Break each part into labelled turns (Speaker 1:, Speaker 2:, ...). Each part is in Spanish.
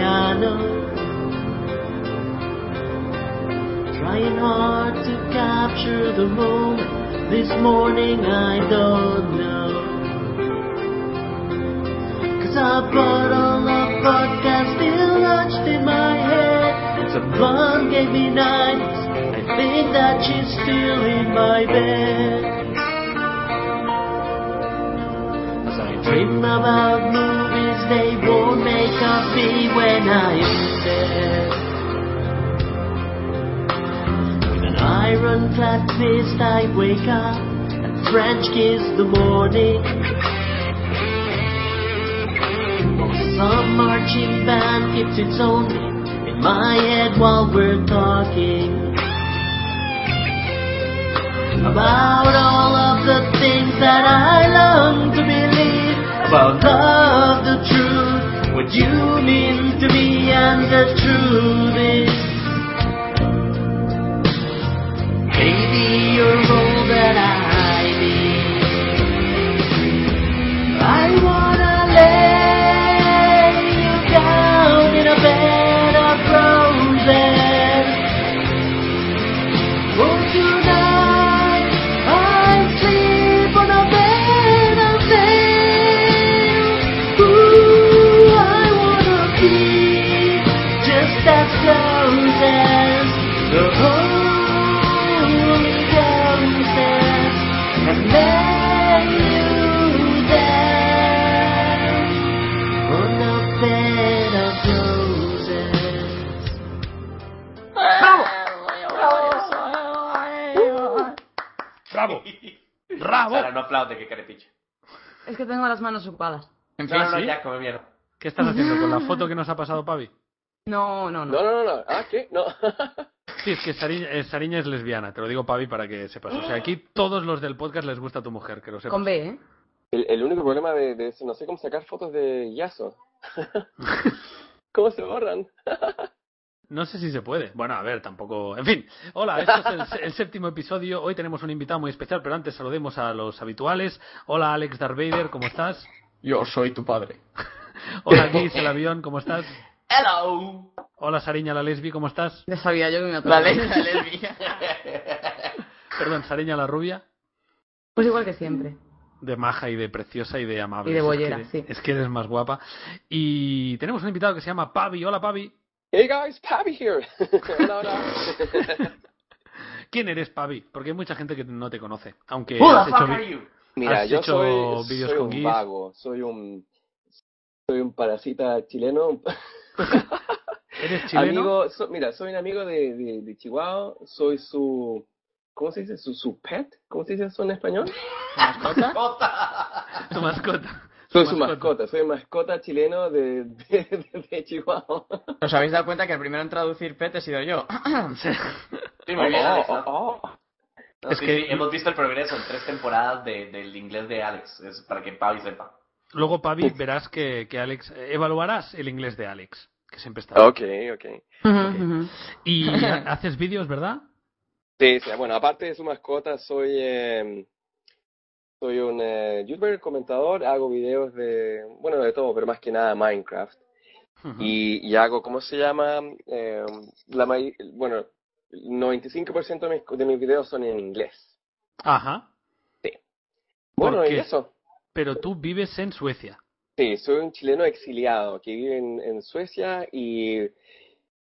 Speaker 1: enough. Trying hard to capture the moment. This morning I don't know. Cause I brought all the podcasts still lodged in my head. Someone gave me nights. I think that she's still in my bed. As I dream about movies they won't make up me when I'm dead. With an ironclad fist I wake up and French kiss the morning. While Some marching band keeps its own beat in my head while we're talking about all of the things that I long to believe, about love, the truth, what you mean to me, and the truth is, baby, you're all that I need. I wanna lay you down in a bed of roses. Oh, tonight I sleep on a bed of nails. Ooh, I wanna be just as close as the holy ghost and lay you down on a bed of roses.
Speaker 2: ¡Bravo!
Speaker 3: ¡Bravo!
Speaker 4: Ahora
Speaker 3: ¡Bravo!
Speaker 4: no aplaude, que carepicha.
Speaker 2: Es que tengo las manos ocupadas.
Speaker 3: En
Speaker 4: No,
Speaker 3: fin,
Speaker 4: no, no,
Speaker 3: ¿sí?
Speaker 4: ya, come mierda.
Speaker 3: ¿Qué estás haciendo con la foto que nos ha pasado Pavi?
Speaker 2: No, no, no.
Speaker 5: No, no, no, no. Ah, sí, no.
Speaker 3: Sí, es que Sariña, eh, Sariña es lesbiana, te lo digo Pavi para que sepas. O sea, aquí todos los del podcast les gusta tu mujer, que lo sepas.
Speaker 2: Con B, ¿eh?
Speaker 5: el, el único problema de, de eso, no sé cómo sacar fotos de Yaso. ¿Cómo se borran?
Speaker 3: No sé si se puede. Bueno, a ver, tampoco. En fin, hola, esto es el, sé- el séptimo episodio. Hoy tenemos un invitado muy especial, pero antes saludemos a los habituales. Hola, Alex Darth Vader, ¿cómo estás?
Speaker 6: Yo soy tu padre.
Speaker 3: Hola, Guis, el avión, ¿cómo estás?
Speaker 4: Hello.
Speaker 3: Hola, Sariña, la lesbi, ¿cómo estás?
Speaker 2: Ya sabía yo que me iba a
Speaker 6: La
Speaker 2: tocar.
Speaker 6: ley de la lesbia.
Speaker 3: Perdón, Sariña, la rubia.
Speaker 2: Pues igual que siempre.
Speaker 3: De maja y de preciosa y de
Speaker 2: Y
Speaker 3: amable.
Speaker 2: de
Speaker 3: Es que
Speaker 2: bollera,
Speaker 3: eres-
Speaker 2: sí.
Speaker 3: Es que eres más guapa. Y tenemos un invitado que se llama Pavi. Hola, Pavi.
Speaker 5: Hey guys, Papi here. hola, hola.
Speaker 3: ¿Quién eres, Pavi? Porque hay mucha gente que no te conoce. Aunque
Speaker 4: Who
Speaker 3: has
Speaker 4: the
Speaker 3: hecho
Speaker 4: fuck
Speaker 3: vi-
Speaker 4: are you?
Speaker 5: Mira,
Speaker 3: ¿Has
Speaker 5: yo
Speaker 3: hecho
Speaker 5: soy,
Speaker 3: vídeos
Speaker 5: soy
Speaker 3: con
Speaker 5: un
Speaker 3: GIFs?
Speaker 5: vago, soy un soy un parasita chileno.
Speaker 3: eres chileno.
Speaker 5: Amigo, so- mira, soy un amigo de, de, de Chihuahua, soy su ¿cómo se dice? Su, su pet, ¿cómo se dice eso en español?
Speaker 4: Jota.
Speaker 3: Tu mascota.
Speaker 5: Soy su mascota, soy mascota chileno de, de, de- de Chihuahua.
Speaker 6: ¿Os habéis dado cuenta que el primero en traducir pet he sido yo?
Speaker 4: Sí, muy bien, Alex. ¿no?
Speaker 5: Oh, oh,
Speaker 4: No,
Speaker 3: Es
Speaker 4: sí,
Speaker 3: que-
Speaker 4: sí, hemos visto el progreso en tres temporadas de- del inglés de Alex. Es para que Pavi sepa.
Speaker 3: Luego, Pavi, verás que, que Alex. eh, Evaluarás el inglés de Alex, que siempre está.
Speaker 5: oh. Ok, ok.
Speaker 2: Ujú, ujú.
Speaker 3: Y ha- haces vídeos, ¿verdad?
Speaker 5: Sí, sí, bueno, aparte de su mascota, soy, eh, soy un eh, youtuber comentador, hago videos de, bueno, de todo, pero más que nada Minecraft.
Speaker 3: Ujú.
Speaker 5: Y, y hago, ¿cómo se llama? Eh, la may- bueno, el 95% de mis, de mis videos son en inglés.
Speaker 3: Ajá. ¿Por
Speaker 5: Bueno, y
Speaker 3: qué?
Speaker 5: eso.
Speaker 3: Pero tú vives en Suecia.
Speaker 5: Sí, soy un chileno exiliado que vive en, en Suecia y,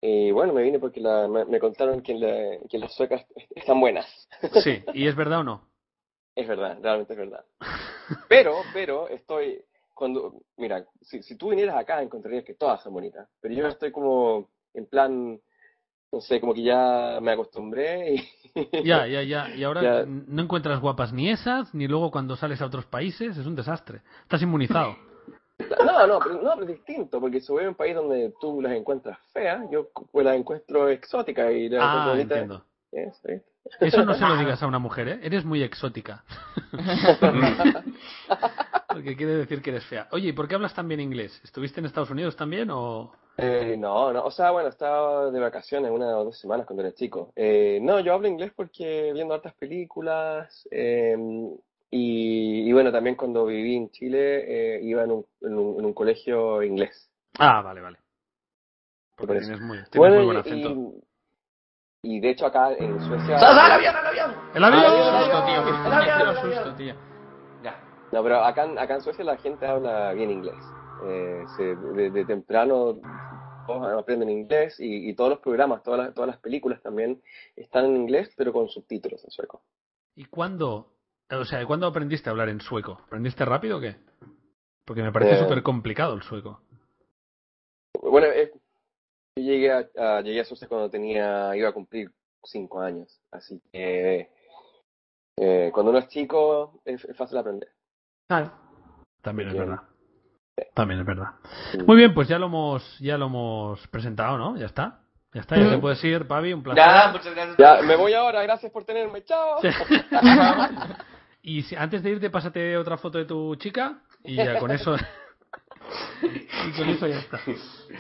Speaker 5: y bueno, me vine porque la- me, me contaron que, la- que las suecas están buenas.
Speaker 3: Sí. ¿Y es verdad o no?
Speaker 5: Es verdad, realmente es verdad. Pero, pero, estoy, cuando, mira, si, si tú vinieras acá encontrarías que todas son bonitas, pero yo estoy como en plan, no sé, como que ya me acostumbré y...
Speaker 3: Ya, ya, ya. Y ahora
Speaker 5: Ya.
Speaker 3: n- no encuentras guapas ni esas, ni luego cuando sales a otros países. Es un desastre. Estás inmunizado.
Speaker 5: No, no, pero, no, pero es distinto, porque si voy a un país donde tú las encuentras feas, yo pues, las encuentro exóticas y las encuentro
Speaker 3: ah,
Speaker 5: bonitas. ¿eh?
Speaker 3: entiendo.
Speaker 5: Yes, yes.
Speaker 3: Eso no se lo digas a una mujer, ¿eh? Eres muy exótica. Porque quiere decir que eres fea. Oye, ¿y por qué hablas tan bien inglés? ¿Estuviste en Estados Unidos también o...?
Speaker 5: Eh, no, no, o sea, bueno, estaba de vacaciones una o dos semanas cuando era chico. Eh, no, yo hablo inglés porque viendo hartas películas eh, y, y bueno, también cuando viví en Chile eh, iba en un, en un, en un colegio inglés.
Speaker 3: Ah, vale, vale. Porque
Speaker 5: Por eso.
Speaker 3: tienes muy, tienes
Speaker 5: Bueno,
Speaker 3: muy buen
Speaker 5: y-
Speaker 3: acento.
Speaker 5: Y, y de hecho acá en Suecia...
Speaker 4: ¡Sal, avión, al avión!
Speaker 3: ¡El avión!
Speaker 6: susto, tío. Qué susto, tío.
Speaker 4: Ya.
Speaker 5: No, pero acá, en- acá en Suecia la gente habla bien inglés. Eh, se- de, de temprano todos aprenden inglés y, y todos los programas, todas las, todas las películas también están en inglés, pero con subtítulos en sueco.
Speaker 3: ¿Y cuándo? O sea, ¿cuándo aprendiste a hablar en sueco? ¿Aprendiste rápido o qué? Porque me parece
Speaker 5: Eh.
Speaker 3: súper complicado el sueco.
Speaker 5: Bueno, eh, yo llegué a, a- llegué a Suecia cuando tenía, iba a cumplir cinco años, así que eh, cuando uno es chico es, es fácil aprender.
Speaker 2: Claro.
Speaker 3: También es
Speaker 5: Bien.
Speaker 3: verdad. También es verdad. Muy bien, pues ya lo hemos, ya lo hemos presentado, ¿no? Ya está. Ya está, ya te puedes ir, Pavi, un placer.
Speaker 4: Ya, muchas gracias.
Speaker 5: Ya, me voy ahora, gracias por tenerme, chao.
Speaker 3: Y si- antes de irte, pásate otra foto de tu chica y ya con eso. y con eso ya está.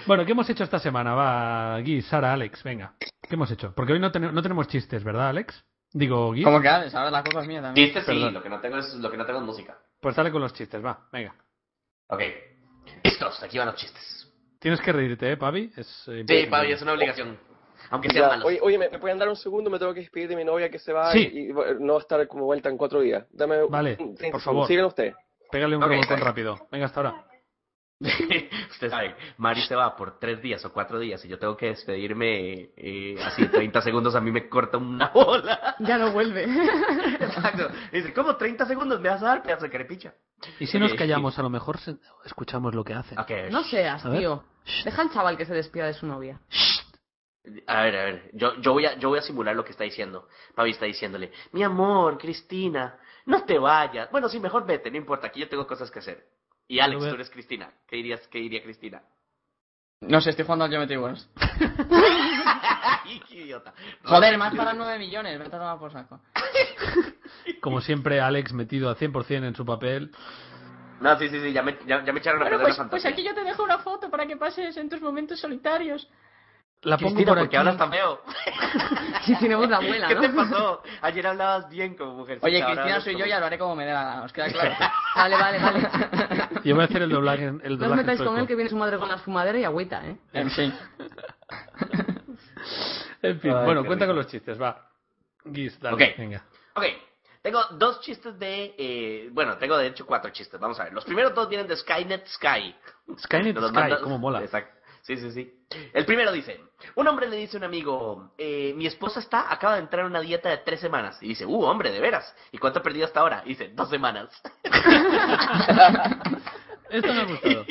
Speaker 3: Bueno, ¿qué hemos hecho esta semana? Va, Gui, Sara, Alex, venga. ¿Qué hemos hecho? Porque hoy no, ten- no tenemos chistes, ¿verdad, Alex? Digo, Gui.
Speaker 6: ¿Cómo que
Speaker 4: Ah.
Speaker 6: haces? Ahora la culpa es mía también.
Speaker 4: Chiste sí,
Speaker 3: Perdón.
Speaker 4: lo que no tengo es lo que no tengo es música.
Speaker 3: Pues dale con los chistes, va, venga.
Speaker 4: Ok. Listos, aquí van los chistes.
Speaker 3: Tienes que reírte, ¿eh, Pavi? Es, eh,
Speaker 4: Sí,
Speaker 3: imprescindible.
Speaker 4: Pavi, es una obligación. Aunque
Speaker 5: Ya,
Speaker 4: sean malos.
Speaker 5: Oye, oye, ¿me, me pueden dar un segundo? Me tengo que despedir de mi novia que se va
Speaker 3: Sí.
Speaker 5: y, y va- no va a estar como vuelta en cuatro días. Dame un-
Speaker 3: Vale,
Speaker 5: un-
Speaker 3: por favor.
Speaker 5: Sigan ustedes.
Speaker 3: Pégale un
Speaker 4: Ok,
Speaker 3: revolcón
Speaker 4: está
Speaker 3: rápido. Venga, hasta ahora.
Speaker 4: Usted sabe, Mari se va por tres días o cuatro días y yo tengo que despedirme eh, así 30 segundos, a mí me corta una bola.
Speaker 2: Ya no vuelve.
Speaker 4: Exacto. Y Dice, ¿cómo 30 segundos me vas a dar, pedazo de carepicha?
Speaker 3: Y si nos
Speaker 4: Ok.
Speaker 3: callamos, a lo mejor se- escuchamos lo que hacen.
Speaker 4: Ok.
Speaker 2: No seas,
Speaker 3: A ver.
Speaker 2: tío. Deja al chaval que se despida de su novia.
Speaker 4: A ver, a ver, yo, yo, voy a, yo voy a simular lo que está diciendo. Pavi está diciéndole, mi amor, Cristina, no te vayas. Bueno, sí, mejor vete, no importa, aquí yo tengo cosas que hacer. Y Alex,
Speaker 3: Lo veo.
Speaker 4: tú eres Cristina. ¿Qué dirías, qué diría Cristina?
Speaker 6: No sé, estoy jugando al Geometry Wars.
Speaker 4: ¡Ay, qué idiota!
Speaker 6: Joder, más para 9 millones. Vete a tomar por saco.
Speaker 3: Como siempre, Alex metido al 100% en su papel.
Speaker 4: No, sí, sí, sí, ya me, ya, ya me echaron a perder
Speaker 3: pues,
Speaker 4: la fantasía.
Speaker 6: pues, yo te dejo una foto para que pases en tus momentos solitarios.
Speaker 3: La pongo
Speaker 4: Cristina,
Speaker 3: por
Speaker 4: ¿por qué
Speaker 3: aquí.
Speaker 4: hablas tan feo?
Speaker 2: Si tenemos la abuela,
Speaker 4: ¿Qué
Speaker 2: ¿no?
Speaker 4: te pasó? Ayer hablabas bien como mujer.
Speaker 6: Oye, Cristina, soy yo y hablaré como me dé la gana. ¿Os queda claro?
Speaker 2: Vale, vale, vale.
Speaker 3: Yo voy a hacer el doblaje. en- El
Speaker 2: No os
Speaker 3: doblaje
Speaker 2: metáis con
Speaker 3: sueco.
Speaker 2: él que viene su madre con la esfumadera y agüita, ¿eh?
Speaker 6: En fin.
Speaker 3: En fin,
Speaker 4: Ay,
Speaker 3: bueno,
Speaker 4: qué
Speaker 3: cuenta
Speaker 4: rico.
Speaker 3: con los chistes, va. Guis, dale,
Speaker 4: Ok.
Speaker 3: venga.
Speaker 4: Ok, tengo dos chistes de... eh, bueno, tengo de hecho cuatro chistes, vamos a ver. Los primeros dos vienen de Skynet Sky.
Speaker 3: Skynet
Speaker 4: Nos los
Speaker 3: Sky,
Speaker 4: manda-
Speaker 3: cómo mola.
Speaker 4: Exacto. Sí, sí, sí. El primero dice, un hombre le dice a un amigo, eh, mi esposa está, acaba de entrar en una dieta de tres semanas. Y dice, uh, hombre, de veras. ¿Y cuánto ha perdido hasta ahora? Y dice, dos semanas.
Speaker 3: Esto me ha gustado.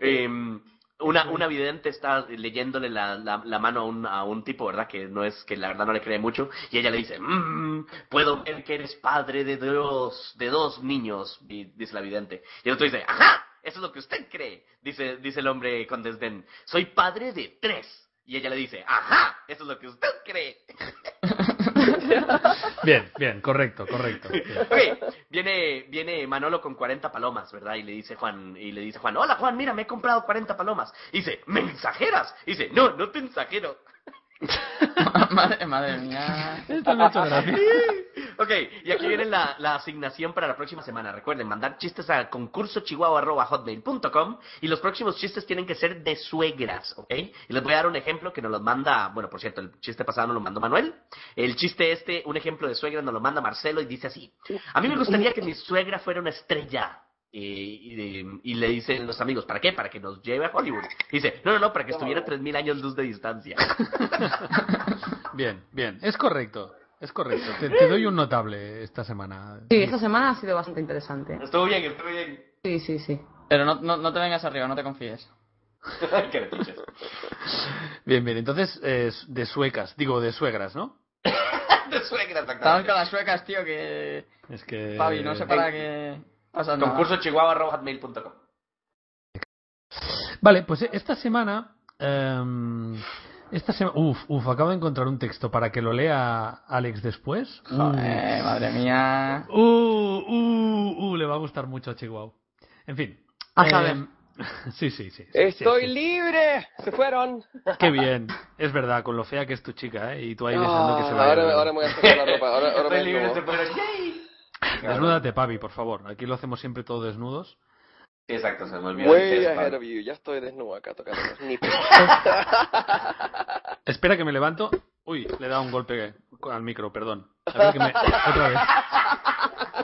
Speaker 4: Em, una, una vidente está leyéndole la, la, la mano a un, a un tipo, ¿verdad? Que no es, que la verdad no le cree mucho. Y ella le dice, "Mm, puedo ver que eres padre de dos, de dos niños, y dice la vidente. Y el otro dice, ajá, eso es lo que usted cree, dice, dice el hombre con desdén. Soy padre de tres. Y ella le dice, ajá, eso es lo que usted cree.
Speaker 3: Bien, bien, correcto, correcto. bien.
Speaker 4: Ok, viene, viene Manolo con 40 palomas, ¿verdad? Y le dice Juan, y le dice Juan, hola Juan, mira, me he comprado 40 palomas. Y dice, ¿me mensajeras? Y dice, no, no te mensajero.
Speaker 6: madre, madre mía.
Speaker 3: Esto me ha hecho gracia.
Speaker 4: Ok, y aquí viene la, la asignación para la próxima semana. Recuerden, mandar chistes a concursochihuahua.hotmail.com y los próximos chistes tienen que ser de suegras, ¿ok? Y les voy a dar un ejemplo que nos los manda, bueno, por cierto, el chiste pasado nos lo mandó Manuel. El chiste este, un ejemplo de suegra, nos lo manda Marcelo y dice así. A mí me gustaría que mi suegra fuera una estrella. eh, Y, y- y le dicen los amigos, ¿para qué? Para que nos lleve a Hollywood. Y dice, no, no, no, para que estuviera 3.000 años luz de distancia.
Speaker 3: Bien, bien, es correcto. Es correcto. Te, te doy un notable esta semana.
Speaker 2: Sí, esta semana ha sido bastante interesante.
Speaker 4: Estuvo bien, estuvo bien.
Speaker 2: Sí, sí, sí.
Speaker 6: Pero no, no, no te vengas arriba, no te confíes.
Speaker 4: Qué retuches.
Speaker 3: Bien, bien. Entonces, eh, de suecas, digo, de suegras, ¿no?
Speaker 4: De suegra,
Speaker 6: Estamos
Speaker 4: exactamente.
Speaker 6: con las suecas, tío, que...
Speaker 3: Es que.
Speaker 6: Fabi, no sé
Speaker 4: Eh,
Speaker 6: para qué... Pasa nada.
Speaker 4: Concurso chihuahua.hotmail.com.
Speaker 3: Vale, pues eh, esta semana. em, esta semana. Uf, uf, acabo de encontrar un texto para que lo lea Alex después. Uh.
Speaker 6: Joder, madre mía.
Speaker 3: Uh, uh, uh, le va a gustar mucho a Chihuahua. En fin. Em,
Speaker 2: A saber.
Speaker 3: Sí, sí, sí. sí,
Speaker 5: ¡Estoy
Speaker 3: sí, sí.
Speaker 5: libre! ¡Se fueron!
Speaker 3: Qué bien. Es verdad, con lo fea que es tu chica, ¿eh? Y tú ahí
Speaker 5: Ah,
Speaker 3: besando que se va.
Speaker 5: ahora, ahora me voy a sacar la ropa. Ahora, ahora me
Speaker 4: Estoy libre,
Speaker 5: desnudo.
Speaker 4: se fueron. ¡Yay!
Speaker 3: Desnúdate, papi, por favor. Aquí lo hacemos siempre todos desnudos.
Speaker 4: Sí, exacto, se me olvidó.
Speaker 5: Way
Speaker 4: el
Speaker 5: ahead
Speaker 4: test,
Speaker 5: of you. Ya estoy desnudo acá tocando los nipples.
Speaker 3: Espera que me levanto. Uy, le he dado un golpe al micro, perdón. A ver que me... Otra vez.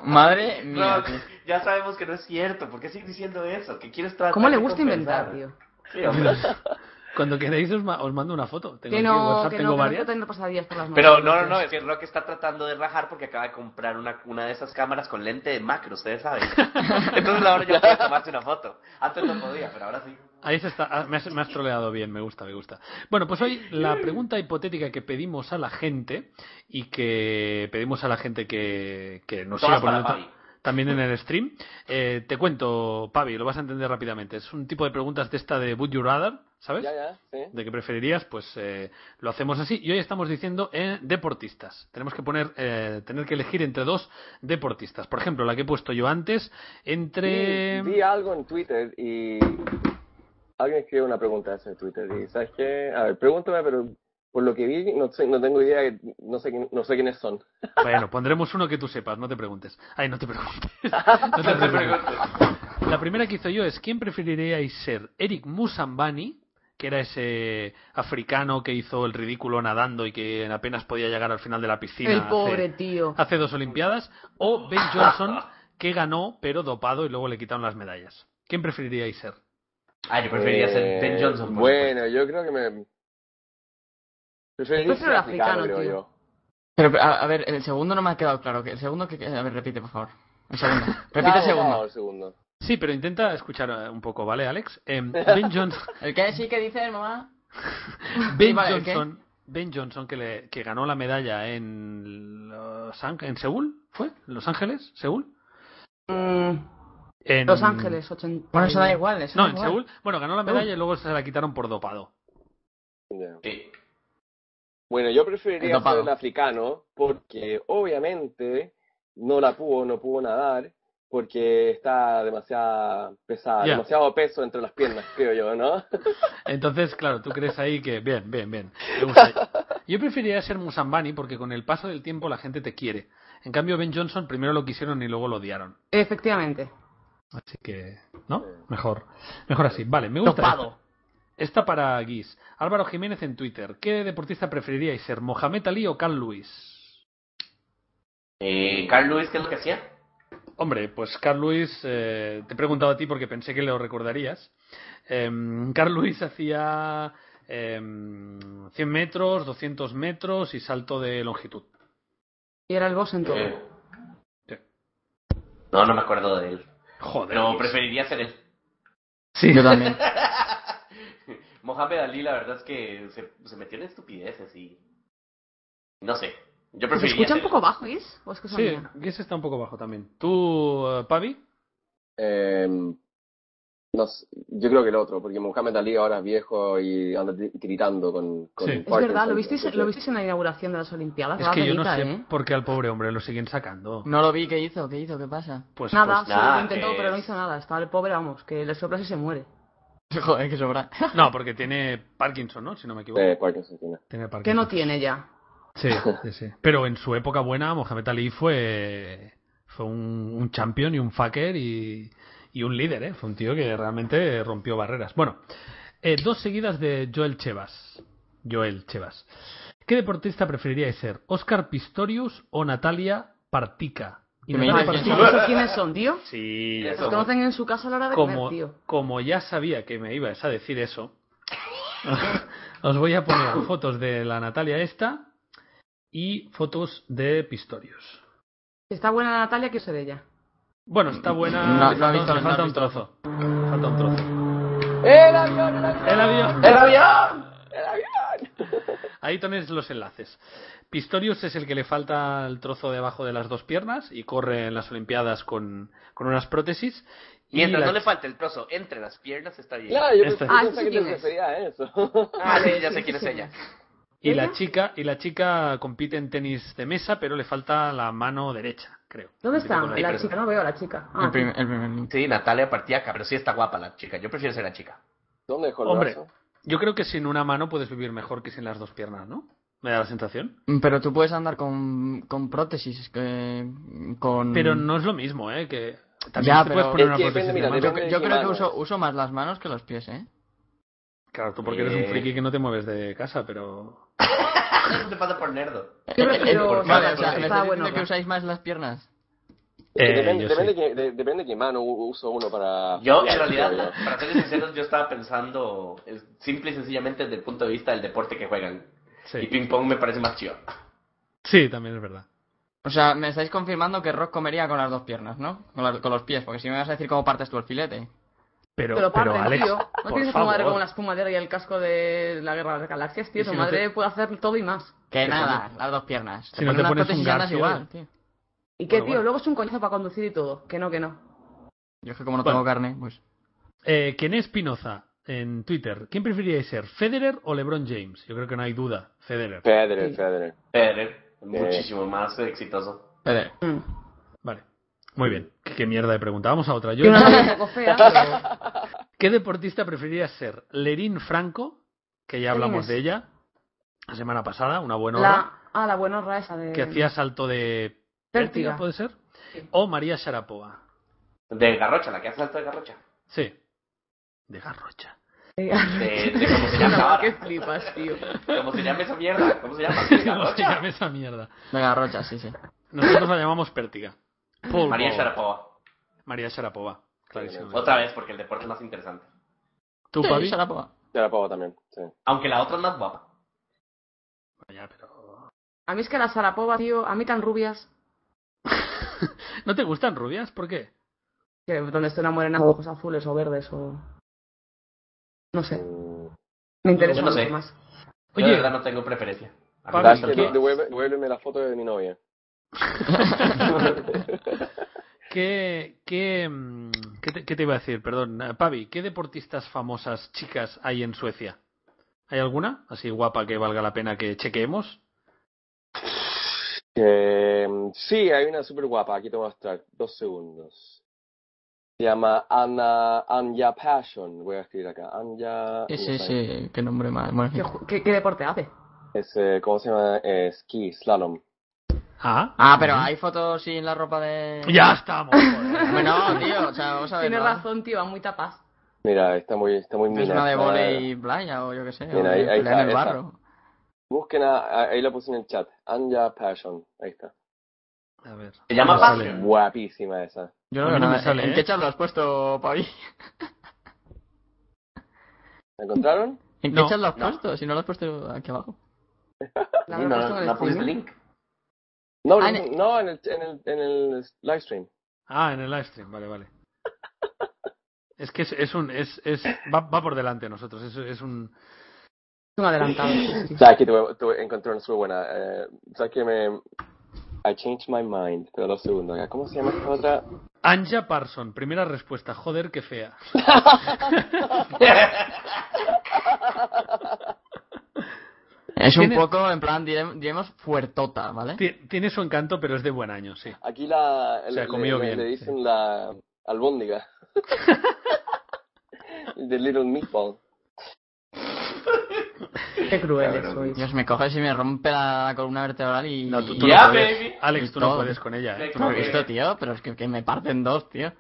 Speaker 7: Madre
Speaker 4: No,
Speaker 7: mía.
Speaker 4: ya sabemos que no es cierto. ¿Por qué sigues diciendo eso? Que quieres tratar
Speaker 2: ¿Cómo le
Speaker 4: de
Speaker 2: gusta
Speaker 4: compensar?
Speaker 2: inventar, tío?
Speaker 4: Sí, hombre.
Speaker 3: Cuando queréis os, ma- os mando una foto. Tengo
Speaker 2: Que
Speaker 3: aquí
Speaker 2: no,
Speaker 3: WhatsApp,
Speaker 2: que
Speaker 3: tengo
Speaker 2: no, que
Speaker 3: varias.
Speaker 2: no tener pasadillas por las manos.
Speaker 4: Pero no, no, no, es que Rock está tratando de rajar porque acaba de comprar una, una de esas cámaras con lente de macro, ustedes saben. Entonces ahora ya puede tomarse una foto. Antes no podía, pero ahora sí.
Speaker 3: Ahí se está. ah, Me has, me has troleado bien, me gusta, me gusta. Bueno, pues hoy la pregunta hipotética que pedimos a la gente y que pedimos a la gente que, que nos
Speaker 4: Todas
Speaker 3: siga poniendo
Speaker 4: para
Speaker 3: ta-
Speaker 4: Fabi.
Speaker 3: también en el stream. Eh, te cuento, Pavi, lo vas a entender rápidamente. Es un tipo de preguntas de esta de Would You Rather, ¿sabes?
Speaker 5: ya, ya, sí.
Speaker 3: de qué preferirías, pues eh, lo hacemos así. Y hoy estamos diciendo eh, deportistas. Tenemos que poner, eh, tener que elegir entre dos deportistas. Por ejemplo, la que he puesto yo antes, entre...
Speaker 5: Vi, vi algo en Twitter y alguien escribió una pregunta de eso en Twitter y sabes qué, a ver, pregúntame, pero por lo que vi no sé, no tengo idea, de- no sé quién- no sé quiénes son.
Speaker 3: Bueno, pondremos uno que tú sepas, no te preguntes. Ay, no te preguntes. No te preocupes. La primera que hizo yo es, ¿quién preferiríais ser? Eric Musambani, que era ese africano que hizo el ridículo nadando y que apenas podía llegar al final de la piscina.
Speaker 2: El
Speaker 3: hace-
Speaker 2: pobre tío.
Speaker 3: hace dos Olimpiadas, o Ben Johnson, que ganó pero dopado y luego le quitaron las medallas. ¿Quién preferiríais ser?
Speaker 4: Ah, yo preferiría
Speaker 5: Eh,
Speaker 4: ser Ben Johnson. por
Speaker 5: Bueno, yo creo que me preferiría
Speaker 2: Yo prefiero
Speaker 5: ser
Speaker 2: el africano,
Speaker 5: creo
Speaker 2: tío.
Speaker 5: yo.
Speaker 7: Pero, a, a ver, el segundo no me ha quedado claro. que- El segundo que... A ver, repite, por favor. El segundo. Repite el
Speaker 5: Vamos, vamos,
Speaker 7: segundo.
Speaker 5: el segundo.
Speaker 3: Sí, pero intenta escuchar eh, un poco, ¿vale, Alex? Em, ben, John-
Speaker 7: ¿El que sí que dice, mamá?
Speaker 3: Ben
Speaker 7: vale, ¿el qué?
Speaker 3: Johnson, Ben Johnson que, le- que ganó la medalla en Los Ang- en Seúl, ¿fue? ¿Los Ángeles? ¿Seúl?
Speaker 2: Mm,
Speaker 3: En-
Speaker 2: Los Ángeles, 80.
Speaker 7: Bueno, eso da igual. Eso
Speaker 3: No,
Speaker 7: da
Speaker 3: en
Speaker 7: igual.
Speaker 3: Seúl. Bueno, ganó la medalla y luego se la quitaron por dopado.
Speaker 5: Ya.
Speaker 4: Sí.
Speaker 5: Bueno, yo preferiría
Speaker 7: El dopado.
Speaker 5: ser el africano porque obviamente no la pudo, no pudo nadar porque está demasiado pesada,
Speaker 3: Ya.
Speaker 5: demasiado peso entre las piernas, creo yo, ¿no?
Speaker 3: Entonces, claro, tú crees ahí que. Bien, bien, bien. Me gusta. Yo preferiría ser Musambani porque con el paso del tiempo la gente te quiere. En cambio, Ben Johnson primero lo quisieron y luego lo odiaron.
Speaker 2: Efectivamente.
Speaker 3: Así que. ¿No? Mejor. Mejor así. Vale, me gusta. Esta.
Speaker 7: Dopado.
Speaker 3: Esta para Guis. Álvaro Jiménez en Twitter. ¿Qué deportista preferiríais ser? ¿Mohamed Ali o Carl Lewis?
Speaker 4: Eh, Carl Lewis, ¿qué es lo que hacía?
Speaker 3: Hombre, pues Carl Lewis, eh, te he preguntado a ti porque pensé que lo recordarías. Em, Carl Lewis hacía em, 100 metros, 200 metros y salto de longitud.
Speaker 2: Y era el boss en todo.
Speaker 4: Eh,
Speaker 3: Sí.
Speaker 4: No, no me acuerdo de él.
Speaker 3: Joder.
Speaker 4: Pero
Speaker 3: Luis.
Speaker 4: preferiría ser él.
Speaker 3: Sí.
Speaker 7: Yo también.
Speaker 4: Mohamed Ali, la verdad es que se, se metió en estupideces y. No sé.
Speaker 7: Pues
Speaker 4: Yo preferiría.
Speaker 2: ¿Se escucha
Speaker 4: ser
Speaker 2: un
Speaker 4: él.
Speaker 2: poco bajo, Is? ¿O es cosa
Speaker 3: Sí,
Speaker 2: mía?
Speaker 3: Guess está un poco bajo también. ¿Tú, eh, Pavi?
Speaker 5: Em, no sé, yo creo que el otro, porque Mohamed Ali ahora es viejo y anda di- gritando con, con
Speaker 3: Sí.
Speaker 2: Es
Speaker 5: Parkinson,
Speaker 2: verdad, lo visteis,
Speaker 5: entonces-
Speaker 2: lo visteis en la inauguración de las Olimpiadas.
Speaker 3: Es
Speaker 2: Daba
Speaker 3: que yo no
Speaker 2: penita,
Speaker 3: sé pues,
Speaker 2: ¿eh?
Speaker 3: por qué al pobre hombre lo siguen sacando.
Speaker 7: No lo vi. ¿Qué hizo? ¿Qué hizo? ¿Qué pasa?
Speaker 3: Pues,
Speaker 2: Nada,
Speaker 3: pues-
Speaker 2: sí,
Speaker 4: nada,
Speaker 2: lo intentó,
Speaker 4: que
Speaker 2: pero no
Speaker 4: es-
Speaker 2: hizo nada. Estaba el pobre, vamos, que le soplas y se muere.
Speaker 7: Joder, que sobra.
Speaker 3: no, porque tiene Parkinson, ¿no? Si no me equivoco.
Speaker 5: Eh, Parkinson, sí, no.
Speaker 3: Tiene Parkinson.
Speaker 2: ¿Qué no tiene ya?
Speaker 3: Sí, sí, sí. Pero en su época buena, Mohamed Ali fue, fue un, un champion y un fucker y, y un líder, ¿eh? Fue un tío que realmente rompió barreras. Bueno, eh, dos seguidas de Joel Chevas. Joel Chevas. ¿Qué deportista preferiríais ser? ¿Oscar Pistorius o Natalia Partica? Y
Speaker 7: Que me
Speaker 3: Natalia
Speaker 7: digas
Speaker 2: ¿Y
Speaker 3: Partica-
Speaker 2: esos quiénes son, tío?
Speaker 3: Sí, ya
Speaker 4: Eso,
Speaker 2: Los conocen en su casa a la hora de
Speaker 3: como,
Speaker 2: comer, tío.
Speaker 3: como ya sabía que me ibas a decir eso, os voy a poner fotos de la Natalia esta y fotos de Pistorius.
Speaker 2: Si está buena la Natalia, quiero ser ella.
Speaker 3: Bueno, está buena.
Speaker 7: No,
Speaker 3: le
Speaker 7: no ha
Speaker 3: falta-
Speaker 7: visto-
Speaker 3: le
Speaker 7: no ha
Speaker 3: falta un
Speaker 7: visto.
Speaker 3: trozo. Falta un trozo.
Speaker 5: ¡El avión, el avión!
Speaker 3: El avión.
Speaker 5: ¡El avión! ¡El avión!
Speaker 3: Ahí tenéis los enlaces. Pistorius es el que le falta el trozo debajo de las dos piernas y corre en las Olimpiadas con, con unas prótesis. Y
Speaker 4: Mientras
Speaker 3: la-
Speaker 4: no le falte el trozo entre las piernas, está bien.
Speaker 5: Claro, yo
Speaker 3: Este.
Speaker 5: pensé,
Speaker 2: Ah,
Speaker 5: pensé
Speaker 2: ese
Speaker 5: que
Speaker 2: sí
Speaker 5: te
Speaker 2: es.
Speaker 5: refería a eso.
Speaker 4: Ah, sí, ya
Speaker 2: sí,
Speaker 4: sé
Speaker 2: sí,
Speaker 4: quién es
Speaker 2: sí.
Speaker 4: ella.
Speaker 3: Y
Speaker 2: ¿Ella?
Speaker 3: la chica y la chica compite en tenis de mesa, pero le falta la mano derecha, creo.
Speaker 2: ¿Dónde
Speaker 3: Compite
Speaker 2: está?
Speaker 3: con
Speaker 2: La
Speaker 4: pero-
Speaker 2: chica, no veo a la chica. Ah,
Speaker 7: El primer, el primer link.
Speaker 4: Sí, Natalia Partiaca, pero sí está guapa la chica. Yo prefiero ser la chica.
Speaker 5: ¿Dónde dejó el
Speaker 3: Hombre.
Speaker 5: brazo?
Speaker 3: Yo creo que sin una mano puedes vivir mejor que sin las dos piernas, ¿no? Me da la sensación.
Speaker 7: Pero tú puedes andar con, con prótesis, es que... Con...
Speaker 3: Pero no es lo mismo, ¿eh? Que También
Speaker 7: Mm. Ya,
Speaker 3: te
Speaker 7: pero-
Speaker 3: puedes
Speaker 7: Eh,
Speaker 3: poner
Speaker 5: Es
Speaker 3: una
Speaker 5: que
Speaker 3: prótesis
Speaker 5: depende,
Speaker 3: de
Speaker 5: mira,
Speaker 3: mano.
Speaker 7: Yo,
Speaker 5: depende de
Speaker 7: yo
Speaker 5: qué
Speaker 7: creo que
Speaker 5: mano.
Speaker 7: uso, uso más las manos que los pies, ¿eh?
Speaker 3: Claro, tú porque eres un
Speaker 4: Eh.
Speaker 3: friki que no te mueves de casa, pero...
Speaker 4: Eso te pasa por nerdo.
Speaker 3: Eh,
Speaker 2: Yo prefiero
Speaker 4: Por
Speaker 7: Vale,
Speaker 4: favor,
Speaker 7: o sea,
Speaker 2: está
Speaker 7: me estás
Speaker 2: bueno,
Speaker 7: diciendo que
Speaker 2: ¿no?
Speaker 7: usáis más las piernas.
Speaker 3: Eh,
Speaker 5: depende,
Speaker 3: yo
Speaker 5: depende,
Speaker 3: sí.
Speaker 5: que, de, depende qué mano u- uso uno para...
Speaker 4: Yo,
Speaker 5: para-
Speaker 4: en realidad,
Speaker 5: para-
Speaker 4: para ser sinceros, yo estaba pensando eh, simple y sencillamente desde el punto de vista del deporte que juegan. Y
Speaker 3: Sí.
Speaker 4: ping pong me parece más chido.
Speaker 3: Sí, también es verdad.
Speaker 7: O sea, me estáis confirmando que Rock comería con las dos piernas, ¿no? Con, las- con los pies, porque si me vas a decir cómo partes tú el filete.
Speaker 3: Pero,
Speaker 2: Te lo
Speaker 3: pero
Speaker 2: parten,
Speaker 3: Alex,
Speaker 2: tío. No
Speaker 3: por
Speaker 2: tienes a tu
Speaker 3: favor.
Speaker 2: madre como la espumadera y el casco de la guerra de las galaxias, tío.
Speaker 3: Y
Speaker 2: Tu
Speaker 3: si no
Speaker 2: madre
Speaker 3: te-
Speaker 2: puede hacer todo y más.
Speaker 7: Que
Speaker 3: Sí,
Speaker 7: nada,
Speaker 3: cuando-
Speaker 7: las dos piernas.
Speaker 3: si no te
Speaker 7: unas
Speaker 3: pones un
Speaker 7: prótesis y andas
Speaker 3: garfio,
Speaker 7: igual,
Speaker 3: eh.
Speaker 7: tío.
Speaker 2: ¿Y qué, tío?
Speaker 3: Bueno, bueno.
Speaker 2: Luego es un coñazo para conducir y todo. Que no, que no.
Speaker 7: Yo es que como no
Speaker 3: Bueno.
Speaker 7: tengo carne, pues...
Speaker 3: Eh, ¿Quién es Pinoza en Twitter? ¿Quién preferiríais ser, Federer o LeBron James? Yo creo que no hay duda, Federer.
Speaker 5: Federer,
Speaker 2: Sí.
Speaker 5: Federer.
Speaker 4: Federer, muchísimo más exitoso.
Speaker 7: Fede,
Speaker 2: Mm.
Speaker 3: Vale. Muy bien. ¿Qué, qué mierda de pregunta? Vamos a otra. Yo,
Speaker 2: Tiene una voz un poco fea, pero...
Speaker 3: ¿Qué deportista preferirías ser? ¿Lerín Franco? Que ya hablamos
Speaker 2: es?
Speaker 3: de ella la semana pasada, una buena hora.
Speaker 2: La... Ah, la buenorra esa de...
Speaker 3: Que hacía salto de
Speaker 2: Pértiga.
Speaker 3: ¿puede ser? O María Sharapova.
Speaker 4: De Garrocha, la que hace salto de Garrocha.
Speaker 3: Sí. De Garrocha.
Speaker 4: De, de Eh, cómo se llama
Speaker 2: No,
Speaker 4: ahora.
Speaker 2: Eh, que flipas, tío.
Speaker 4: ¿Cómo se llama esa mierda? ¿Cómo se llama?
Speaker 3: ¿Cómo se
Speaker 4: Garrocha.
Speaker 3: llama esa mierda?
Speaker 7: de garrocha, sí, sí.
Speaker 3: Nosotros la llamamos Pértiga. Paul
Speaker 4: María
Speaker 3: Ball.
Speaker 4: Sharapova.
Speaker 3: María Sharapova. Clarísimo.
Speaker 4: Otra vez, porque el deporte es más interesante.
Speaker 3: ¿Tú,
Speaker 7: Sí,
Speaker 3: Pavi?
Speaker 7: Sharapova.
Speaker 5: Yo la pongo también, sí.
Speaker 4: Aunque la otra es más guapa.
Speaker 3: Ya, pero-
Speaker 2: A mí es que la Sarapova, tío, a mí tan rubias,
Speaker 3: ¿No te gustan rubias? ¿Por qué?
Speaker 2: que donde esté una morena con
Speaker 3: Oh.
Speaker 2: ojos azules o verdes o... No sé,
Speaker 5: Mm.
Speaker 2: me interesa
Speaker 4: Yo no sé.
Speaker 2: mucho más.
Speaker 4: Yo
Speaker 3: Oye.
Speaker 4: de verdad no tengo preferencia. A mí
Speaker 3: Pablo,
Speaker 4: me
Speaker 5: Dale,
Speaker 4: gustan
Speaker 3: ¿qué-
Speaker 5: devuelve-
Speaker 4: todas.
Speaker 5: devuélveme, la foto de mi novia.
Speaker 3: ¿Qué, qué, mm, qué te, qué te iba a decir? Perdón, eh, Pavi, ¿qué deportistas famosas chicas hay en Suecia? ¿Hay alguna? Así guapa que valga la pena que chequeemos.
Speaker 5: Eh, sí, hay una súper guapa, aquí te voy a mostrar, dos segundos. Se llama Anna, Anja Passion, voy a escribir acá. Anja...
Speaker 7: Sí, sí, sí, qué nombre más. Bueno, en
Speaker 2: ¿Qué,
Speaker 7: fin.
Speaker 2: ju- qué- qué deporte hace?
Speaker 5: Es, eh, ¿Cómo se llama? Eh, ski, slalom.
Speaker 3: Ah,
Speaker 7: Ah, pero hay fotos sin la ropa de...
Speaker 3: ya estamos. joder.
Speaker 7: Bueno, tío, o sea, vamos a ver.
Speaker 2: Tienes
Speaker 7: ¿no?
Speaker 2: razón, tío, va muy tapaz.
Speaker 5: Mira, está muy, está muy
Speaker 7: Es
Speaker 5: mina.
Speaker 7: una de
Speaker 5: está-
Speaker 7: volei playa o yo qué sé, o
Speaker 5: Mira, ahí- ahí
Speaker 7: de
Speaker 5: está,
Speaker 7: pelea en
Speaker 5: esa.
Speaker 7: el barro.
Speaker 5: Busquen a, a- ahí la puse en el chat. Anja Passion, ahí está.
Speaker 3: A ver.
Speaker 4: Se llama
Speaker 3: No sale.
Speaker 4: Passion.
Speaker 5: Guapísima esa.
Speaker 7: Yo Pues no
Speaker 3: A mí
Speaker 7: veo
Speaker 3: no me
Speaker 7: nada.
Speaker 3: sale,
Speaker 7: ¿En
Speaker 3: ¿eh?
Speaker 7: qué chat lo has puesto, Pavi?
Speaker 5: ¿La encontraron?
Speaker 7: ¿En qué
Speaker 3: No,
Speaker 7: chat lo has
Speaker 4: no.
Speaker 7: puesto? Si no lo has puesto aquí abajo.
Speaker 2: La
Speaker 4: Sí,
Speaker 2: habré
Speaker 4: no,
Speaker 2: puesto en el
Speaker 4: no
Speaker 5: ¿eh?
Speaker 4: pusiste
Speaker 2: streaming.
Speaker 4: link.
Speaker 5: No,
Speaker 7: Ah,
Speaker 5: no,
Speaker 7: en-
Speaker 5: no, en el, en el, en el live stream.
Speaker 3: Ah, en el live stream, vale, vale. Es que es, es un. Es, es, va, va por delante de nosotros. Es, es un.
Speaker 2: Es un adelantado. sí, sí.
Speaker 5: ¿Sabes que tuve, tuve, encontré una súper buena? Eh, ¿Sabes que me... I changed my mind. Pero dos segundos. acá. ¿Cómo se llama esta otra?
Speaker 3: Anja Parson, primera respuesta. Joder, qué fea.
Speaker 7: Es un
Speaker 3: Tiene-
Speaker 7: poco, en plan, dire- diremos fuertota, ¿vale?
Speaker 3: Ti- Tiene su encanto, pero es de buen año, sí.
Speaker 5: Aquí la...
Speaker 3: Se ha
Speaker 5: le-
Speaker 3: comido
Speaker 5: le,
Speaker 3: bien,
Speaker 5: Le dicen la albóndiga. The Little Meatball.
Speaker 2: Qué crueles sois.
Speaker 7: Dios, me coges y me rompe la columna vertebral y...
Speaker 3: No, tú-
Speaker 7: y-
Speaker 3: tú no
Speaker 4: Ya,
Speaker 3: puedes.
Speaker 4: baby.
Speaker 3: Alex,
Speaker 7: Y
Speaker 3: tú no
Speaker 7: todo.
Speaker 3: puedes con ella. ¿eh? Tú no
Speaker 7: ¿Has
Speaker 4: Exacto.
Speaker 3: puedes.
Speaker 7: visto, tío? Pero es que, que me parten dos, tío.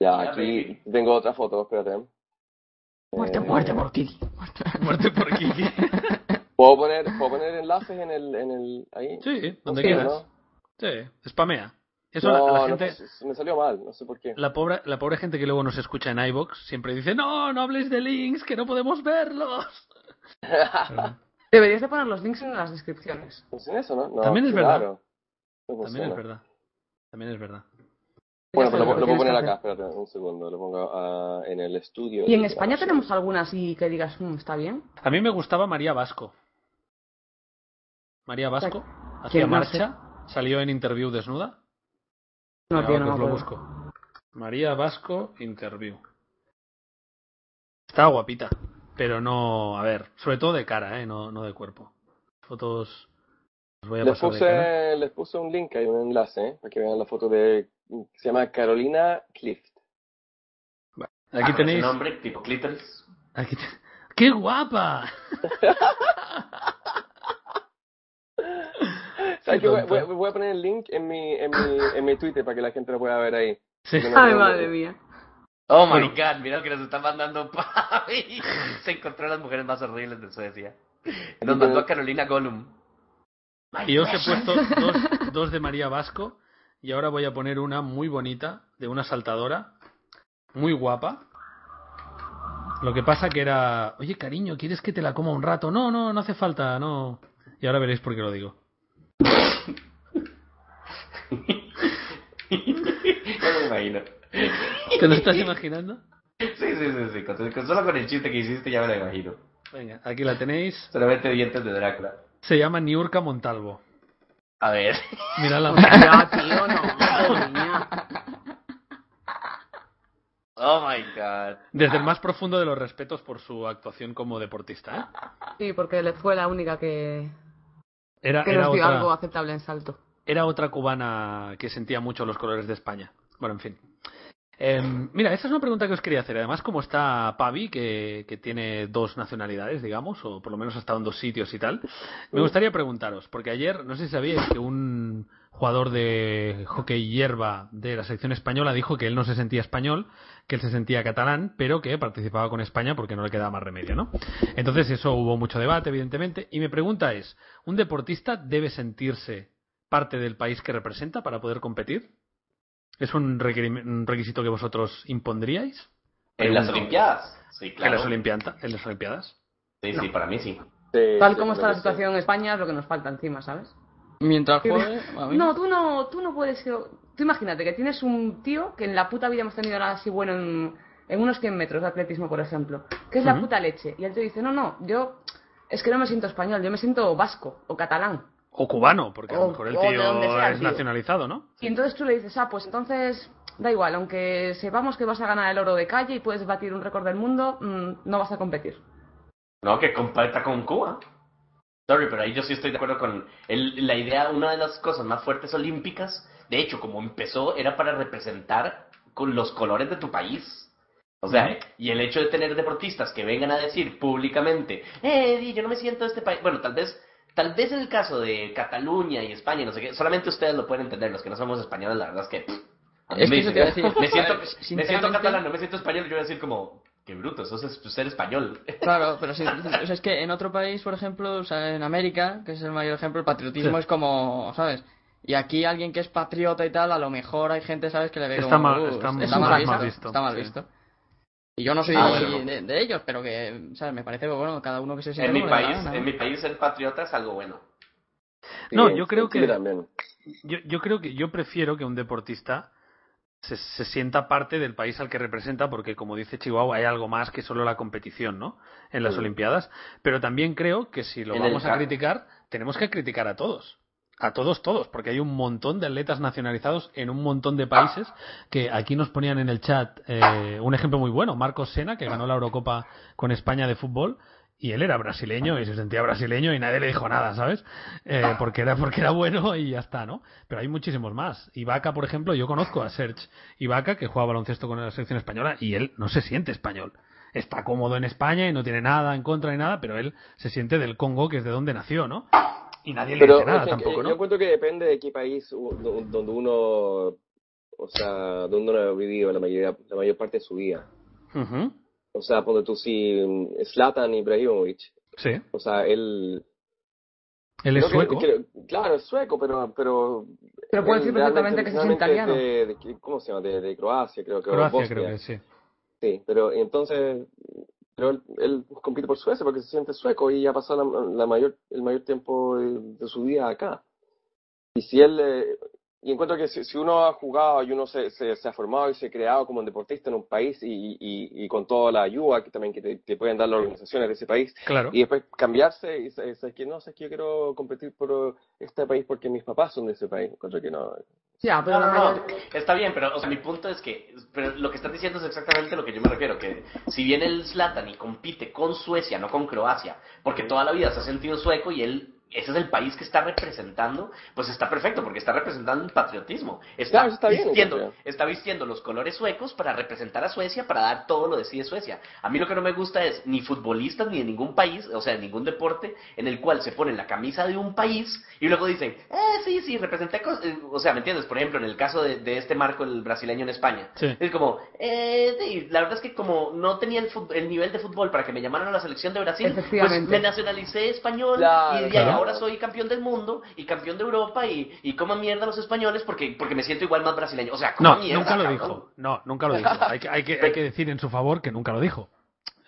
Speaker 5: Ya,
Speaker 4: Ya,
Speaker 5: aquí
Speaker 4: baby.
Speaker 5: tengo otra foto, espérate.
Speaker 7: Muerte,
Speaker 5: Eh,
Speaker 7: muerte por Kiki. Muerte.
Speaker 3: Muerte por Kiki.
Speaker 5: ¿Puedo poner, ¿puedo poner enlaces en el... En el ahí?
Speaker 3: Sí, donde
Speaker 5: Sí,
Speaker 3: quieras.
Speaker 5: ¿no?
Speaker 3: Sí, spamea. Eso
Speaker 5: no,
Speaker 3: la, la
Speaker 5: no,
Speaker 3: gente,
Speaker 5: pues, me salió mal, no sé por qué.
Speaker 3: la pobre, la pobre gente que luego nos escucha en iBox siempre dice, no, no habléis de links, que no podemos verlos. Pero
Speaker 2: Deberías de poner los links en las descripciones.
Speaker 5: ¿Funciona Pues eso, no? No,
Speaker 3: También es
Speaker 5: claro.
Speaker 3: verdad.
Speaker 5: No
Speaker 3: también
Speaker 5: funciona.
Speaker 3: es verdad. También es verdad.
Speaker 2: Ya
Speaker 5: Bueno, pero
Speaker 2: sabes
Speaker 5: lo,
Speaker 2: que
Speaker 5: lo puedo
Speaker 2: tienes
Speaker 5: poner
Speaker 2: que
Speaker 5: acá,
Speaker 2: hacer.
Speaker 5: espérate un segundo, lo pongo ah, en el estudio.
Speaker 2: Y en España
Speaker 5: Ah,
Speaker 2: tenemos alguna así que digas, "Mm, está bien.
Speaker 3: A mí me gustaba María Vasco. María Vasco hacía
Speaker 2: ¿quién no sé?
Speaker 3: marcha, salió en interview desnuda.
Speaker 2: No,
Speaker 3: Venga,
Speaker 2: tío,
Speaker 3: va,
Speaker 2: no me
Speaker 3: que os lo
Speaker 2: acuerdo.
Speaker 3: busco. María Vasco Interview. Está guapita, pero no, a ver, sobre todo de cara, ¿eh? no, no de cuerpo. Fotos. Os voy a
Speaker 5: Les
Speaker 3: pasar de cara.
Speaker 5: puse, les puse un link, hay un enlace, ¿eh? para que vean la foto de... Se llama Carolina Clift.
Speaker 3: Aquí
Speaker 4: Ah,
Speaker 3: tenéis.
Speaker 4: ese nombre tipo clítoris.
Speaker 3: aquí te- ¡Qué guapa!
Speaker 5: ¿Sabes qué? Voy,
Speaker 3: tonto.
Speaker 5: voy- voy a poner el link en mi, en, mi, en mi Twitter para que la gente lo pueda ver ahí.
Speaker 3: Sí.
Speaker 5: Yo no
Speaker 2: Ay,
Speaker 5: tengo-
Speaker 2: madre mía.
Speaker 4: Oh my
Speaker 3: Bueno.
Speaker 4: god, mira lo que nos están mandando Pavi. Se encontró las mujeres más horribles de Suecia. Nos mandó a Carolina Gollum.
Speaker 3: Y yo os he puesto dos, dos de María Vasco y ahora voy a poner una muy bonita de una saltadora, muy guapa. Lo que pasa que era, oye cariño, ¿quieres que te la coma un rato? No, no, no hace falta, no. Y ahora veréis por qué lo digo.
Speaker 4: No me imagino.
Speaker 3: ¿Te lo estás imaginando?
Speaker 4: Sí, sí, sí, sí. con- con- solo con el chiste que hiciste ya me lo imagino.
Speaker 3: Venga, aquí la tenéis.
Speaker 4: Solamente dientes de Drácula.
Speaker 3: Se llama Niurka Montalvo.
Speaker 4: A ver.
Speaker 3: Miradla.
Speaker 2: No, tío, no, madre mía.
Speaker 4: Oh my god.
Speaker 3: Desde el más profundo de los respetos por su actuación como deportista. ¿eh?
Speaker 2: Sí, porque le fue la única que,
Speaker 3: Era,
Speaker 2: que
Speaker 3: era
Speaker 2: nos dio
Speaker 3: otra...
Speaker 2: algo aceptable en salto.
Speaker 3: era otra cubana que sentía mucho los colores de España. Bueno, en fin. Em, mira, esa es una pregunta que os quería hacer. Además, como está Pavi, que, que tiene dos nacionalidades, digamos, o por lo menos ha estado en dos sitios y tal, me gustaría preguntaros, porque ayer, no sé si sabíais que un jugador de hockey hierba de la selección española dijo que él no se sentía español, que él se sentía catalán, pero que participaba con España porque no le quedaba más remedio, ¿no? Entonces, eso hubo mucho debate, evidentemente, y mi pregunta es, ¿un deportista debe sentirse parte del país que representa para poder competir? ¿Es un, requerim- un requisito que vosotros impondríais?
Speaker 4: En las
Speaker 3: Pregunto.
Speaker 4: Olimpiadas. Sí,
Speaker 3: En
Speaker 4: claro.
Speaker 3: las, Olimpiada- en las Olimpiadas.
Speaker 4: Sí, sí, para mí sí.
Speaker 7: Eh,
Speaker 5: Sí,
Speaker 2: Tal
Speaker 5: sí,
Speaker 2: como
Speaker 5: creo
Speaker 2: está
Speaker 5: que
Speaker 2: la
Speaker 5: sí.
Speaker 2: situación en España es lo que nos falta encima, ¿sabes?
Speaker 7: Mientras juegue, a mí.
Speaker 2: No, tú no, tú no puedes ser... Tú imagínate que tienes un tío que en la puta vida hemos tenido nada así bueno en, en unos 100 metros de atletismo, por ejemplo, que es la
Speaker 3: Ujú.
Speaker 2: puta leche. Y él te dice, no, no, yo es que no me siento español, yo me siento vasco o catalán.
Speaker 3: O cubano, porque a
Speaker 2: O-
Speaker 3: lo mejor el
Speaker 2: o
Speaker 3: tío
Speaker 2: Oh, de donde sea el
Speaker 3: es
Speaker 2: tío.
Speaker 3: nacionalizado, ¿no?
Speaker 2: Y entonces tú le dices, ah, pues entonces da igual, aunque sepamos que vas a ganar el oro de calle y puedes batir un récord del mundo, mm, no vas a competir.
Speaker 4: No, que comparta con Cuba. Sorry, pero ahí yo sí estoy de acuerdo con el- la idea, una de las cosas más fuertes olímpicas, de hecho, como empezó, era para representar con los colores de tu país. O sea, y el hecho de tener deportistas que vengan a decir públicamente, eh, di, yo no me siento de este país. Bueno, tal vez, tal vez en el caso de Cataluña y España, y no sé qué, solamente ustedes lo pueden entender, los que no somos españoles, la verdad es que... pff, a mí
Speaker 7: Es
Speaker 4: me
Speaker 7: que eso
Speaker 4: dicen,
Speaker 7: te iba a decir.
Speaker 4: Me siento,
Speaker 7: A ver,
Speaker 4: me siento
Speaker 7: sinceramente-
Speaker 4: catalán, no me siento español, yo voy a decir como, qué bruto, sos es- pues, ser español.
Speaker 7: Claro, pero sí, o sea, es que en otro país, por ejemplo, o sea, en América, que es el mayor ejemplo, el patriotismo
Speaker 3: Sí.
Speaker 7: es como, ¿sabes? Y aquí alguien que es patriota y tal, a lo mejor hay gente, ¿sabes? Que le ve
Speaker 3: Está
Speaker 7: como,
Speaker 3: mal-
Speaker 7: "Uh,
Speaker 3: está
Speaker 7: mal,
Speaker 3: mal
Speaker 7: visto,
Speaker 3: visto,
Speaker 7: Está mal
Speaker 3: sí.
Speaker 7: visto. Y yo no soy
Speaker 4: Ah, bueno,
Speaker 7: de, de ellos, pero que, ¿sabes? Me parece que, bueno, cada uno que se siente
Speaker 4: En mi
Speaker 7: como le da la
Speaker 4: país,
Speaker 7: gana,
Speaker 4: en
Speaker 7: ¿no?
Speaker 4: mi país ser patriota es algo bueno.
Speaker 3: No,
Speaker 5: Sí,
Speaker 3: yo creo
Speaker 5: sí,
Speaker 3: que-
Speaker 5: Chile también.
Speaker 3: Yo, yo creo que yo prefiero que un deportista se, se sienta parte del país al que representa, porque como dice Chihuahua, hay algo más que solo la competición, ¿no? En las
Speaker 5: Sí.
Speaker 3: Olimpiadas. Pero también creo que si lo
Speaker 4: En el
Speaker 3: vamos a
Speaker 4: campo.
Speaker 3: criticar, tenemos que criticar a todos. A todos, todos, porque hay un montón de atletas nacionalizados en un montón de países que aquí nos ponían en el chat eh, un ejemplo muy bueno, Marcos Sena, que ganó la Eurocopa con España de fútbol, y él era brasileño y se sentía brasileño y nadie le dijo nada, ¿sabes? Eh, porque, era, porque era bueno y ya está, ¿no? Pero hay muchísimos más. Ibaka, por ejemplo, yo conozco a Serge Ibaka, que juega baloncesto con la selección española, y él no se siente español. Está cómodo en España y no tiene nada en contra ni nada, pero él se siente del Congo, que es de donde nació, ¿no? Y nadie le
Speaker 5: Pero
Speaker 3: dice nada
Speaker 5: es que
Speaker 3: tampoco,
Speaker 5: yo
Speaker 3: ¿no?
Speaker 5: encuentro que depende de qué país u- do- donde uno, o sea, donde uno ha vivido la mayoría, la mayor parte de su vida.
Speaker 3: Ujú.
Speaker 5: O sea, ponte tú si mm, Zlatan Ibrahimovic,
Speaker 3: Sí.
Speaker 5: o sea, él...
Speaker 3: Él es
Speaker 5: creo que-
Speaker 3: sueco.
Speaker 5: que- claro, es sueco, pero... Pero,
Speaker 2: Pero puede decir
Speaker 5: él realmente
Speaker 2: perfectamente que se siente
Speaker 5: originalmente
Speaker 2: italiano.
Speaker 5: es de- de- ¿Cómo se llama? De, de Croacia, creo que. o
Speaker 3: Croacia,
Speaker 5: Bosnia.
Speaker 3: creo que sí.
Speaker 5: Sí, pero entonces... Pero él, él compite por Suecia porque se siente sueco y ha pasado la, la mayor, el mayor tiempo de, de su vida acá. Y si él... eh, y encuentro que si, si uno ha jugado y uno se, se, se ha formado y se ha creado como un deportista en un país y, y, y con toda la ayuda que también que te, te pueden dar las organizaciones de ese país,
Speaker 3: Claro.
Speaker 5: y después cambiarse y sa- sabes que no, sabes que yo quiero competir por este país porque mis papás son de ese país. Encuentro que no.
Speaker 2: Ya, pero
Speaker 4: No,
Speaker 2: la
Speaker 4: no, no,
Speaker 2: mayor-
Speaker 4: está bien, pero o sea, mi punto es que pero lo que estás diciendo es exactamente lo que yo me refiero, que si bien el Zlatan y compite con Suecia, no con Croacia, porque toda la vida se ha sentido sueco y él ese es el país que está representando, pues está perfecto, porque está representando el patriotismo. Está,
Speaker 5: Claro, está bien,
Speaker 4: vistiendo,
Speaker 5: está bien.
Speaker 4: está vistiendo los colores suecos para representar a Suecia, para dar todo lo de sí de Suecia. A mí lo que no me gusta es ni futbolistas ni de ningún país, o sea, de ningún deporte, en el cual se ponen la camisa de un país y luego dicen, eh, sí, sí, representé. cos- eh, O sea, ¿me entiendes? Por ejemplo, en el caso de, de este marco, el brasileño en España.
Speaker 3: Sí.
Speaker 4: Es como, eh, sí, la verdad es que como no tenía el, fut- el nivel de fútbol para que me llamaran a la selección de Brasil, pues
Speaker 2: Efectivamente.
Speaker 4: me nacionalicé español
Speaker 5: Claro,
Speaker 4: y de ahí
Speaker 3: claro.
Speaker 4: ahora soy campeón del mundo y campeón de Europa y, y coma mierda los españoles porque, porque me siento igual más brasileño. O sea, coma
Speaker 3: No,
Speaker 4: mierda,
Speaker 3: nunca lo
Speaker 4: cabrón.
Speaker 3: dijo. No, nunca lo dijo. Hay que, hay, que, hay que decir en su favor que nunca lo dijo.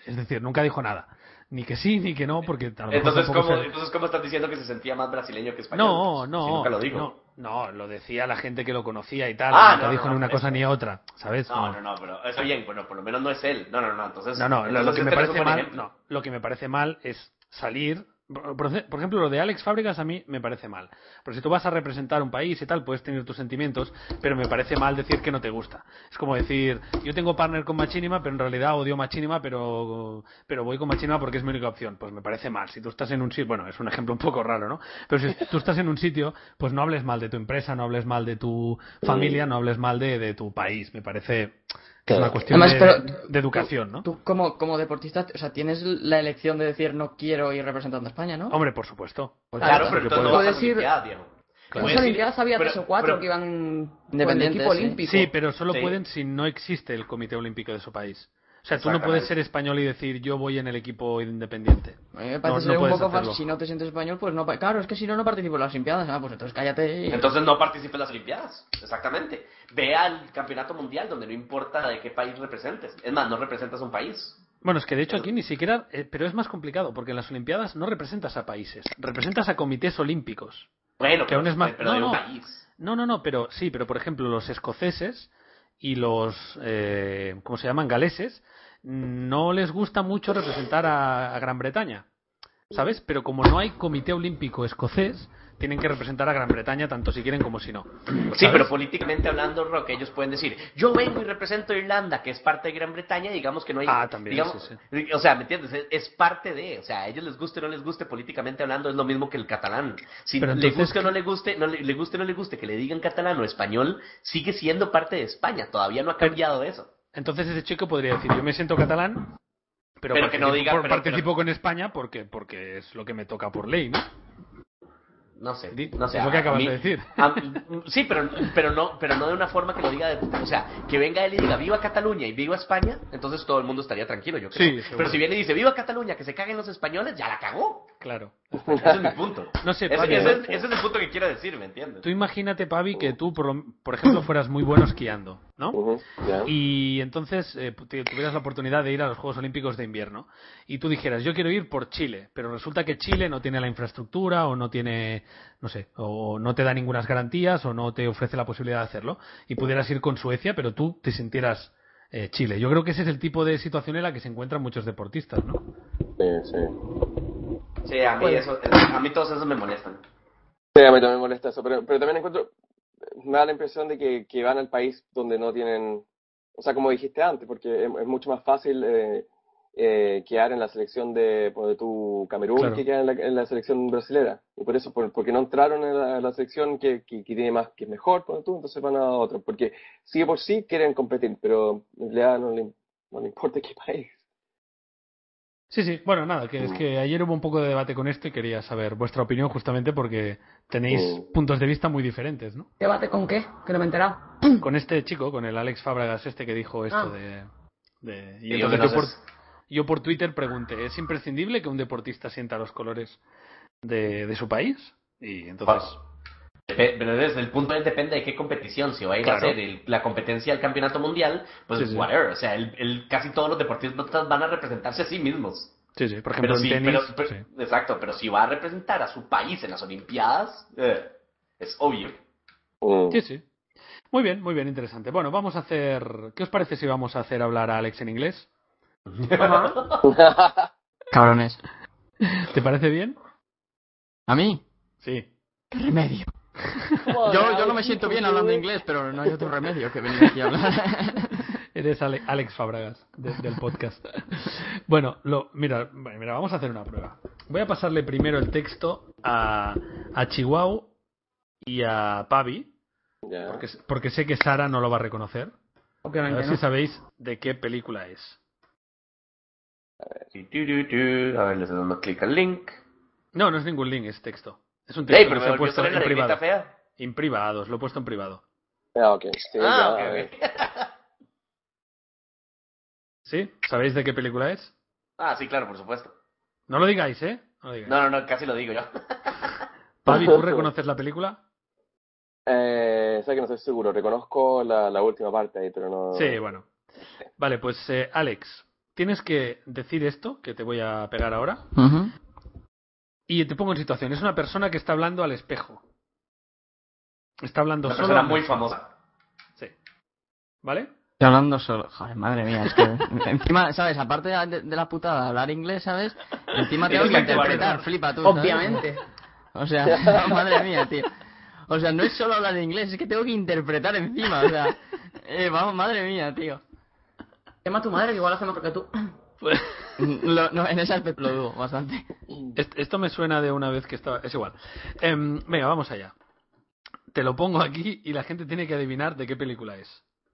Speaker 3: Es decir, nunca dijo nada. Ni que sí, ni que no, porque a lo mejor
Speaker 4: Entonces
Speaker 3: tampoco
Speaker 4: ¿cómo,
Speaker 3: se-
Speaker 4: entonces, ¿cómo estás diciendo que se sentía más brasileño que español?
Speaker 3: No,
Speaker 4: Pues,
Speaker 3: no.
Speaker 4: si nunca lo dijo.
Speaker 3: No, no, lo decía la gente que lo conocía y tal.
Speaker 4: Ah,
Speaker 3: nunca
Speaker 4: no,
Speaker 3: dijo
Speaker 4: no,
Speaker 3: ni una
Speaker 4: no,
Speaker 3: cosa
Speaker 4: eso.
Speaker 3: ni otra, ¿sabes?
Speaker 4: No, no, no, pero está bien, bueno, por lo menos no es él. No, no, no, entonces...
Speaker 3: No, no, lo,
Speaker 4: entonces
Speaker 3: lo que me
Speaker 4: este no es un
Speaker 3: parece
Speaker 4: buen
Speaker 3: mal,
Speaker 4: ejemplo.
Speaker 3: no, lo que me parece mal es salir. Por, por- por ejemplo, lo de Alex Fábricas a mí me parece mal. Pero si tú vas a representar un país y tal, puedes tener tus sentimientos, pero me parece mal decir que no te gusta. Es como decir, yo tengo partner con Machinima, pero en realidad odio Machinima, pero, pero voy con Machinima porque es mi única opción. Pues me parece mal. Si tú estás en un sitio, bueno, es un ejemplo un poco raro, ¿no? Pero si tú estás en un sitio, pues no hables mal de tu empresa, no hables mal de tu familia, no hables mal de, de tu país. Me parece que es una cuestión
Speaker 7: Además,
Speaker 3: de,
Speaker 7: pero-
Speaker 3: de educación, ¿no?
Speaker 7: Tú, como, como deportista, o sea, tienes la elección de decir no quiero ir representando a España, ¿no?
Speaker 3: Hombre, por supuesto.
Speaker 7: Pues
Speaker 4: Claro,
Speaker 7: ya
Speaker 4: pero
Speaker 7: está.
Speaker 4: entonces no
Speaker 2: puedes
Speaker 4: vas a
Speaker 2: ir-
Speaker 4: Olimpiadas, Diego.
Speaker 3: Claro.
Speaker 2: En
Speaker 4: Puedes
Speaker 2: las
Speaker 4: ir-
Speaker 2: Olimpiadas había
Speaker 4: pero-
Speaker 2: tres o cuatro
Speaker 4: pero-
Speaker 2: que iban con el
Speaker 7: Independientes,
Speaker 2: equipo
Speaker 7: sí.
Speaker 2: olímpico.
Speaker 3: Sí, pero solo
Speaker 4: Sí.
Speaker 3: pueden si no existe el Comité Olímpico de su país. O sea, tú no
Speaker 4: Exactamente.
Speaker 3: puedes ser español y decir yo voy en el equipo independiente.
Speaker 7: A mí me parece
Speaker 3: No, no
Speaker 7: ser un
Speaker 3: puedes
Speaker 7: poco
Speaker 3: hacerlo.
Speaker 7: fácil. Si no te sientes español, pues no. pa- Claro, es que si no, no participo en las Olimpiadas. Ah, pues entonces cállate. y-
Speaker 4: Entonces no participes en las Olimpiadas, exactamente. Ve al campeonato mundial donde no importa de qué país representes. Es más, no representas un país.
Speaker 3: Bueno, es que de hecho aquí ni siquiera, eh, pero es más complicado porque en las Olimpiadas no representas a países, representas a comités olímpicos.
Speaker 4: Bueno,
Speaker 3: Que aún es más-
Speaker 4: pero
Speaker 3: no,
Speaker 4: de un
Speaker 3: no.
Speaker 4: país.
Speaker 3: No, no, no, pero sí, pero por ejemplo los escoceses y los, eh, ¿cómo se llaman? Galeses, no les gusta mucho representar a, a Gran Bretaña, ¿sabes? Pero como no hay Comité Olímpico escocés, tienen que representar a Gran Bretaña tanto si quieren como si no.
Speaker 4: Sí, pero políticamente hablando, Rock, ellos pueden decir, yo vengo y represento a Irlanda, que es parte de Gran Bretaña, digamos que no hay...
Speaker 3: Ah, también,
Speaker 4: digamos-
Speaker 3: sí,
Speaker 4: O sea, ¿me entiendes? Es, es parte de, o sea, a ellos les guste o no les guste, políticamente hablando, es lo mismo que el catalán. Si
Speaker 3: Pero
Speaker 4: le
Speaker 3: entonces-
Speaker 4: guste o no le guste, no le, le guste o no le guste, que le digan catalán o español, sigue siendo parte de España, todavía no ha cambiado eso.
Speaker 3: Entonces ese chico podría decir, yo me siento catalán, pero,
Speaker 4: Pero que no
Speaker 3: participo-
Speaker 4: diga-
Speaker 3: por-
Speaker 4: pero-
Speaker 3: participo con España porque, porque es lo que me toca por ley, ¿no?
Speaker 4: No sé,
Speaker 3: Di-
Speaker 4: no sé.
Speaker 3: es lo que
Speaker 4: a- a
Speaker 3: acabas
Speaker 4: mí-
Speaker 3: de decir.
Speaker 4: a- mm, sí, pero, pero, no, pero no de una forma que lo diga, de- o sea, que venga él y diga viva Cataluña y viva España, entonces todo el mundo estaría tranquilo, yo creo.
Speaker 3: Sí, seguro.
Speaker 4: pero si viene y dice viva Cataluña, que se caguen los españoles, ya la cagó.
Speaker 3: Claro.
Speaker 4: Ese es mi punto.
Speaker 3: No sé,
Speaker 4: Ese-
Speaker 3: Pablo.
Speaker 4: ese es, ese es el punto que quiero decir, ¿me entiendes?
Speaker 3: Tú imagínate, Pavi, que tú, por, lo- por ejemplo, fueras muy bueno esquiando, ¿no?
Speaker 5: Ujú, ya.
Speaker 3: Y entonces eh, te- tuvieras la oportunidad de ir a los Juegos Olímpicos de invierno. Y tú dijeras, yo quiero ir por Chile, pero resulta que Chile no tiene la infraestructura o no tiene, no sé, o no te da ninguna garantías o no te ofrece la posibilidad de hacerlo. Y pudieras ir con Suecia, pero tú te sintieras eh, Chile. Yo creo que ese es el tipo de situación en la que se encuentran muchos deportistas, ¿no?
Speaker 5: Sí, sí.
Speaker 4: Sí, a mí,
Speaker 2: Bueno.
Speaker 4: eso, a mí todos esos me molestan.
Speaker 5: Sí, a mí también me molesta eso, pero, pero también encuentro, me da la impresión de que, que van al país donde no tienen, o sea, como dijiste antes, porque es, es mucho más fácil eh, eh, quedar en la selección de, pues, de tu Camerún
Speaker 3: Claro.
Speaker 5: que quedar en la, en la selección brasilera. Y por eso, por- porque no entraron en la, la selección que, que, que tiene más, que es mejor, pues, tú, entonces van a otra. Porque sí, por sí quieren competir, pero en realidad no le, no le importa qué país.
Speaker 3: Sí, sí, bueno, nada, que es que ayer hubo un poco de debate con esto y quería saber vuestra opinión justamente porque tenéis
Speaker 7: Oh.
Speaker 5: Mm.
Speaker 3: puntos de vista muy diferentes, ¿no?
Speaker 2: ¿Debate con qué? Que no me he enterado.
Speaker 3: Con este chico, con el Alex Fábregas este que dijo esto
Speaker 2: Ah.
Speaker 3: de, de- Y
Speaker 4: Y yo
Speaker 3: entonces yo
Speaker 4: que no
Speaker 3: por,
Speaker 4: sé-
Speaker 3: yo por Twitter pregunté, ¿es imprescindible que un deportista sienta los colores de, de su país? Y entonces...
Speaker 4: Pe- Pero desde el punto de depende de qué competición, si va a ir a
Speaker 3: Claro.
Speaker 4: hacer el- la competencia del campeonato mundial, pues
Speaker 3: Sí, sí.
Speaker 4: whatever, o sea, el, el- casi todos los deportistas van a representarse a sí mismos.
Speaker 3: Sí, sí, por ejemplo,
Speaker 4: Pero sí,
Speaker 3: en tenis...
Speaker 4: pero- pero-
Speaker 3: sí.
Speaker 4: exacto, pero si va a representar a su país en las Olimpiadas, eh, es obvio.
Speaker 5: Mm.
Speaker 3: Sí, sí. Muy bien, muy bien, interesante. Bueno, vamos a hacer... ¿Qué os parece si vamos a hacer hablar a Alex en inglés?
Speaker 2: Ajá.
Speaker 7: Cabrones.
Speaker 3: ¿Te parece bien?
Speaker 7: ¿A mí?
Speaker 3: Sí.
Speaker 7: ¿Qué remedio? Yo, yo no me siento bien hablando inglés, pero no hay otro remedio que venir aquí a hablar.
Speaker 3: Eres Ale- Alex Fabragas de- del podcast. Bueno, lo, mira, bueno, mira, vamos a hacer una prueba. Voy a pasarle primero el texto a, a Chihuahua y a Pavi,
Speaker 5: Ya.
Speaker 3: porque, porque sé que Sara no lo va a reconocer. A
Speaker 2: Obviamente,
Speaker 3: ver
Speaker 2: ¿no?
Speaker 3: si sabéis de qué película es.
Speaker 4: Tu, tu, tu, tu. A ver, le estoy dando clic al link.
Speaker 3: No, no es ningún link, es texto. Es un texto
Speaker 4: Ey,
Speaker 3: que
Speaker 4: pero me
Speaker 3: se ha
Speaker 4: volvió a
Speaker 3: puesto
Speaker 4: salir la
Speaker 3: en
Speaker 4: etiqueta
Speaker 3: privado.
Speaker 4: fea.
Speaker 3: En privados, lo he puesto en privado.
Speaker 5: Ah, ok. Sí, ya,
Speaker 4: Ah,
Speaker 5: a
Speaker 4: ok,
Speaker 5: ver.
Speaker 4: ok.
Speaker 3: ¿Sí? ¿Sabéis de qué película es?
Speaker 4: Ah, sí, claro, por supuesto.
Speaker 3: No lo digáis, ¿eh? No lo digáis.
Speaker 4: No, no, no, casi lo digo yo.
Speaker 3: Pavi, ¿tú reconoces la película?
Speaker 5: Eh, sé que no estoy seguro. Reconozco la, la última parte ahí, pero no.
Speaker 3: Sí, bueno. Vale, pues eh, Alex, tienes que decir esto que te voy a pegar ahora.
Speaker 7: Ujú.
Speaker 3: Y te pongo en situación. Es una persona que está hablando al espejo. Está hablando
Speaker 4: Una
Speaker 3: solo.
Speaker 4: persona
Speaker 3: al
Speaker 4: muy
Speaker 3: espejo.
Speaker 4: famosa.
Speaker 3: Sí. ¿Vale?
Speaker 7: Estoy hablando solo. Joder, madre mía, es que. encima, ¿sabes? Aparte de, de la putada de hablar inglés, ¿sabes? Encima tengo
Speaker 4: Tienes
Speaker 7: que
Speaker 4: que actuar,
Speaker 7: interpretar,
Speaker 4: ¿no?
Speaker 7: flipa tú. ¿sabes?
Speaker 2: Obviamente.
Speaker 7: O sea, madre mía, tío. O sea, no es solo hablar inglés, es que tengo que interpretar encima, o sea. eh, vamos, madre mía, tío.
Speaker 2: Llama a tu madre, que igual hace más que tú.
Speaker 3: Pues-
Speaker 7: Lo- no, en ese aspecto lo dudo bastante.
Speaker 3: Est- Esto me suena de una vez que estaba. Es igual. Em, venga, vamos allá. Te lo pongo aquí y la gente tiene que adivinar de qué película es.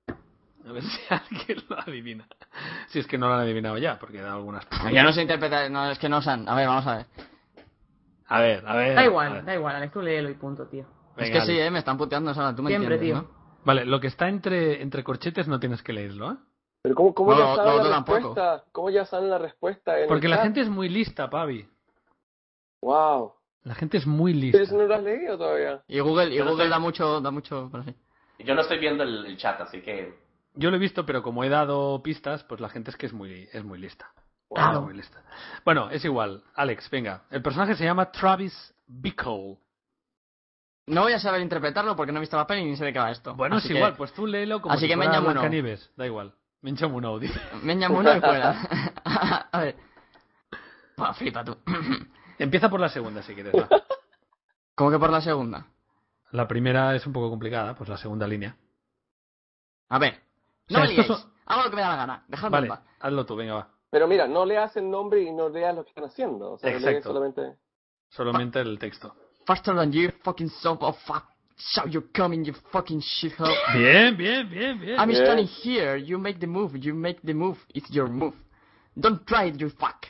Speaker 3: A ver si alguien lo adivina. Si es que no lo han adivinado ya, porque da algunas.
Speaker 7: Yo no sé interpretar, no, es que no san. A ver, vamos a ver.
Speaker 3: A ver, a ver.
Speaker 2: Da
Speaker 3: a
Speaker 2: igual,
Speaker 3: ver.
Speaker 2: da igual, Alex, tú léelo y punto, tío.
Speaker 7: es
Speaker 3: Venga,
Speaker 7: que
Speaker 3: Alex.
Speaker 7: sí, eh, me están puteando, Sara, tú me
Speaker 2: Siempre,
Speaker 7: entiendes,
Speaker 2: tío.
Speaker 7: ¿no?
Speaker 3: Vale, lo que está entre, entre corchetes no tienes que leerlo, ¿eh?
Speaker 5: Pero ¿cómo, cómo
Speaker 7: No,
Speaker 5: ya
Speaker 7: no,
Speaker 5: saben
Speaker 7: no,
Speaker 5: la
Speaker 7: tampoco.
Speaker 5: respuesta? ¿Cómo ya saben la respuesta? en el
Speaker 3: Porque la
Speaker 5: chat?
Speaker 3: gente es muy lista, Pavi.
Speaker 5: ¡Wow!
Speaker 3: La gente es muy
Speaker 5: ¿Pero eso
Speaker 3: lista.
Speaker 5: no lo has leído todavía?
Speaker 7: Y Google, y
Speaker 4: Yo no
Speaker 7: Google
Speaker 4: sé.
Speaker 7: da mucho, da mucho, por así.
Speaker 4: Yo no estoy viendo el, el chat, así que.
Speaker 3: Yo lo he visto, pero como he dado pistas, pues la gente es que es muy, es muy lista.
Speaker 2: Claro.
Speaker 3: Muy lista. Bueno, es igual. Alex, venga. El personaje se llama Travis Bickle.
Speaker 7: No voy a saber interpretarlo porque no he visto la peli ni sé de qué va esto.
Speaker 3: Bueno,
Speaker 7: Así
Speaker 3: es
Speaker 7: que-
Speaker 3: igual, pues tú léelo como
Speaker 7: así
Speaker 3: si
Speaker 7: que me
Speaker 3: fuera
Speaker 7: llamo uno.
Speaker 3: Blancanieves. Da igual. Me llamo un audio.
Speaker 7: Me llamo uno y fuera. a ver. Pa, flipa tú.
Speaker 3: Empieza por la segunda, si quieres. va.
Speaker 7: ¿Cómo que por la segunda?
Speaker 3: La primera es un poco complicada, pues la segunda línea.
Speaker 7: A ver.
Speaker 3: O
Speaker 7: No
Speaker 3: sea,
Speaker 7: me
Speaker 3: estos
Speaker 7: liéis.
Speaker 3: son-
Speaker 7: Hago lo que me da la gana. Dejadme
Speaker 3: Vale,
Speaker 7: en paz.
Speaker 3: hazlo tú, venga, va.
Speaker 5: Pero mira, no leas el nombre y no leas lo que están haciendo. O sea, lees
Speaker 3: Exacto.
Speaker 5: solamente.
Speaker 3: Solamente el texto.
Speaker 7: Faster than you, fucking son of fuck. So you coming, you fucking shithole.
Speaker 3: Bien, bien, bien, bien.
Speaker 7: I'm
Speaker 5: Yeah.
Speaker 7: standing here. You make the move. You make the move. It's your move. Don't try it, you fuck.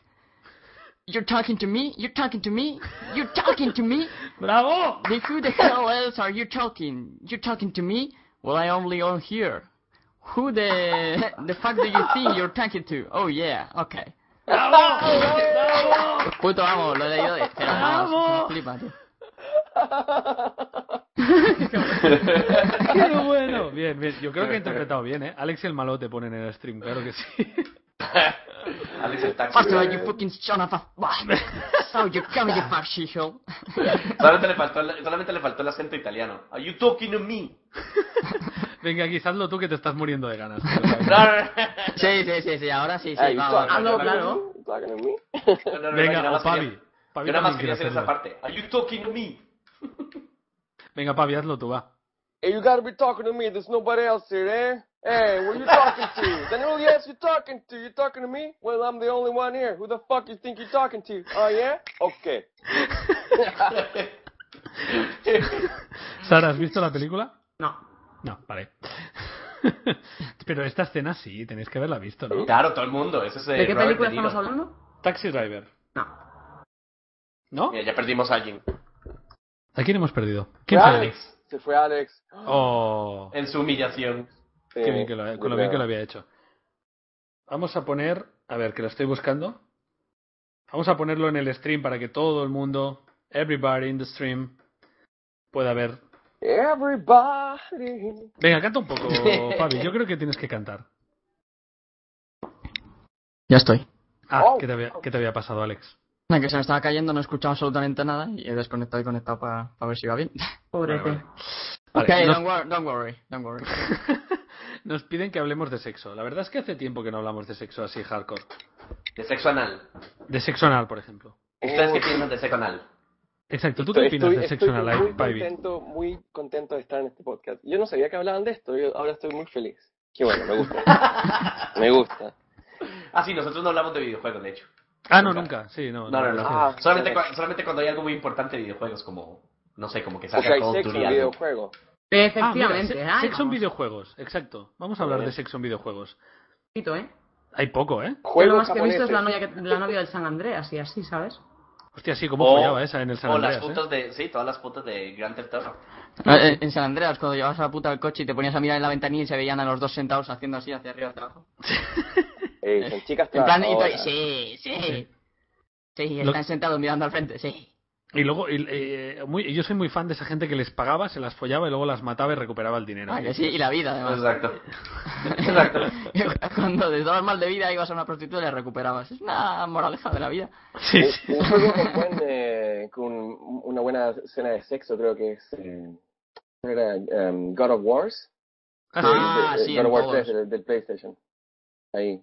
Speaker 7: You're talking to me. You're talking to me. You're talking to me.
Speaker 3: ¡Bravo!
Speaker 7: Then who the hell else are you talking? You're talking to me? Well, I only own here. Who the the fuck do you think you're talking to? Oh yeah, okay. Puto amo, lo he leído de- pero vamos,
Speaker 3: Bravo.
Speaker 7: flipa, tío.
Speaker 3: ¡Qué bueno! Bien, bien. Yo creo que he interpretado bien, ¿eh? Alex el malo te ponen en el stream, claro que sí.
Speaker 4: Alex el taxi.
Speaker 7: Faster than you fucking son of a So you coming, you fuck shithole.
Speaker 4: Solamente le faltó, el- solamente le faltó el acento italiano. Are you talking to me?
Speaker 3: Venga, aquí, hazlo tú que te estás muriendo de ganas.
Speaker 4: No, no, no.
Speaker 7: Sí, sí, sí, sí, ahora sí,
Speaker 4: Ah,
Speaker 7: sí,
Speaker 5: Hey,
Speaker 7: vamos.
Speaker 5: talking
Speaker 2: hazlo,
Speaker 5: to
Speaker 2: claro.
Speaker 5: me? Talking to me?
Speaker 4: No, no, no, yo
Speaker 3: Venga,
Speaker 4: nada
Speaker 3: o
Speaker 4: más
Speaker 3: Pavi.
Speaker 4: quería-
Speaker 3: Pavi
Speaker 4: Yo nada más
Speaker 3: también quiere
Speaker 4: quería hacer esa
Speaker 3: hacerlo.
Speaker 4: parte. Are you talking to me?
Speaker 3: Venga, Pavi, hazlo tú, va.
Speaker 5: Hey, you gotta be talking to me. There's nobody else here, eh? Hey, who you talking to? Then who else you talking to? You talking to me? Well, I'm the only one here. Who the fuck you think you talking to? Oh, yeah? Okay.
Speaker 3: Sara, ¿has visto la película?
Speaker 2: No.
Speaker 3: No, vale. Pero esta escena sí, tenéis que haberla visto, ¿no?
Speaker 4: Claro, todo el mundo. Ese es, eh,
Speaker 2: ¿De qué
Speaker 4: Robert
Speaker 2: película
Speaker 4: De Niro.
Speaker 2: estamos hablando?
Speaker 3: Taxi Driver.
Speaker 2: No.
Speaker 3: ¿No?
Speaker 4: Mira, ya perdimos a alguien.
Speaker 3: ¿A quién hemos perdido?
Speaker 5: Fue
Speaker 3: ¿Quién fue?
Speaker 5: Alex. Se fue Alex.
Speaker 3: Oh,
Speaker 4: En su humillación.
Speaker 3: qué
Speaker 5: Sí,
Speaker 3: bien que lo,
Speaker 5: yo
Speaker 3: con lo bien
Speaker 5: creo.
Speaker 3: que lo había hecho. Vamos a poner, a ver, que lo estoy buscando. Vamos a ponerlo en el stream para que todo el mundo, everybody in the stream, pueda ver.
Speaker 5: Everybody.
Speaker 3: Venga, canta un poco, Fabi. Yo creo que tienes que cantar.
Speaker 7: Ya estoy.
Speaker 3: Ah,
Speaker 5: Oh.
Speaker 3: que te había, que te había pasado, Alex.
Speaker 7: Nada, que se me estaba cayendo, no he escuchado absolutamente nada y he desconectado y conectado para ver si va bien.
Speaker 2: Pobrete.
Speaker 4: Vale, vale.
Speaker 3: Vale,
Speaker 7: Okay,
Speaker 3: nos-
Speaker 7: don't, wor- don't worry, don't worry.
Speaker 3: Nos piden que hablemos de sexo. La verdad es que hace tiempo que no hablamos de sexo así hardcore.
Speaker 4: De sexo anal.
Speaker 3: De sexo anal, por ejemplo.
Speaker 4: ¿Ustedes qué piensan de sexo anal?
Speaker 3: Exacto. ¿Tú qué
Speaker 5: Estoy,
Speaker 3: opinas
Speaker 5: estoy-
Speaker 3: de sexo
Speaker 5: estoy
Speaker 3: anal,
Speaker 5: muy
Speaker 3: Ivy?
Speaker 5: contento, muy contento de estar en este podcast. Yo no sabía que hablaban de esto, yo ahora estoy muy feliz. Qué bueno, me
Speaker 3: Ah,
Speaker 5: gusta. me gusta.
Speaker 4: Ah, sí, nosotros no hablamos de videojuegos, de hecho.
Speaker 3: Ah, no, nunca. Sí, no.
Speaker 4: No, no, no.
Speaker 5: Ah,
Speaker 4: solamente,
Speaker 5: claro.
Speaker 4: cua- solamente cuando hay algo muy importante de videojuegos, como, no sé, como que
Speaker 5: O
Speaker 4: salga
Speaker 5: sea, hay
Speaker 4: Call of
Speaker 5: sexo
Speaker 4: Duty.
Speaker 5: en
Speaker 4: algo.
Speaker 5: videojuegos.
Speaker 7: Eh,
Speaker 3: Ah, mira, se-
Speaker 2: Efectivamente. Ay,
Speaker 3: sexo en
Speaker 2: vamos,
Speaker 3: videojuegos, exacto. Vamos a hablar de sexo en videojuegos.
Speaker 2: poquito, ¿eh?
Speaker 3: Hay poco, ¿eh?
Speaker 2: Yo lo
Speaker 5: Juegos
Speaker 2: más que he visto
Speaker 5: japoneses.
Speaker 2: es la novia, que- la novia del San Andreas y así, ¿sabes?
Speaker 3: Hostia, sí, como
Speaker 4: O-
Speaker 3: follaba esa en el San
Speaker 4: o las
Speaker 3: Andreas, ¿eh?
Speaker 4: fotos de, sí, todas las fotos de Grand Theft Auto.
Speaker 7: No, eh, en San Andreas, cuando llevabas a la puta al coche y te ponías a mirar en la ventanilla y se veían a los dos sentados haciendo así hacia arriba hacia abajo.
Speaker 5: Eh, son chicas
Speaker 7: En plan, y tú ahí,
Speaker 5: trabajadoras.
Speaker 7: sí, sí. Sí,
Speaker 3: Lo-
Speaker 7: están sentados mirando al frente, sí.
Speaker 3: Y luego, y, eh, muy- yo soy muy fan de esa gente que les pagaba, se las follaba y luego las mataba y recuperaba el dinero.
Speaker 7: Ah, que sí, y la vida además.
Speaker 4: Exacto. Exacto.
Speaker 7: Cuando te dabas mal de vida ibas a una prostituta y la recuperabas. Es una moraleja de la vida.
Speaker 3: Sí,
Speaker 5: Un-
Speaker 3: sí.
Speaker 5: Eh, Un juego con, buen, eh, con una buena escena de sexo, creo que es. eh, era, em, God of Wars.
Speaker 3: Ah, sí.
Speaker 7: Ah,
Speaker 5: Eh, eh,
Speaker 7: sí,
Speaker 5: God
Speaker 7: en
Speaker 5: of War
Speaker 7: todos.
Speaker 5: 3 del, del PlayStation. Ahí.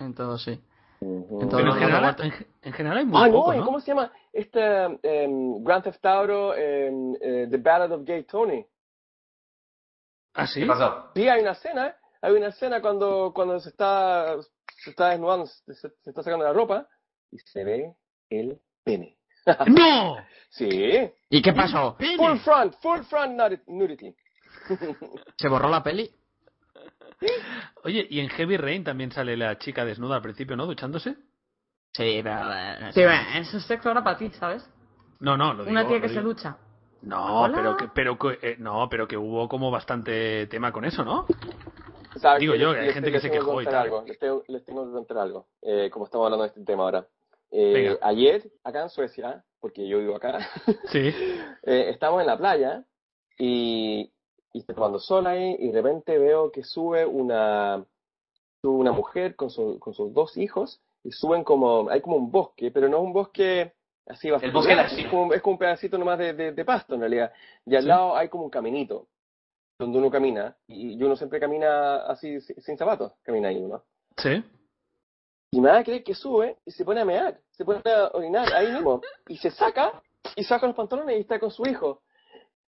Speaker 7: Entonces sí.
Speaker 5: Ujú.
Speaker 7: En todos
Speaker 3: Pero en
Speaker 7: los Pero
Speaker 3: general,
Speaker 7: Roberto-
Speaker 3: en, ge- en general hay muy
Speaker 5: Ah, no,
Speaker 3: poco,
Speaker 5: ¿y
Speaker 3: ¿no?
Speaker 5: ¿cómo se llama? Este em, Grand Theft Auto em, eh, The Ballad of Gay Tony.
Speaker 3: Ah, sí.
Speaker 4: ¿Qué pasó?
Speaker 5: Sí, hay una escena, ¿eh? hay una escena cuando, cuando se está se está desnudando, se, se está sacando la ropa y se ve el pene.
Speaker 3: ¡No!
Speaker 5: Sí.
Speaker 7: ¿Y qué
Speaker 3: Oh.
Speaker 7: pasó?
Speaker 5: Full front, full front nudi- nudity.
Speaker 7: ¿Se borró la peli?
Speaker 3: Oye, y en Heavy Rain también sale la chica desnuda al principio, ¿no? Duchándose.
Speaker 7: Sí, pero... eh,
Speaker 2: Sí, bueno, eso es sexo ahora para ti, ¿sabes?
Speaker 3: No, no, lo digo.
Speaker 2: Una tía
Speaker 3: lo
Speaker 2: que se
Speaker 3: digo.
Speaker 2: ducha.
Speaker 3: No,
Speaker 2: Hola.
Speaker 3: pero que, pero que, eh, no, pero que hubo como bastante tema con eso, ¿no?
Speaker 5: ¿Sabes
Speaker 3: Digo
Speaker 5: qué?
Speaker 3: yo,
Speaker 5: Les-
Speaker 3: que hay
Speaker 5: les-
Speaker 3: gente que
Speaker 5: les
Speaker 3: se
Speaker 5: tengo
Speaker 3: quejó y
Speaker 5: contar
Speaker 3: tal.
Speaker 5: algo, Les tengo, les tengo que contar algo, eh, como estamos hablando de este tema ahora. Eh,
Speaker 3: Venga.
Speaker 5: ayer, acá en Suecia, porque yo vivo acá,
Speaker 3: Sí.
Speaker 5: Eh, estamos en la playa y, y estoy tomando sol ahí y de repente veo que sube una, sube una mujer con, su- con sus dos hijos y suben como, hay como un bosque, pero no es un bosque así bastante
Speaker 4: bosque de la
Speaker 5: grande,
Speaker 4: China.
Speaker 5: es como, es como un pedacito nomás de, de- de pasto en realidad. Y al
Speaker 3: Sí.
Speaker 5: lado hay como un caminito donde uno camina y y uno siempre camina así sin, sin zapatos, camina ahí uno.
Speaker 3: Sí.
Speaker 5: Y me va a creer que sube y se pone a mear, se pone a orinar ahí mismo. Y se saca, y saca los pantalones y está con su hijo.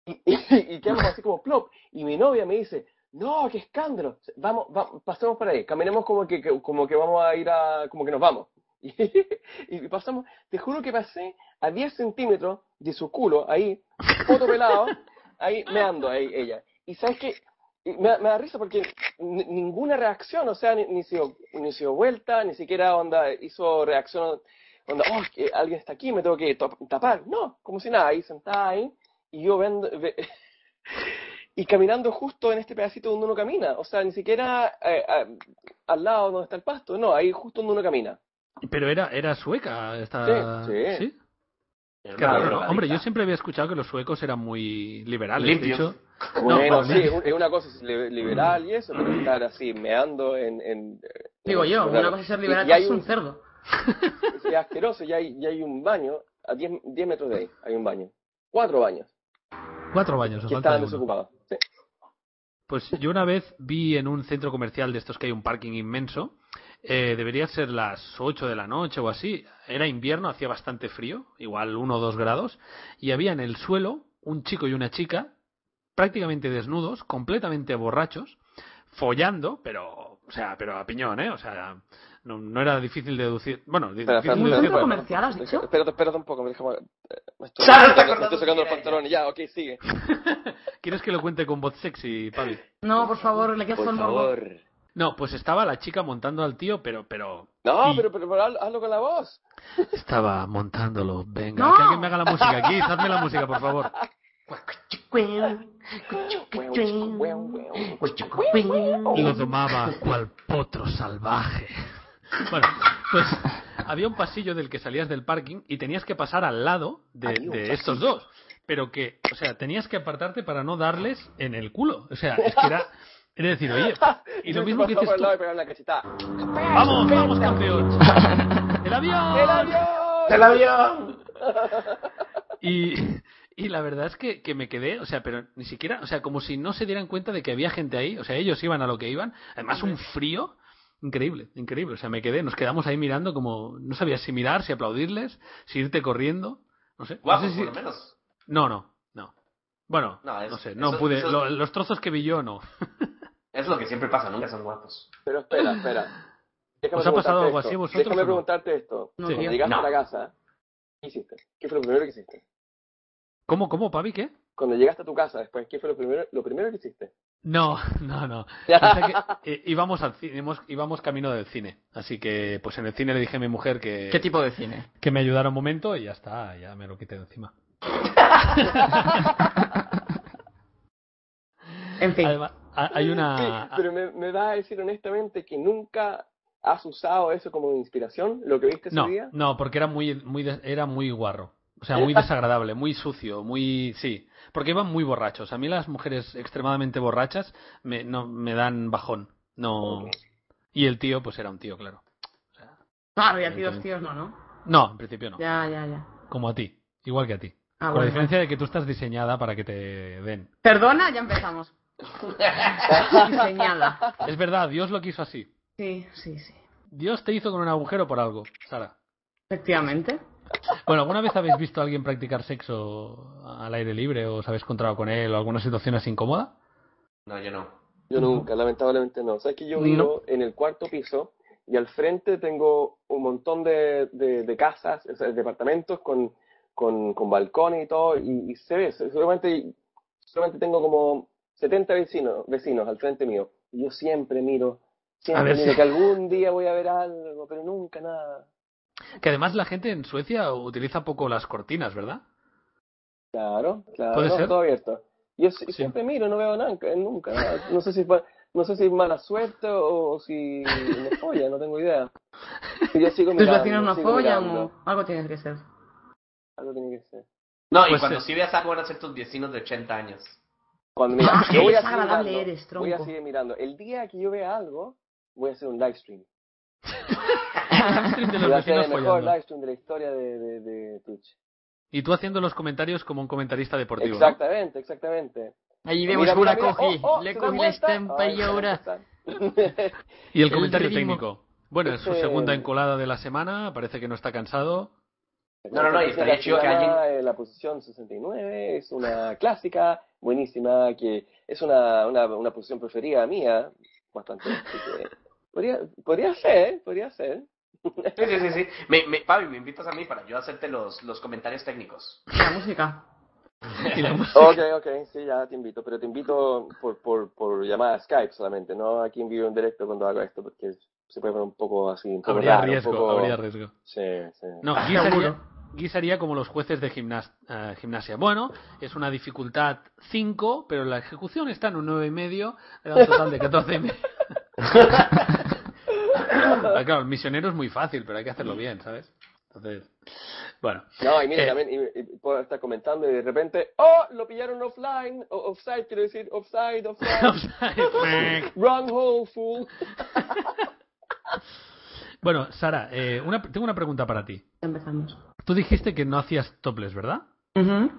Speaker 5: Y, y, y quedamos así como plop. Y mi novia me dice, no, qué escándalo. Vamos, va- pasemos por ahí, caminemos como que, que- como que vamos a ir a, como que nos vamos. Y, y pasamos, te juro que pasé a 10 centímetros de su culo, ahí, foto pelado, ahí meando ahí ella. Y sabes que me, me da risa porque ni- ninguna reacción, o sea, ni, ni, se dio, ni se dio vuelta, ni siquiera onda hizo reacción, onda, oh, que alguien está aquí, me tengo que top- tapar. No, como si nada, ahí sentada ahí, y yo vendo, ve- y caminando justo en este pedacito donde uno camina, o sea, ni siquiera eh, a- al lado donde está el pasto, no, ahí justo donde uno camina.
Speaker 3: Pero era, era sueca esta.
Speaker 5: Sí, sí.
Speaker 4: Era
Speaker 3: Qué
Speaker 4: una
Speaker 3: raro, ¿no?
Speaker 4: drogadicta.
Speaker 3: Hombre, yo siempre había escuchado que los suecos eran muy liberales. de
Speaker 4: Limpios.
Speaker 3: hecho. No,
Speaker 5: Bueno,
Speaker 3: para
Speaker 5: sí,
Speaker 3: mí-
Speaker 5: es un- es una cosa es li- liberal y eso, pero estar así meando en... en
Speaker 2: Mm. Digo yo,
Speaker 5: Pues claro.
Speaker 2: una cosa es ser
Speaker 5: Y-
Speaker 2: liberal
Speaker 5: y hay
Speaker 2: es
Speaker 5: un-
Speaker 2: un cerdo.
Speaker 5: es asqueroso y hay, y hay un baño, a 10, 10 metros de ahí hay un baño. Cuatro baños
Speaker 3: Cuatro baños, os
Speaker 5: que
Speaker 3: falta
Speaker 5: estaban
Speaker 3: uno.
Speaker 5: desocupados. Sí.
Speaker 3: Pues yo una vez vi en un centro comercial de estos que hay un parking inmenso, eh, debería ser las 8 de la noche o así, era invierno, hacía bastante frío, igual 1 o 2 grados, y había en el suelo un chico y una chica prácticamente desnudos, completamente borrachos, follando, pero, o sea, pero a piñón, ¿eh? O sea, no, no era difícil deducir, bueno,
Speaker 5: Espera,
Speaker 3: difícil
Speaker 5: espera,
Speaker 3: deducir-
Speaker 2: centro
Speaker 5: espera.
Speaker 2: comercial, has dicho?
Speaker 5: Espérate, espérate un poco, me deja- eh, me estoy,
Speaker 4: Sara,
Speaker 5: me
Speaker 4: te
Speaker 5: estoy- me
Speaker 4: acordás
Speaker 5: estoy sacando
Speaker 4: de
Speaker 5: los
Speaker 4: quién era
Speaker 5: pantalones, ya, ok, sigue.
Speaker 3: ¿Quieres que lo cuente con voz sexy, Pavi?
Speaker 2: No, por favor, le quedas
Speaker 4: Por
Speaker 2: el morbo.
Speaker 4: favor.
Speaker 3: No, pues estaba la chica montando al tío, pero, pero...
Speaker 5: No,
Speaker 3: y-
Speaker 5: pero, pero, pero hazlo, hazlo con la voz.
Speaker 3: Estaba montándolo. Venga,
Speaker 2: ¡No!
Speaker 3: que alguien me haga la música aquí. Hazme la música, por favor. Lo tomaba cual potro salvaje. Bueno, pues había un pasillo del que salías del parking y tenías que pasar al lado de, de estos dos. Pero que, o sea, tenías que apartarte para no darles en el culo. O sea, es que era... Es decir, oye, y lo
Speaker 5: Yo
Speaker 3: mismo que
Speaker 5: pasaba por
Speaker 3: dices
Speaker 5: el
Speaker 3: tú,
Speaker 5: lado y pegaba una cachetada.
Speaker 3: vamos, vamos campeón. El
Speaker 5: ¡El
Speaker 3: avión.
Speaker 5: avión!
Speaker 4: ¡El avión!
Speaker 3: Y, y la verdad es que, que me quedé, o sea, pero ni siquiera, o sea, como si no se dieran cuenta de que había gente ahí, o sea, ellos iban a lo que iban, además un frío increíble, increíble, o sea, me quedé, nos quedamos ahí mirando como, no sabía si mirar, si aplaudirles, si irte corriendo, no sé.
Speaker 4: Guapo,
Speaker 3: no, sé si-
Speaker 4: por lo menos.
Speaker 3: no, no, no. Bueno, no,
Speaker 4: No, es-
Speaker 3: sé, no
Speaker 4: eso-
Speaker 3: pude,
Speaker 4: eso-
Speaker 3: lo- los trozos que vi yo no.
Speaker 4: Es lo que siempre pasa, nunca son guapos.
Speaker 5: Pero espera, espera. Déjame
Speaker 3: ¿Os ha pasado
Speaker 5: preguntarte esto.
Speaker 3: algo así a vosotros
Speaker 5: Déjame
Speaker 3: o no?
Speaker 5: preguntarte esto.
Speaker 2: No,
Speaker 3: Sí.
Speaker 5: Cuando
Speaker 2: tío.
Speaker 5: llegaste
Speaker 4: No.
Speaker 5: a la casa, ¿qué hiciste? ¿Qué fue lo primero que hiciste?
Speaker 3: ¿Cómo, cómo, Pavi? ¿Qué?
Speaker 5: Cuando llegaste a tu casa después, ¿qué fue lo primero, lo primero que hiciste?
Speaker 3: No, no, no. Pasa que, eh, íbamos, al cine, íbamos- íbamos camino del cine. Así que, pues en el cine le dije a mi mujer que,
Speaker 7: ¿Qué tipo de cine?
Speaker 3: que me ayudara un momento y ya está, ya me lo quité de encima.
Speaker 2: En fin.
Speaker 3: Además, ha- Ah, hay una.
Speaker 5: Sí, pero me, me vas a decir honestamente que nunca has usado eso como inspiración, lo que viste ese
Speaker 3: No,
Speaker 5: día.
Speaker 3: no, porque era muy, muy, des- era muy guarro. O
Speaker 5: Eh,
Speaker 3: sea,
Speaker 5: ah.
Speaker 3: muy desagradable, muy sucio, muy. Sí. Porque iban muy borrachos. A mí las mujeres extremadamente borrachas me, no, me dan bajón. No. Y el tío, pues era un tío, claro.
Speaker 2: Claro, y a ti dos tíos no, ¿no?
Speaker 3: No, en principio no.
Speaker 2: Ya, ya, ya.
Speaker 3: Como a ti. Igual que a ti.
Speaker 2: Ah,
Speaker 3: Con la
Speaker 2: bueno.
Speaker 3: diferencia de que tú estás diseñada para que te den.
Speaker 2: Perdona, ya empezamos. Diseñada.
Speaker 5: Ah.
Speaker 3: Es verdad, Dios lo quiso así.
Speaker 2: Sí, sí, sí.
Speaker 3: Dios te hizo con un agujero por algo, Sara.
Speaker 2: Efectivamente.
Speaker 3: Bueno, ¿alguna vez habéis visto a alguien practicar sexo al aire libre o os habéis encontrado con él o alguna situación así incómoda?
Speaker 4: No, yo no.
Speaker 5: Yo nunca, lamentablemente no. Sabes que yo
Speaker 3: No.
Speaker 5: vivo en el cuarto piso y al frente tengo un montón de, de- de casas, o sea, departamentos con, con, con balcones y todo, y, y se ve, se- seguramente, seguramente tengo como 70 vecinos, vecinos al frente mío. Y yo siempre miro,
Speaker 3: A
Speaker 5: siempre
Speaker 3: ver
Speaker 5: miro
Speaker 3: si-
Speaker 5: que algún día voy a ver algo, pero nunca nada.
Speaker 3: Que además la gente en Suecia utiliza poco las cortinas, ¿verdad?
Speaker 5: Claro, claro,
Speaker 3: ¿Puede ser?
Speaker 5: todo abierto. Yo si-
Speaker 3: Sí.
Speaker 5: siempre miro, no veo nada, nunca nada. No sé si es ma- no sé si es mala suerte o, o si me folla, no tengo idea. Y yo sigo
Speaker 2: ¿Tus
Speaker 5: mirando,
Speaker 2: vecinos no
Speaker 5: sigo
Speaker 2: follan
Speaker 5: mirando.
Speaker 2: o algo tiene que ser?
Speaker 5: Algo tiene que ser.
Speaker 4: No, y
Speaker 3: Pues,
Speaker 4: cuando
Speaker 3: eh,
Speaker 4: sí veas algo van a ser tus vecinos de 80 años.
Speaker 5: Cuando mira,
Speaker 2: Ah,
Speaker 5: yo voy
Speaker 2: qué
Speaker 5: a seguir
Speaker 2: desagradable
Speaker 5: mirando,
Speaker 2: eres, tronco.
Speaker 5: voy a seguir mirando. El día que yo vea algo, voy a hacer un live stream.
Speaker 3: De los
Speaker 5: Voy a hacer
Speaker 3: vecinos
Speaker 5: el mejor
Speaker 3: follando.
Speaker 5: live stream de la historia de, de, de Twitch.
Speaker 3: Y tú haciendo los comentarios como un comentarista deportivo. ¿no?
Speaker 5: Exactamente, exactamente.
Speaker 7: Ahí
Speaker 5: Mira,
Speaker 7: vemos
Speaker 5: mira,
Speaker 7: cómo la
Speaker 5: mira,
Speaker 7: cogí.
Speaker 5: oh, oh,
Speaker 7: Le
Speaker 5: se da
Speaker 7: cogí la
Speaker 5: vuelta.
Speaker 7: estampa
Speaker 5: Ay,
Speaker 7: y ahora.
Speaker 5: está.
Speaker 3: Y el
Speaker 7: El
Speaker 3: comentario
Speaker 7: ritmo.
Speaker 3: técnico. Bueno, es su
Speaker 4: Este-
Speaker 5: Ese-
Speaker 3: segunda encolada de la semana, parece que no está cansado.
Speaker 4: No, no, no, y estaría
Speaker 5: La
Speaker 4: chido que
Speaker 5: Ciudadana, eh, La posición 69 es una clásica, buenísima, que es una, una, una posición preferida mía, bastante. así que podría, podría ser, ¿eh? podría ser.
Speaker 4: Sí, sí, sí. sí. Me, me, Pavi, me invitas a mí para yo hacerte los, los comentarios técnicos.
Speaker 2: La música.
Speaker 3: Y la música-
Speaker 7: Oh,
Speaker 5: Ok, ok, sí, ya te invito, pero te invito por, por, por llamada Skype solamente, no aquí en vivo en directo cuando hago esto, porque se puede poner un poco así, un poco
Speaker 3: habría
Speaker 5: raro, un
Speaker 3: riesgo,
Speaker 5: poco-
Speaker 3: habría riesgo.
Speaker 5: Sí, sí.
Speaker 3: No,
Speaker 2: Ah,
Speaker 3: Gui sería,
Speaker 2: seguro.
Speaker 3: Gui sería como los jueces de gimnas- eh, gimnasia. Bueno, es una dificultad 5, pero la ejecución está en un 9,5, le da un total de 14,5. Ah, claro, el misionero es muy fácil, pero hay que hacerlo bien, ¿sabes? Entonces, bueno.
Speaker 5: No, y mira,
Speaker 3: Eh,
Speaker 5: también y- y puedo estar comentando y de repente, oh, lo pillaron offline, o offside, quiero decir, offside, offside, wrong hole, fool.
Speaker 3: bueno, Sara, eh, una- tengo una pregunta para ti.
Speaker 2: Ya empezamos.
Speaker 3: Tú dijiste que no hacías toples, ¿verdad?
Speaker 2: Ujú.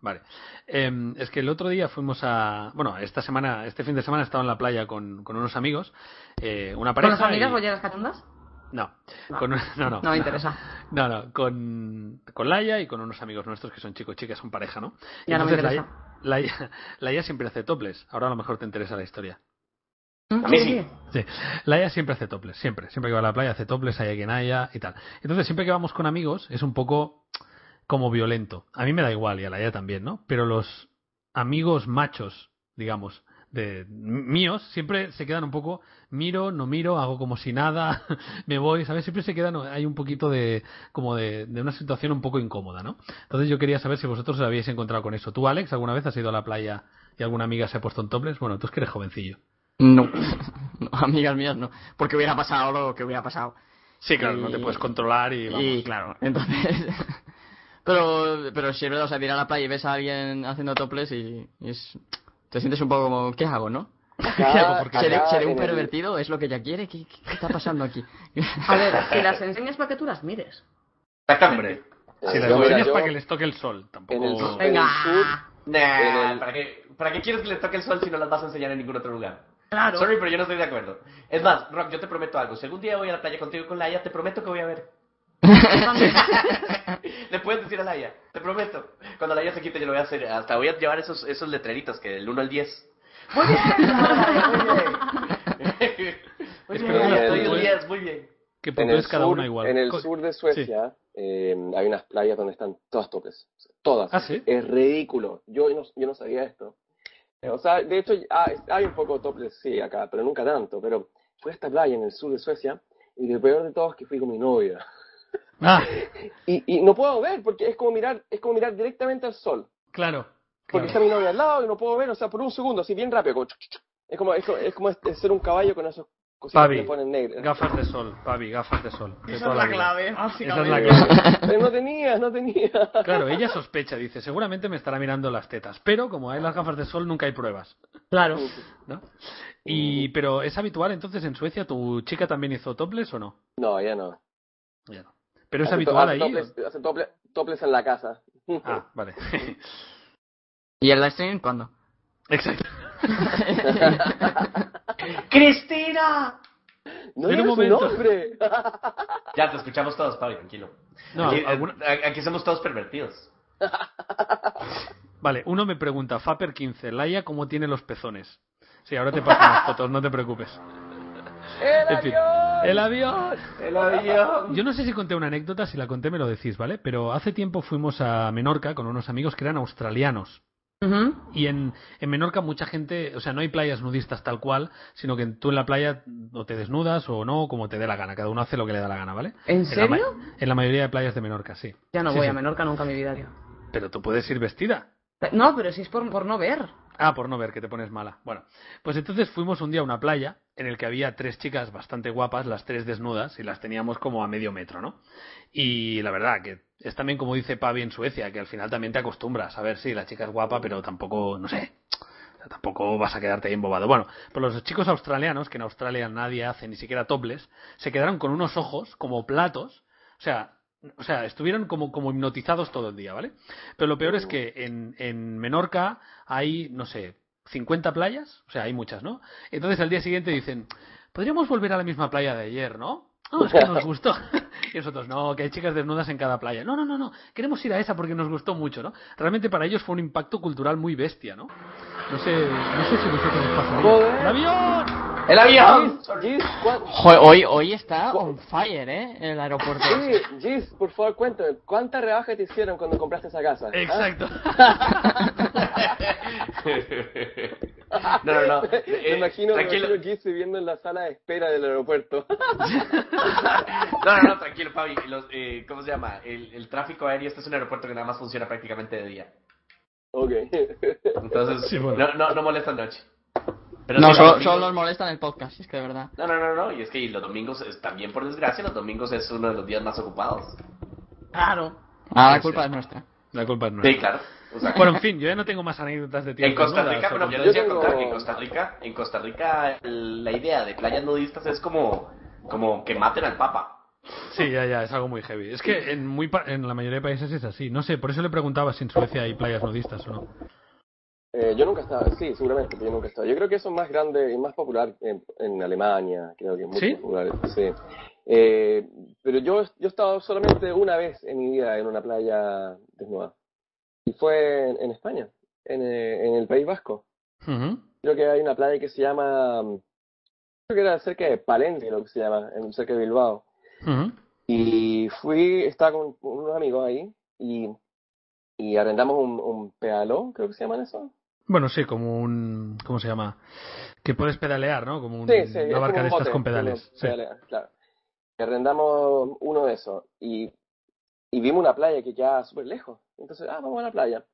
Speaker 3: Vale. Eh, es que el otro día fuimos a. Bueno, esta semana, este fin de semana he estado en la playa con, con unos amigos. eh, una
Speaker 2: ¿Con
Speaker 3: pareja.
Speaker 2: las amigas
Speaker 3: y-
Speaker 2: bolleras cachondas?
Speaker 3: No.
Speaker 2: No.
Speaker 3: Con un- no, no.
Speaker 2: No me interesa.
Speaker 3: No, no, Con, con Laia y con unos amigos nuestros que son chicos y chicas, son pareja, ¿no? Y
Speaker 2: Ya no me
Speaker 3: entonces
Speaker 2: interesa.
Speaker 3: Laia, Laia- Laia siempre hace toples. Ahora a lo mejor te interesa la historia.
Speaker 2: ¿Mm?
Speaker 4: A mí sí.
Speaker 3: Sí. Laia siempre hace toples, siempre. Siempre que va a la playa hace toples, hay quien haya y tal. Entonces, siempre que vamos con amigos es un poco como violento. A mí me da igual y a Laia también, ¿no? Pero los amigos machos, digamos, de míos, siempre se quedan un poco miro, no miro, hago como si nada, me voy, ¿sabes? Siempre se quedan, hay un poquito de como de, de una situación un poco incómoda, ¿no? Entonces yo quería saber si vosotros os habéis encontrado con eso. ¿Tú, Alex, alguna vez has ido a la playa y alguna amiga se ha puesto en toples? Bueno, tú es que eres jovencillo.
Speaker 7: No. No, amigas mías, no. Porque hubiera pasado lo que hubiera pasado.
Speaker 3: Sí,
Speaker 7: claro, no te puedes
Speaker 3: controlar y
Speaker 7: Y claro, entonces. pero, pero si es verdad, o sea, ir a la playa y ves a alguien haciendo toples y, y es- te sientes un poco como, ¿qué hago, no?
Speaker 5: Acá-
Speaker 3: Porque
Speaker 7: ¿Seré,
Speaker 5: acá
Speaker 7: seré un
Speaker 5: en el-
Speaker 7: pervertido? ¿Es lo que ella quiere? ¿Qué, qué- qué está pasando aquí?
Speaker 2: A ver, si las enseñas para que tú las mires.
Speaker 4: Exactamente.
Speaker 3: Si las
Speaker 5: Yo, mira,
Speaker 3: enseñas
Speaker 5: yo-
Speaker 3: para que les toque el sol,
Speaker 5: en
Speaker 3: tampoco.
Speaker 5: el-
Speaker 2: Venga.
Speaker 5: sur.
Speaker 4: Nah,
Speaker 5: El-
Speaker 4: ¿para, qué, ¿Para qué quieres que les toque el sol si no las vas a enseñar en ningún otro lugar?
Speaker 2: Claro.
Speaker 4: Sorry, pero yo no estoy de acuerdo. Es más, Rock, yo te prometo algo. Si algún día voy a la playa contigo y con Laia, te prometo que voy a ver. Le puedes decir a Laia, te prometo. Cuando Laia se quite, yo lo voy a hacer. Hasta voy a llevar esos, esos letreritos que del 1 al 10.
Speaker 2: Muy bien.
Speaker 4: Muy bien,
Speaker 3: Es que
Speaker 5: no
Speaker 4: estoy
Speaker 5: estoy-
Speaker 4: un 10, muy bien.
Speaker 3: Que
Speaker 5: En
Speaker 3: punto
Speaker 5: el,
Speaker 3: es cada
Speaker 5: sur,
Speaker 3: una igual.
Speaker 5: en el
Speaker 3: Co-
Speaker 5: sur de Suecia eh, hay unas playas donde están todas topes. Todas.
Speaker 3: Ah, sí.
Speaker 5: Es ridículo. Yo no, yo no sabía esto. Eh, O sea, de hecho, ah, es- hay un poco de topless, sí, acá, pero nunca tanto. Pero fui a esta playa en el sur de Suecia y lo peor de todo es que fui con mi novia.
Speaker 3: Ah,
Speaker 5: Y, y no puedo ver porque es como mirar es como mirar directamente al sol.
Speaker 3: claro.
Speaker 5: Porque está mi
Speaker 3: claro.
Speaker 5: novia al lado y no puedo ver, o sea, por un segundo, así bien rápido. como chuc, chuc, chuc. Es como, es como, es como este- ser un caballo con esos cositas
Speaker 3: Pavi,
Speaker 5: que le ponen negras.
Speaker 3: Gafas de sol, Pavi, gafas de sol. de
Speaker 1: Esa
Speaker 3: toda
Speaker 1: es la
Speaker 3: la vida.
Speaker 1: clave,
Speaker 3: Esa es
Speaker 1: básicamente.
Speaker 3: la clave.
Speaker 5: Pero no tenía, no tenía.
Speaker 3: Claro, ella sospecha, dice, seguramente me estará mirando las tetas, pero como hay las gafas de sol nunca hay pruebas,
Speaker 2: Claro.
Speaker 3: ¿no? Y pero es habitual entonces en Suecia tu chica también hizo topless o no?
Speaker 5: No, ya no.
Speaker 3: Ya no. Pero es
Speaker 5: Hace to-
Speaker 3: habitual
Speaker 5: hace
Speaker 3: ahí.
Speaker 5: Topless, hace tople- topless en la casa.
Speaker 3: ¿o? Ah, vale.
Speaker 7: ¿Y el live streaming cuándo?
Speaker 3: Exacto.
Speaker 1: ¡Cristina!
Speaker 5: No
Speaker 3: En un
Speaker 5: digas su
Speaker 3: momento.
Speaker 5: nombre.
Speaker 4: Ya, te escuchamos todos, Pablo, tranquilo.
Speaker 3: No,
Speaker 4: aquí, eh,
Speaker 3: alguna-
Speaker 4: a- aquí somos todos pervertidos.
Speaker 3: Vale, uno me pregunta, Faper 15, Laia, ¿cómo tiene los pezones? Sí, ahora te paso las fotos, no te preocupes.
Speaker 5: ¡El
Speaker 3: En fin.
Speaker 5: avión!
Speaker 3: El avión.
Speaker 4: El avión.
Speaker 3: Yo no sé si conté una anécdota, si la conté me lo decís, ¿vale? Pero hace tiempo fuimos a Menorca con unos amigos que eran australianos.
Speaker 2: Ujú.
Speaker 3: Y en, en Menorca mucha gente, o sea, no hay playas nudistas tal cual, sino que tú en la playa o te desnudas o no, como te dé la gana. Cada uno hace lo que le da la gana, ¿vale?
Speaker 2: ¿En
Speaker 3: la ma-
Speaker 2: serio?
Speaker 3: en la mayoría de playas de Menorca, sí.
Speaker 2: Ya no
Speaker 3: Sí,
Speaker 2: voy
Speaker 3: sí.
Speaker 2: a Menorca nunca en mi vida, tío.
Speaker 3: Pero tú puedes ir vestida.
Speaker 2: No, pero si es por, por no ver.
Speaker 3: Ah, por no ver que te pones mala. Bueno, pues entonces fuimos un día a una playa en el que había tres chicas bastante guapas, las tres desnudas, y las teníamos como a medio metro, ¿no? Y la verdad que es también como dice Pavi en Suecia, que al final también te acostumbras a ver si la chica es guapa, pero tampoco, no sé, o sea, tampoco vas a quedarte ahí embobado. Bueno, pues los chicos australianos, que en Australia nadie hace ni siquiera toples, se quedaron con unos ojos como platos, o sea, o sea, estuvieron como, como hipnotizados todo el día, ¿vale? Pero lo peor es que en, en Menorca hay, no sé, 50 playas, o sea, hay muchas, ¿no? Entonces al día siguiente dicen, podríamos volver a la misma playa de ayer, ¿no? No, es que nos gustó. Y nosotros, no, que hay chicas desnudas en cada playa. No, no, no, no, queremos ir a esa porque nos gustó mucho, ¿no? Realmente para ellos fue un impacto cultural muy bestia, ¿no? No sé, no sé si vosotros os pasaría.
Speaker 5: Joder.
Speaker 3: ¡El avión!
Speaker 4: ¡El avión!
Speaker 5: Gis, Gis, cuán-
Speaker 7: Jo- hoy, hoy está on fire, ¿eh? El aeropuerto.
Speaker 5: Sí, Gis, por favor, cuéntame, ¿cuánta rebaja te hicieron cuando compraste esa casa? ¿Ah?
Speaker 3: Exacto.
Speaker 4: No, no, no.
Speaker 5: Me
Speaker 4: Eh,
Speaker 5: imagino, me
Speaker 4: tranquilo.
Speaker 5: imagino Gis viviendo en la sala de espera del aeropuerto.
Speaker 4: No, no, no, tranquilo, Pavi. Los, eh, ¿Cómo se llama? El, el tráfico aéreo, este es un aeropuerto que nada más funciona prácticamente de día.
Speaker 5: ok.
Speaker 4: Entonces,
Speaker 3: Sí, bueno.
Speaker 4: no, no, no molesta noche. Pero
Speaker 7: No, solo,
Speaker 4: sí, los
Speaker 7: solo
Speaker 4: domingos-
Speaker 7: nos molestan el podcast, es que de verdad.
Speaker 4: No, no, no, no. Y es que y los domingos, es- también por desgracia, los domingos es uno de los días más ocupados.
Speaker 2: Claro.
Speaker 7: Ah, la culpa es nuestra.
Speaker 3: La culpa es nuestra.
Speaker 4: Sí, claro. O sea,
Speaker 3: Bueno, en fin, yo ya no tengo más anécdotas de tías
Speaker 4: en Costa
Speaker 3: desnudas,
Speaker 4: Rica,
Speaker 3: o
Speaker 4: bueno,
Speaker 3: con-
Speaker 4: yo
Speaker 5: Yo
Speaker 4: les iba a contar
Speaker 5: tengo-
Speaker 4: que en Costa Rica, en Costa Rica el- la idea de playas nudistas es como, como que maten al Papa.
Speaker 3: Sí, ya, ya, es algo muy heavy. Es que en, muy pa- en la mayoría de países es así. No sé, por eso le preguntaba si en Suecia hay playas nudistas o no.
Speaker 5: Eh, yo nunca estaba, sí, seguramente, pero yo nunca estaba. Yo creo que eso es más grande y más popular en, en Alemania, creo que es muy
Speaker 3: ¿Sí?
Speaker 5: popular, sí. Eh, pero yo, yo he estado solamente una vez en mi vida en una playa desnuda. Y fue en, en España, en, eh, en el País Vasco.
Speaker 3: Ujú.
Speaker 5: Creo que hay una playa que se llama, mm, creo que era cerca de Palencia, lo que se llama, en- cerca de Bilbao.
Speaker 3: Ujú.
Speaker 5: Y fui, estaba con unos amigos ahí y, y arrendamos un, un pedalón, creo que se llaman eso.
Speaker 3: Bueno, sí, como un. ¿Cómo se llama? Que puedes pedalear, ¿no? Como un-
Speaker 5: Sí, sí, es
Speaker 3: una
Speaker 5: como
Speaker 3: barca
Speaker 5: un
Speaker 3: de estas
Speaker 5: bote,
Speaker 3: con
Speaker 5: como
Speaker 3: pedales. Sí.
Speaker 5: pedalea, claro. Y arrendamos uno de esos y, y vimos una playa que queda súper lejos. Entonces, ah, vamos a la playa.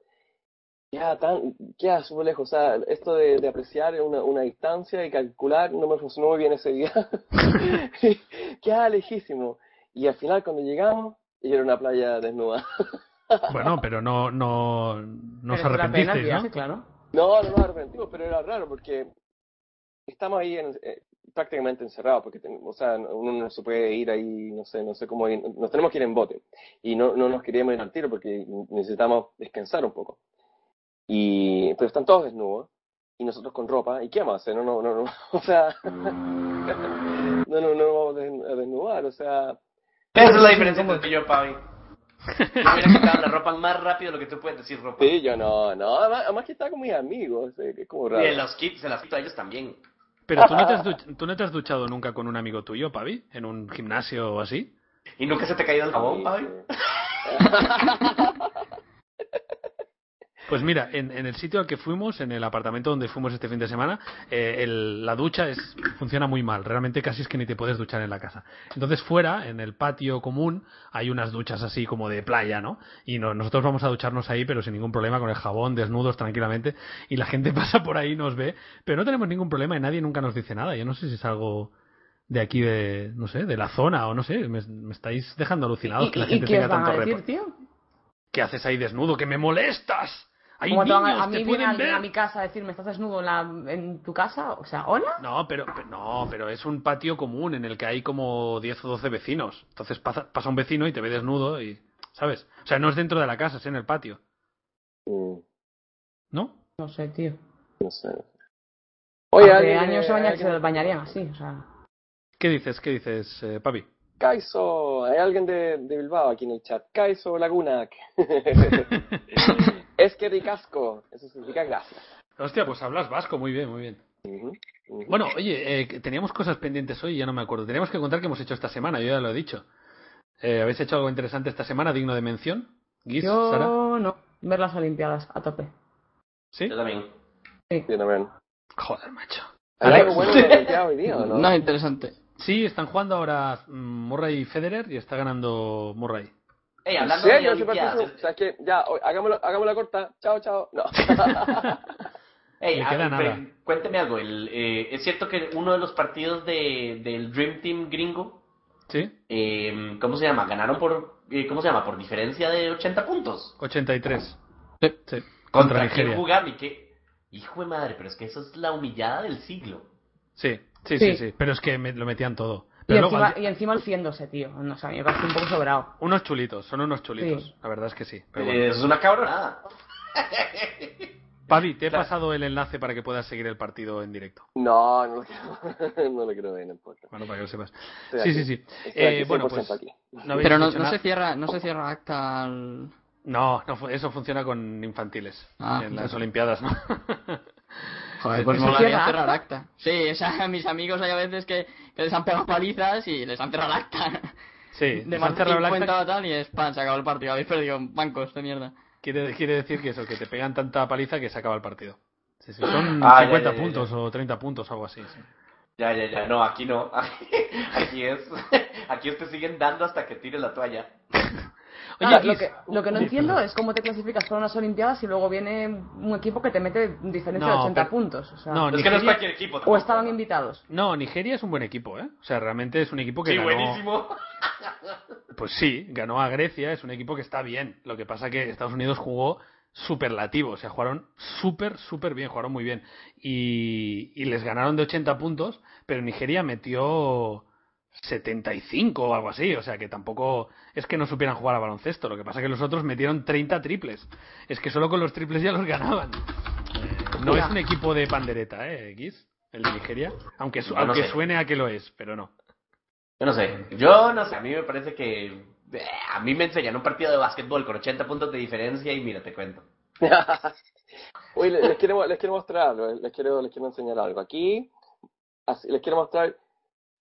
Speaker 5: Queda, tan, queda súper lejos. O sea, esto de, de apreciar una, una distancia y calcular no me funcionó muy bien ese día. queda lejísimo. Y al final, cuando llegamos, y era una playa desnuda.
Speaker 3: Bueno, pero no, no, no os
Speaker 2: Merece la pena el
Speaker 3: arrepentisteis,
Speaker 2: viaje,
Speaker 3: ¿no?
Speaker 2: claro.
Speaker 5: No, no nos arrepentimos, pero era raro porque estamos ahí en- eh, prácticamente encerrados, porque ten- o sea, no- uno no se puede ir ahí, no sé, no sé cómo ir, nos tenemos que ir en bote y no, no nos queríamos ir al tiro porque necesitamos descansar un poco. Y pero están todos desnudos y nosotros con ropa y qué vamos a hacer, no, no, no, no, o sea, no, no, no nos vamos a desn- a desnudar, o sea,
Speaker 4: Esa es la diferencia entre tú y yo, Pavi. Yo hubiera quitado la ropa más rápido de lo que tú puedes decir ropa.
Speaker 5: Sí, yo no, no. Además, además que estaba con mis amigos, eh, que es como raro.
Speaker 4: Y en los kits se las quito a ellos también.
Speaker 3: Pero ¿tú no, te has duch- tú no te has duchado nunca con un amigo tuyo, Pavi, en un gimnasio o así.
Speaker 4: ¿Y nunca se te ha caído el jabón,
Speaker 5: Sí,
Speaker 4: Pablo?
Speaker 5: sí.
Speaker 3: Pues mira, en, en el sitio al que fuimos, en el apartamento donde fuimos este fin de semana, eh, el- la ducha es, funciona muy mal. Realmente casi es que ni te puedes duchar en la casa. Entonces fuera, en el patio común, hay unas duchas así como de playa, ¿no? Y no- nosotros vamos a ducharnos ahí, pero sin ningún problema, con el jabón, desnudos, tranquilamente. Y la gente pasa por ahí, nos ve, pero no tenemos ningún problema y nadie nunca nos dice nada. Yo no sé si es algo de aquí de, no sé, de la zona o no sé. Me, me estáis dejando alucinados que la
Speaker 2: ¿Y, y
Speaker 3: gente
Speaker 2: qué
Speaker 3: tenga
Speaker 2: os van
Speaker 3: tanto
Speaker 2: a decir,
Speaker 3: reparo.
Speaker 2: tío?
Speaker 3: ¿Qué haces ahí desnudo? ¡Que me molestas! ¡Hay
Speaker 2: Como te
Speaker 3: niños!
Speaker 2: van a, a mí
Speaker 3: ¡Te
Speaker 2: viene
Speaker 3: pueden
Speaker 2: alguien
Speaker 3: ver!
Speaker 2: a mi casa a decirme, ¿estás desnudo en, la- en tu casa? O sea, ¿hola?
Speaker 3: No, pero, pero- no, pero es un patio común en el que hay como 10 o 12 vecinos. Entonces pasa, pasa un vecino y te ve desnudo y... ¿Sabes? O sea, no es dentro de la casa, es en el patio.
Speaker 5: Mm,
Speaker 3: ¿No?
Speaker 2: No sé, tío.
Speaker 5: No sé. Oye,
Speaker 2: Hace
Speaker 5: alguien,
Speaker 2: años
Speaker 5: eh,
Speaker 2: se, baña-
Speaker 5: alguien-
Speaker 2: se bañarían así, o sea...
Speaker 3: ¿Qué dices? ¿Qué dices, eh, Papi?
Speaker 5: Kaiso, hay alguien de, de Bilbao aquí en el chat. Kaiso Laguna. es que ricasco. Eso significa gracias.
Speaker 3: Hostia, pues hablas vasco, muy bien, muy bien.
Speaker 5: Ujú, ujú.
Speaker 3: Bueno, oye, eh, que teníamos cosas pendientes hoy, ya no me acuerdo. Teníamos que contar qué hemos hecho esta semana, yo ya lo he dicho. Eh, ¿Habéis hecho algo interesante esta semana, digno de mención? Guis,
Speaker 2: Yo
Speaker 3: Sara,
Speaker 2: no, ver las Olimpiadas a tope.
Speaker 3: ¿sí?
Speaker 4: Yo también.
Speaker 5: Sí, no, ven.
Speaker 3: Joder, macho.
Speaker 5: ¿Hay
Speaker 3: Alex.
Speaker 5: algo bueno de Santiago hoy día o no?
Speaker 7: No es interesante.
Speaker 3: Sí, están jugando ahora mm, Murray y Federer y está ganando Murray.
Speaker 4: Ey,
Speaker 5: ¿En
Speaker 4: hablando de
Speaker 5: serio? ¿Qué
Speaker 4: Olimpiadas.
Speaker 5: pasó? O sea, es que ya, hoy, hagámoslo, hagámosla corta. Chao, chao. No.
Speaker 4: Ey,
Speaker 3: Me
Speaker 4: ah,
Speaker 3: queda nada.
Speaker 4: pero Cuénteme algo. el, eh, es cierto que uno de los partidos de, del Dream Team gringo,
Speaker 3: ¿Sí?
Speaker 4: eh, ¿cómo se llama? Ganaron por, eh, ¿cómo se llama? Por diferencia de 80 puntos.
Speaker 3: 83.
Speaker 7: Sí.
Speaker 3: Sí. Contra,
Speaker 4: ¿Contra quién
Speaker 3: Nigeria.
Speaker 4: jugaron y qué? Hijo de madre, pero es que eso es la humillada del siglo.
Speaker 3: Sí, sí, sí,
Speaker 2: Sí.
Speaker 3: sí. Pero es que me- lo metían todo.
Speaker 2: Y
Speaker 3: Pero luego,
Speaker 2: encima,
Speaker 3: al di-
Speaker 2: y encima luciéndose, tío. No, o sea, me parece un poco sobrado.
Speaker 3: unos chulitos, son unos chulitos.
Speaker 2: Sí.
Speaker 3: La verdad es que sí.
Speaker 4: Eh,
Speaker 3: Pero bueno.
Speaker 4: eso es una
Speaker 6: Ah.
Speaker 4: cabronada.
Speaker 3: Pavi, te he
Speaker 4: claro.
Speaker 3: pasado el enlace para que puedas seguir el partido en directo.
Speaker 5: No, no lo quiero. No lo quiero ver, no importa.
Speaker 3: Bueno, para que lo sepas.
Speaker 5: Estoy
Speaker 3: Sí,
Speaker 5: aquí.
Speaker 3: sí, sí.
Speaker 5: Estoy
Speaker 3: Eh,
Speaker 5: aquí,
Speaker 3: bueno,
Speaker 5: 100%
Speaker 3: pues.
Speaker 5: aquí.
Speaker 3: no habéis
Speaker 7: Pero no,
Speaker 3: dicho
Speaker 7: no
Speaker 3: nada.
Speaker 7: se cierra, no se cierra acta al...
Speaker 3: No, no fu- eso funciona con infantiles.
Speaker 7: Ah,
Speaker 3: en las
Speaker 7: claro.
Speaker 3: Olimpiadas, ¿no?
Speaker 7: Joder, pues
Speaker 3: ¿Se
Speaker 7: molaría
Speaker 2: cierra
Speaker 7: cerrar
Speaker 2: acta?
Speaker 7: acta. Sí, o sea, a mis amigos hay a veces que, que les han pegado palizas y les han cerrado acta.
Speaker 3: sí,
Speaker 7: De
Speaker 3: les han
Speaker 7: más de
Speaker 3: cerrado el acta.
Speaker 7: 50 o tal y es pan, se acabó el partido. Habéis perdido bancos de mierda.
Speaker 3: Quiere, quiere decir que eso, que te pegan tanta paliza que se acaba el partido. Sí, sí, son
Speaker 4: Ah, ya,
Speaker 3: 50
Speaker 4: ya, ya,
Speaker 3: puntos o 30 puntos, algo así. sí.
Speaker 4: Ya, ya, ya, no, aquí no. Aquí es. Aquí es te siguen dando hasta que tires la toalla.
Speaker 3: Oye,
Speaker 2: Claro, lo,
Speaker 3: Gis,
Speaker 2: que, lo que no
Speaker 3: Sí,
Speaker 2: entiendo
Speaker 3: perdón.
Speaker 2: es cómo te clasificas para unas Olimpiadas y luego viene un equipo que te mete diferencia de
Speaker 3: No,
Speaker 2: 80
Speaker 3: pero-
Speaker 2: puntos. O, sea,
Speaker 3: No,
Speaker 4: Es que no es
Speaker 3: Nigeria-
Speaker 4: cualquier equipo.
Speaker 2: o
Speaker 4: tampoco.
Speaker 2: estaban invitados.
Speaker 3: No, Nigeria es un buen equipo, ¿eh? O sea, realmente es un equipo que
Speaker 4: Sí,
Speaker 3: ganó...
Speaker 4: buenísimo.
Speaker 3: Pues sí, ganó a Grecia, es un equipo que está bien. Lo que pasa que Estados Unidos jugó superlativo, o sea, jugaron súper, súper bien, jugaron muy bien. Y, y les ganaron de 80 puntos, pero Nigeria metió 75 o algo así, o sea, que tampoco es que no supieran jugar a baloncesto, lo que pasa que los otros metieron 30 triples. Es que solo con los triples ya los ganaban. Eh, no es un equipo de pandereta, ¿eh, X? El de Nigeria, aunque,
Speaker 4: Yo
Speaker 3: su-
Speaker 4: no
Speaker 3: aunque
Speaker 4: sé.
Speaker 3: suene a que lo es, pero no.
Speaker 4: Yo no sé. Yo no sé. A mí me parece que. eh, A mí me enseñan un partido de básquetbol con 80 puntos de diferencia y mira, te cuento.
Speaker 5: Oye, le- les quiero, les quiero mostrar algo, eh. les quiero, les quiero enseñar algo. Aquí, así- les quiero mostrar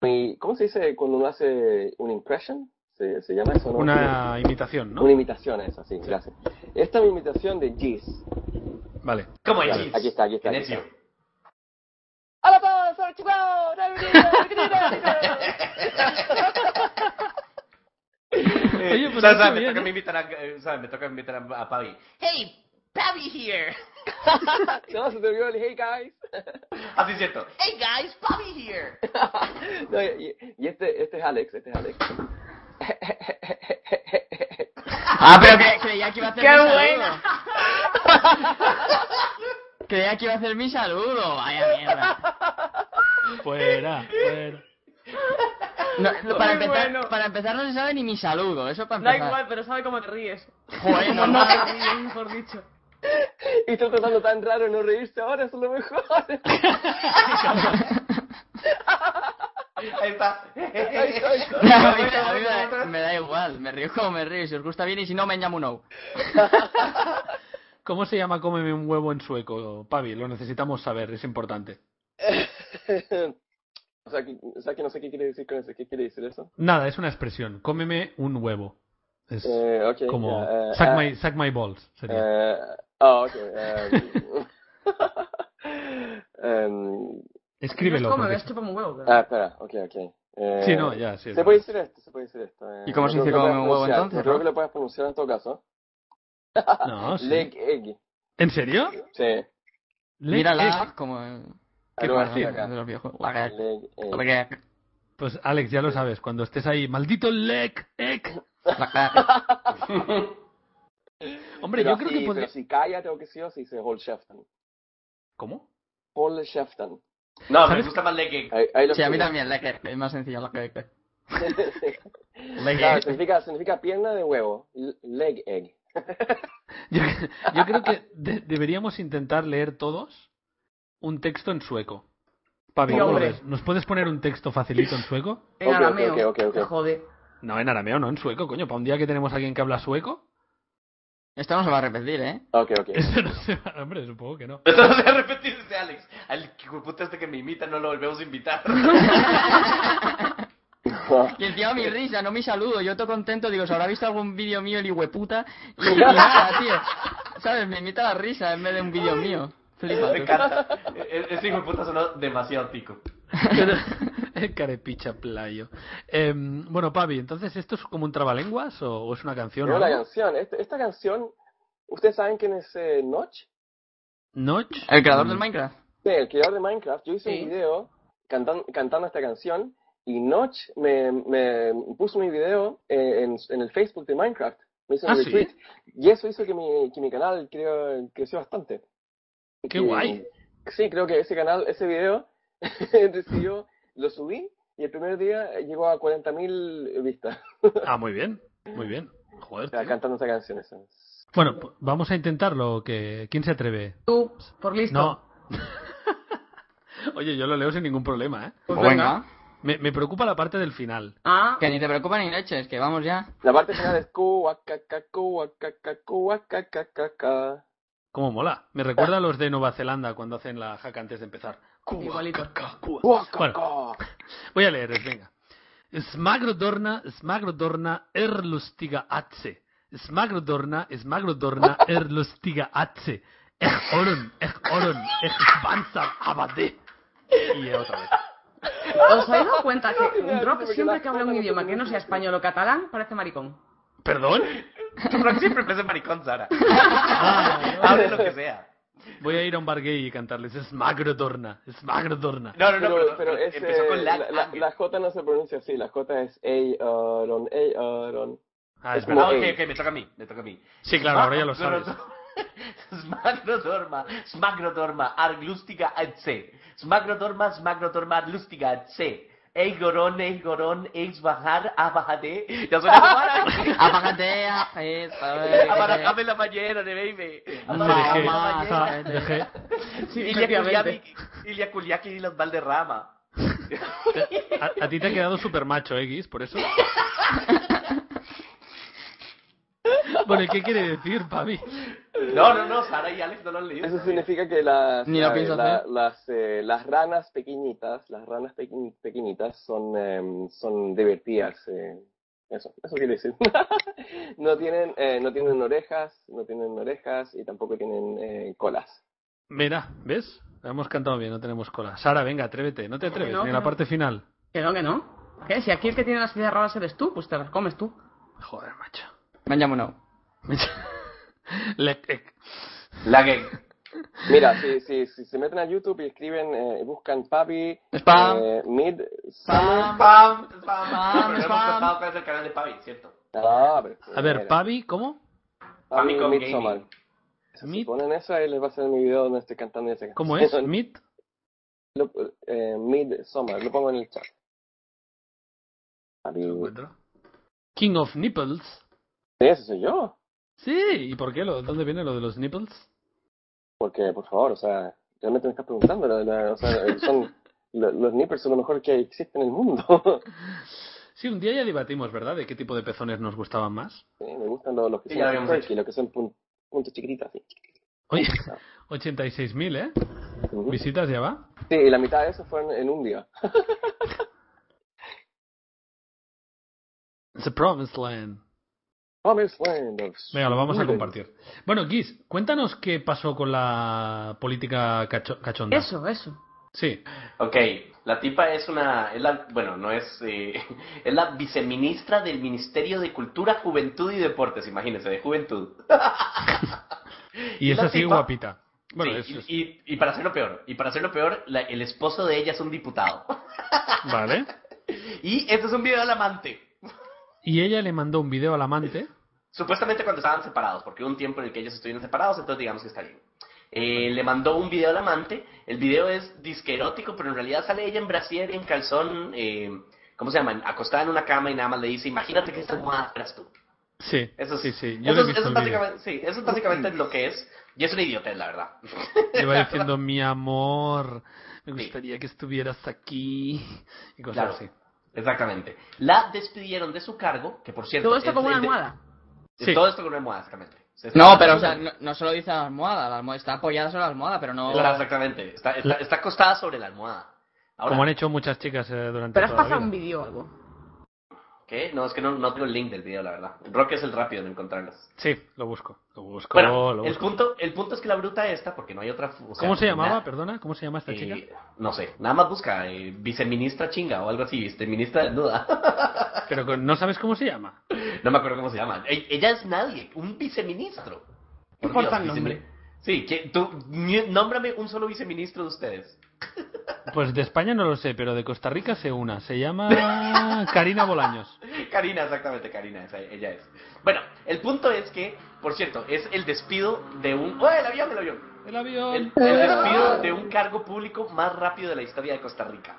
Speaker 5: mi, ¿cómo se dice cuando uno hace un impression? ¿Se, se llama eso? no?
Speaker 3: Una imitación, ¿no?
Speaker 5: Una imitación esa, sí, gracias. Esta es mi imitación de Giz.
Speaker 3: Vale.
Speaker 4: Como
Speaker 5: Claro,
Speaker 4: el
Speaker 5: aquí está, aquí
Speaker 4: Qué
Speaker 5: está, aquí está.
Speaker 4: necio.
Speaker 5: ¡A la paz! ¡Hola, chicos!
Speaker 6: oh,
Speaker 5: ¡Dale, dale, dale, dale!
Speaker 4: Eh,
Speaker 3: Oye, pues
Speaker 4: o sea, o
Speaker 3: está
Speaker 4: sea, me
Speaker 3: bien,
Speaker 4: toca
Speaker 3: ¿eh?
Speaker 4: me invitar a, eh, o sea, me toca invitar a, a Pavi.
Speaker 6: Hey, Pavi here.
Speaker 5: No, se te olvidó el hey guys.
Speaker 4: Así Ah, es cierto.
Speaker 6: Hey guys, Pavi here.
Speaker 5: No, y, y este, este es Alex, este es Alex.
Speaker 7: Ah, pero que, creía que iba a hacer
Speaker 6: ¡Qué
Speaker 7: mi
Speaker 6: buena!
Speaker 7: saludo. Creía que iba a hacer mi saludo. Vaya mierda.
Speaker 3: Fuera, fuera.
Speaker 7: No, no, para,
Speaker 2: Muy
Speaker 7: empezar,
Speaker 2: bueno.
Speaker 7: para empezar no se sabe ni mi saludo. Eso para
Speaker 2: Da
Speaker 7: empezar.
Speaker 2: igual, pero sabe cómo te ríes.
Speaker 7: Joder,
Speaker 2: No, no
Speaker 7: normal.
Speaker 2: te ríes, mejor dicho.
Speaker 5: Y estoy tratando tan raro de no reírse ahora, eso es lo mejor.
Speaker 4: Ahí está.
Speaker 7: A mí me- a mí me da- me da igual, me río como me río. Si os gusta bien y si no, me llamo no.
Speaker 3: ¿Cómo se llama cómeme un huevo en sueco, Pavi? Lo necesitamos saber, es importante.
Speaker 5: o, sea, que, o sea que no sé qué quiere decir con eso. ¿Qué quiere decir eso?
Speaker 3: Nada, es una expresión. Cómeme un huevo. Es
Speaker 5: Eh, ok.
Speaker 3: como
Speaker 5: ya, eh,
Speaker 3: suck,
Speaker 5: ah,
Speaker 3: my, suck my balls. Sería.
Speaker 5: eh, ah, ok.
Speaker 3: Ah,
Speaker 5: eh, em,
Speaker 2: No
Speaker 3: Escríbelo.
Speaker 2: es como,
Speaker 3: porque-
Speaker 2: me has chupado un huevo. pero-
Speaker 5: ah, espera, ok, ok. Eh,
Speaker 3: Sí, no, ya, sí.
Speaker 5: Se puede decir esto, se puede decir esto. eh,
Speaker 7: ¿Y cómo
Speaker 5: no
Speaker 7: se
Speaker 5: creo
Speaker 7: dice
Speaker 5: que lo
Speaker 7: como
Speaker 5: puedas
Speaker 7: un huevo
Speaker 5: pronunciar,
Speaker 7: entonces,
Speaker 5: No creo
Speaker 7: no?
Speaker 5: que lo puedas pronunciar en todo caso.
Speaker 3: No, sí.
Speaker 5: Leg egg.
Speaker 3: ¿En serio?
Speaker 5: Sí.
Speaker 3: Leg
Speaker 7: Mírala,
Speaker 3: egg.
Speaker 7: como eh,
Speaker 3: ¿Qué
Speaker 5: algo
Speaker 3: más?
Speaker 5: así
Speaker 3: Sí.
Speaker 7: de
Speaker 5: acá.
Speaker 7: los viejos.
Speaker 5: Leg egg.
Speaker 7: Pero
Speaker 3: Pues Alex, ya lo sabes, cuando estés ahí, maldito leg egg. Hombre,
Speaker 5: Pero
Speaker 3: yo creo
Speaker 5: así-
Speaker 3: que podría...
Speaker 5: Pero si calla, tengo que sí o sí, se Paul Shefton.
Speaker 3: ¿Cómo?
Speaker 5: Paul Shefton.
Speaker 4: No, me
Speaker 3: ¿Sabes?
Speaker 4: gusta más Legging.
Speaker 5: Ahí, ahí lo
Speaker 7: Sí, a mí
Speaker 5: escribo.
Speaker 7: también, la que es más sencillo. La que
Speaker 5: Claro, significa, significa pierna de huevo. L- Leg egg.
Speaker 3: Yo, yo creo que de- deberíamos intentar leer todos un texto en sueco. Pavi,
Speaker 2: Sí,
Speaker 3: ¿cómo lo
Speaker 2: hombre.
Speaker 3: ves? ¿nos puedes poner un texto facilito en sueco?
Speaker 2: En
Speaker 5: Ok, ok,
Speaker 2: arameo.
Speaker 5: ok, ok, ok.
Speaker 2: Te jode.
Speaker 3: No, en arameo, no en sueco, coño. Para un día que tenemos a alguien que habla sueco,
Speaker 7: Esto no se va a repetir, ¿eh?
Speaker 5: Ok, ok.
Speaker 3: eso no se va- Hombre, supongo que no.
Speaker 4: Entonces de repente dice Alex, al puta este que me imita no lo volvemos a invitar.
Speaker 7: Y encima mi risa, no mi saludo. Yo todo contento, digo, ¿se habrá visto algún vídeo mío el hijueputa? Y, y nada, tío. ¿Sabes? Me imita la risa en vez de un vídeo mío. Flipa.
Speaker 4: Me
Speaker 7: tú.
Speaker 4: encanta. E- Ese hijo de puta sonó demasiado tico.
Speaker 3: El carepicha playo. Em, bueno, Pavi, entonces, ¿esto es como un trabalenguas o, o es una canción? o
Speaker 5: Pero la
Speaker 3: algo?
Speaker 5: canción, esta, esta canción, ¿ustedes saben quién es eh, Notch?
Speaker 3: ¿Notch?
Speaker 7: El creador
Speaker 3: Mm,
Speaker 7: del Minecraft.
Speaker 5: Sí, el creador de Minecraft. Yo hice
Speaker 2: Sí.
Speaker 5: un video cantan- cantando esta canción y Notch me, me puso mi video eh, en, en el Facebook de Minecraft. Me hizo
Speaker 3: Ah,
Speaker 5: un
Speaker 3: ¿sí?
Speaker 5: retweet. Y eso hizo que mi, que mi canal creo, creció bastante.
Speaker 3: ¡Qué
Speaker 5: Y-
Speaker 3: guay!
Speaker 5: Sí, creo que ese canal, ese video, decidió, lo subí y el primer día llegó a 40.000 vistas.
Speaker 3: Ah, muy bien, muy bien. Joder,
Speaker 5: O sea,
Speaker 3: tío.
Speaker 5: cantando esa canción. Esa.
Speaker 3: Bueno, p- vamos a intentarlo. Que... ¿Quién se atreve?
Speaker 2: Tú, por listo.
Speaker 3: No. Oye, yo lo leo sin ningún problema, ¿eh?
Speaker 2: Pues
Speaker 7: Pues
Speaker 2: venga.
Speaker 7: venga.
Speaker 3: Me, me preocupa la parte del final.
Speaker 2: Ah,
Speaker 7: Que ni te preocupa ni leches, que vamos ya.
Speaker 5: La parte final es cuacacacuacacacuacacacaca.
Speaker 3: ¿Cómo mola? Me recuerda a los de Nueva Zelanda cuando hacen la jaca antes de empezar. Cua,
Speaker 2: Igualito.
Speaker 3: caca, cua.
Speaker 5: Cuacaca.
Speaker 3: Voy a leer, venga. Smagrodorna, smagrodorna, erlustiga atze. Smagrodorna, smagrodorna, erlustiga atze. Ech oron, ech oron, ech svanzar abade. Y otra vez.
Speaker 2: ¿os habéis dado cuenta que
Speaker 5: No, no,
Speaker 2: un rock
Speaker 5: porque
Speaker 2: siempre
Speaker 5: la-
Speaker 2: que habla un
Speaker 5: no, no,
Speaker 2: idioma
Speaker 5: no,
Speaker 2: que no sea español o catalán parece maricón?
Speaker 3: ¿Perdón?
Speaker 4: Pero siempre parece maricón, Sara. Hable lo que sea.
Speaker 3: Ah, Voy a ir a un bar gay y cantarles Smagrodorna, smagrodorna.
Speaker 4: No, no, no,
Speaker 5: Pero,
Speaker 4: pero,
Speaker 5: pero es,
Speaker 4: empezó
Speaker 5: eh,
Speaker 4: con
Speaker 5: la,
Speaker 4: lag.
Speaker 5: la, la J no se pronuncia así, la J es Aaron, Aaron.
Speaker 3: Ah, es
Speaker 5: es
Speaker 4: Ah,
Speaker 3: verdad.
Speaker 5: como- E.
Speaker 4: ok, ok, me toca a mí, me toca a mí.
Speaker 3: Sí, claro, ahora ya lo sabes.
Speaker 4: Smagrodorma, Smagrodorma, Arglústiga Atse. Smagrodorma, Smagrodorma, Arglústiga Atse. Eigoron, Eigoron, Eis bajar, abajade. Ya suena como árabe.
Speaker 7: Apágate,
Speaker 3: E,
Speaker 7: apágate.
Speaker 4: Abarajame la mañana, de baby. Abarajame la
Speaker 7: Mamá.
Speaker 4: mañana.
Speaker 3: Dejé, Ah, dejé,
Speaker 2: Sí,
Speaker 4: Ilia
Speaker 2: efectivamente.
Speaker 4: Kuliaki, Ilia Kuliaki y las Valderrama.
Speaker 3: A, a ti te ha quedado súper macho, ¿eh, Guis? Por eso. Bueno, ¿y qué quiere decir, Pavi?
Speaker 4: No, no, no, Sara y Alex no lo han leído.
Speaker 5: Eso
Speaker 4: todavía.
Speaker 5: significa que las,
Speaker 7: Ni lo
Speaker 5: eh,
Speaker 7: pienso hacer.
Speaker 5: las, eh, las ranas pequeñitas, las ranas pequi- pequeñitas son, em, son divertidas. eh. Eso, eso quiere decir. no, tienen, eh, no tienen orejas, no tienen orejas y tampoco tienen eh, colas.
Speaker 3: Mira, ¿ves? Hemos cantado bien, no tenemos cola. Sara, venga, atrévete. No te atreves,
Speaker 2: No,
Speaker 3: ni en la
Speaker 2: no.
Speaker 3: parte final.
Speaker 2: Que no, que no. ¿Qué? Si aquí el que tiene las ideas raras eres tú, pues te las comes tú.
Speaker 3: Joder, macho.
Speaker 7: Me llamo no.
Speaker 3: Le- eh,
Speaker 4: La gay.
Speaker 5: Mira, si, si, si se meten a YouTube y escriben, eh, buscan Papi
Speaker 7: Spam.
Speaker 5: eh, Mid
Speaker 7: Pam,
Speaker 4: Spam, spam,
Speaker 7: Spam,
Speaker 4: Pero no hemos
Speaker 7: spam.
Speaker 4: contado cuál es el canal de Pavi, ¿cierto?
Speaker 5: Ah, pero-
Speaker 3: A ver,
Speaker 5: mira,
Speaker 3: Pavi, ¿cómo?
Speaker 5: Papi
Speaker 4: Famicom
Speaker 5: Midsommar.
Speaker 4: Gaming.
Speaker 5: Si
Speaker 3: Smith,
Speaker 5: ponen eso, ahí les va a ser mi video donde estoy cantando esa canción.
Speaker 3: ¿Cómo es? ¿Smith?
Speaker 5: Lo- eh, Midsommar, lo pongo en el chat. Papi-
Speaker 3: Lo encuentro. King of Nipples.
Speaker 5: Ese soy yo.
Speaker 3: Sí, ¿y por qué? Lo, ¿Dónde viene lo de los nipples?
Speaker 5: Porque, por favor, o sea, realmente me estás preguntando. la- la- o sea, eh, son lo- los nippers son lo mejor que existe en el mundo.
Speaker 3: Sí, un día ya debatimos, ¿verdad? De qué tipo de pezones nos gustaban más.
Speaker 5: Sí, me gustan los, los que
Speaker 4: Sí, ya lo
Speaker 5: son
Speaker 4: habíamos
Speaker 5: quirky, los que son pun- puntos chiquititos. así.
Speaker 3: Oye, 86.000, ¿eh?
Speaker 5: Ujú. Sí,
Speaker 3: ¿Visitas ya va?
Speaker 5: y la mitad de eso fueron en un día.
Speaker 3: The Promised Land.
Speaker 5: Promised Land of
Speaker 3: Venga, lo vamos a
Speaker 5: Sweden.
Speaker 3: compartir. Bueno, Giz, cuéntanos qué pasó con la política cacho- cachonda.
Speaker 2: Eso, eso.
Speaker 3: Sí.
Speaker 4: Ok, la tipa es una, es la, bueno, no es, eh, es la viceministra del Ministerio de Cultura, Juventud y Deportes, imagínense, de Juventud.
Speaker 3: Y es
Speaker 4: la
Speaker 3: así
Speaker 4: tipa-
Speaker 3: guapita. Bueno,
Speaker 4: Sí,
Speaker 3: eso es-
Speaker 4: y, y- y para hacerlo peor, y para hacerlo peor, la- el esposo de ella es un diputado.
Speaker 3: Vale.
Speaker 4: Y este es un video del amante.
Speaker 3: Y ella le mandó un video al amante.
Speaker 4: Supuestamente cuando estaban separados, porque hubo un tiempo en el que ellos estuvieron separados, entonces digamos que está bien. Eh, le mandó un video al amante. El video es disque erótico, pero en realidad sale ella en brasier y en calzón, eh, ¿cómo se llaman? Acostada en una cama y nada más le dice, imagínate que esta almohada fueras tú.
Speaker 3: Sí.
Speaker 4: Eso es,
Speaker 3: sí, sí. Yo
Speaker 4: eso
Speaker 3: lo he
Speaker 4: es- eso
Speaker 3: visto
Speaker 4: es
Speaker 3: el vídeo.
Speaker 4: básicamente, sí, eso es básicamente lo que es. Y es una idiotez, la verdad.
Speaker 3: Le va diciendo, mi amor, me
Speaker 4: Sí.
Speaker 3: gustaría que estuvieras aquí. Y cosas
Speaker 4: Claro.
Speaker 3: así.
Speaker 4: Exactamente. La despidieron de su cargo, que por cierto...
Speaker 2: Todo esto
Speaker 4: es-
Speaker 2: con una
Speaker 4: es de-
Speaker 2: almohada.
Speaker 3: Sí.
Speaker 4: Todo esto con una almohada, exactamente. Se está-
Speaker 7: No, pero o sea, no, no solo dice la almohada, la almohada está apoyada sobre la almohada, pero no.
Speaker 4: Claro, exactamente. Está, está,
Speaker 3: La-
Speaker 4: está acostada sobre la almohada. Ahora,
Speaker 3: Como han hecho muchas chicas eh, durante
Speaker 2: Pero has
Speaker 3: toda la
Speaker 2: pasado
Speaker 3: vida.
Speaker 2: un vídeo o algo.
Speaker 4: ¿qué? No, es que no, no tengo el link del video, la verdad. Rock es el rápido en encontrarlas.
Speaker 3: Sí, lo busco. Lo busco.
Speaker 4: Bueno,
Speaker 3: lo
Speaker 4: el
Speaker 3: busco.
Speaker 4: punto, el punto es que la bruta esta, porque no hay otra... o sea,
Speaker 3: ¿Cómo se llamaba?
Speaker 4: na-
Speaker 3: Perdona, ¿cómo se llama esta chica?
Speaker 4: eh, no sé, nada más busca eh, viceministra chinga o algo así, este, viceministra desnuda.
Speaker 3: Pero con- no sabes cómo se llama.
Speaker 4: no me acuerdo cómo se llama. E- ella es nadie, un viceministro.
Speaker 2: ¿Qué
Speaker 4: Por
Speaker 2: importa
Speaker 4: Dios,
Speaker 2: el nombre?
Speaker 4: vicemin- Sí, que tú, ni- nómbrame un solo viceministro de ustedes.
Speaker 3: Pues de España no lo sé, pero de Costa Rica sé una. Se llama Karina Bolaños.
Speaker 4: Karina, exactamente, Karina, esa- ella es. Bueno, el punto es que, por cierto, es el despido de un... ¡Oh, el avión, el avión!
Speaker 3: El avión.
Speaker 4: El, el despido de un cargo público más rápido de la historia de Costa Rica.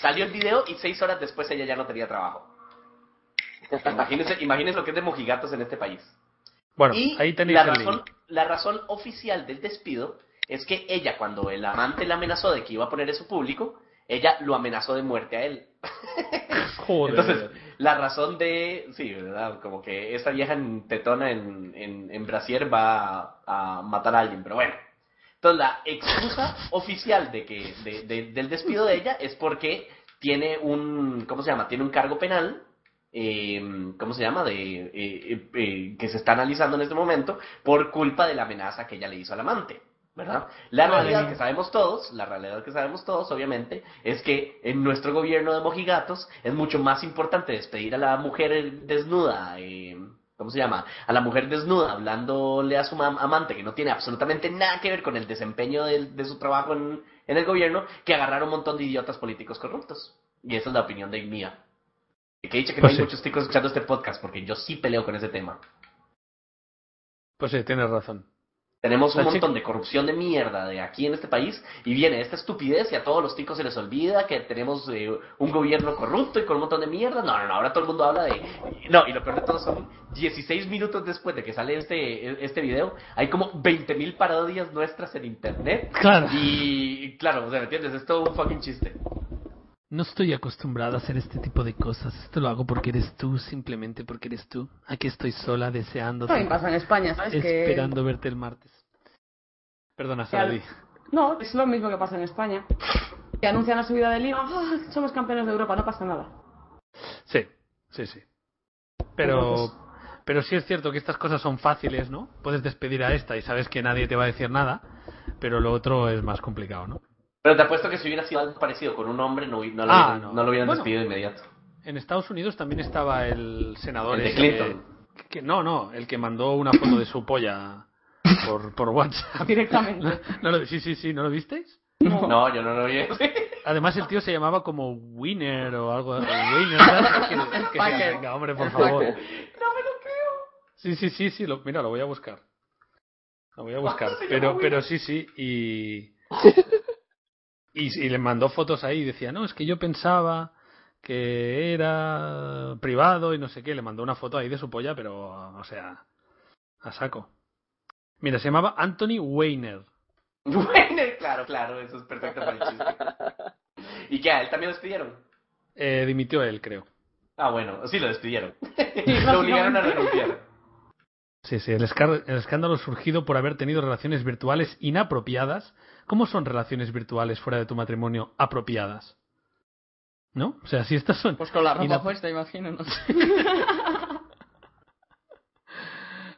Speaker 4: Salió el video y seis horas después ella ya no tenía trabajo. Imagínense, imagínense lo que es de mojigatos en este país.
Speaker 3: Bueno,
Speaker 4: y
Speaker 3: ahí tenéis
Speaker 4: la
Speaker 3: el
Speaker 4: razón,
Speaker 3: link.
Speaker 4: la razón oficial del despido es que ella, cuando el amante la amenazó de que iba a poner eso público, ella lo amenazó de muerte a él.
Speaker 3: Joder.
Speaker 4: Entonces, la razón de. Sí, ¿verdad? Como que esta vieja en tetona en, en, en brasier va a, a matar a alguien, pero bueno. Entonces, la excusa oficial de que de- de- del despido de ella es porque tiene un. ¿Cómo se llama? Tiene un cargo penal. eh, ¿Cómo se llama? De, eh, eh, eh, que se está analizando en este momento por culpa de la amenaza que ella le hizo al amante. ¿verdad? La realidad que sabemos todos, la realidad que sabemos todos, obviamente, es que en nuestro gobierno de mojigatos es mucho más importante despedir a la mujer desnuda, eh, ¿cómo se llama? A la mujer desnuda hablándole a su mam- amante que no tiene absolutamente nada que ver con el desempeño del- de, su trabajo en, en el gobierno que agarrar a un montón de idiotas políticos corruptos. Y esa es la opinión de mía. Y Que he dicho que
Speaker 3: Pues
Speaker 4: no
Speaker 3: sí.
Speaker 4: hay muchos chicos escuchando este podcast porque yo sí peleo con ese tema.
Speaker 3: Pues sí, tienes razón.
Speaker 4: Tenemos un
Speaker 3: La chica-
Speaker 4: montón de corrupción de mierda de aquí en este país y viene esta estupidez y a todos los ticos se les olvida que tenemos eh, un gobierno corrupto y con un montón de mierda. No, no, no, ahora todo el mundo habla de... No, y lo peor de todo son 16 minutos después de que sale este, este video, hay como 20.000 parodias nuestras en internet.
Speaker 3: Claro.
Speaker 4: Y claro, o sea, ¿me entiendes? Es todo un fucking chiste.
Speaker 3: No estoy acostumbrado a hacer este tipo de cosas. Esto lo hago porque eres tú, simplemente porque eres tú. Aquí estoy sola,
Speaker 2: También
Speaker 3: deseándote,
Speaker 2: pasa en España, ¿sabes? Que...
Speaker 3: esperando verte el martes. Perdona,
Speaker 2: Claro.
Speaker 3: Saradi.
Speaker 2: No, es lo mismo que pasa en España. Que anuncian la subida de liga, ¡ah! somos campeones de Europa, no pasa nada.
Speaker 3: Sí, sí, sí. Pero, pero sí es cierto que estas cosas son fáciles, ¿no? Puedes despedir a esta y sabes que nadie te va a decir nada, pero lo otro es más complicado, ¿no?
Speaker 4: Pero te apuesto que si hubiera sido algo parecido con un hombre, no, hubi- no lo,
Speaker 3: Ah,
Speaker 4: hubieran,
Speaker 3: no.
Speaker 4: no. lo hubieran
Speaker 3: Bueno.
Speaker 4: despedido de inmediato.
Speaker 3: En Estados Unidos también estaba el senador
Speaker 4: El de
Speaker 3: ese
Speaker 4: Clinton.
Speaker 3: Que, que- no, no, el que mandó una foto de su polla por, por WhatsApp.
Speaker 2: Directamente.
Speaker 3: No lo- sí, sí, sí, ¿no lo visteis?
Speaker 4: No, yo no lo vi.
Speaker 3: Además el tío se llamaba como Winner o algo. Winner, ¿sabes? Que- que-
Speaker 7: Fucker.
Speaker 3: venga, hombre, por favor.
Speaker 5: fucker.
Speaker 3: Sí, sí, sí, sí. Lo, mira, lo voy a buscar. Lo voy a buscar.
Speaker 4: Ah, Se llama
Speaker 3: Pero,
Speaker 4: Will.
Speaker 3: pero sí, sí. Y, y, y le mandó fotos ahí y decía, no, es que yo pensaba que era privado y no sé qué. Le mandó una foto ahí de su polla, pero, o sea, a saco. Mira, se llamaba Anthony Weiner.
Speaker 4: Bueno, claro, claro, eso es perfecto para el chiste. ¿Y qué? ¿A él también lo despidieron?
Speaker 3: Eh, dimitió él, creo.
Speaker 4: Ah, bueno, sí lo despidieron. lo obligaron a renunciar.
Speaker 3: Sí, sí, el, escar- el escándalo surgido por haber tenido relaciones virtuales inapropiadas. ¿Cómo son relaciones virtuales fuera de tu matrimonio apropiadas? ¿No? O sea, si estas son...
Speaker 7: Pues con la ropa
Speaker 3: inap-
Speaker 7: puesta, imagino, no sé.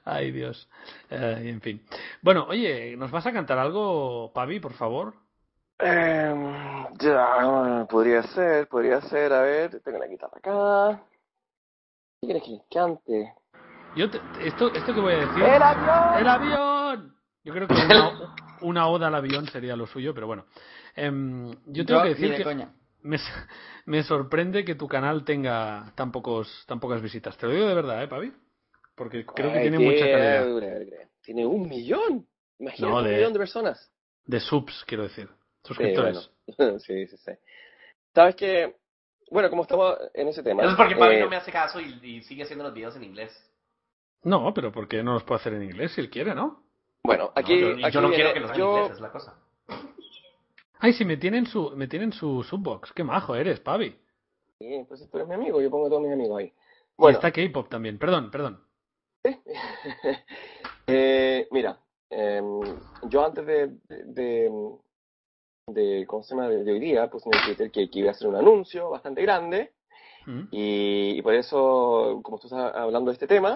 Speaker 3: Ay, Dios. Eh, en fin. Bueno, oye, ¿nos vas a cantar algo, Pavi, por favor?
Speaker 5: Eh, ya, podría ser, podría ser. A ver, tengo la guitarra acá. ¿Qué quieres que les cante?
Speaker 3: Yo te- esto, esto que voy a decir...
Speaker 5: ¡El avión!
Speaker 3: ¡El avión! Yo creo que una, una oda al avión sería lo suyo, pero bueno. Em, yo tengo que
Speaker 7: ni
Speaker 3: decir
Speaker 7: de
Speaker 3: que
Speaker 7: coña.
Speaker 3: me, s- me sorprende que tu canal tenga tan, pocos, tan pocas visitas. Te lo digo de verdad, ¿eh, Pavi? Porque creo que
Speaker 5: Ay,
Speaker 3: tiene
Speaker 5: qué-
Speaker 3: mucha calidad.
Speaker 5: Tiene un millón. Imagínate
Speaker 3: No, de-
Speaker 5: un millón de personas.
Speaker 3: De subs, quiero decir.
Speaker 5: Sí,
Speaker 3: Suscriptores.
Speaker 5: bueno. sí, sí, sí. Sabes que, bueno, como estamos en ese tema.
Speaker 4: Eso es porque Pablo
Speaker 5: eh,
Speaker 4: no me hace caso y, y sigue haciendo los videos en inglés.
Speaker 3: No, pero porque no los puede hacer en inglés si él quiere, ¿no?
Speaker 5: Bueno,
Speaker 4: No,
Speaker 5: aquí.
Speaker 4: yo, y yo
Speaker 5: aquí
Speaker 4: no
Speaker 5: viene-
Speaker 4: quiero que los hagan en
Speaker 5: yo-
Speaker 4: inglés, es la cosa.
Speaker 3: Ay, sí, me tienen su, me tienen su subbox. Qué majo eres, Pavi.
Speaker 5: Sí, entonces tú eres mi amigo, yo pongo a todos mis amigos ahí.
Speaker 3: Y
Speaker 5: Bueno,
Speaker 3: está K-pop también. Perdón, perdón.
Speaker 5: eh, mira, eh, yo antes de, de, de, ¿cómo se llama? De, de hoy día, puse en el Twitter que, que iba a hacer un anuncio bastante grande
Speaker 3: Mm.
Speaker 5: y, y por eso, como tú estás hablando de este tema,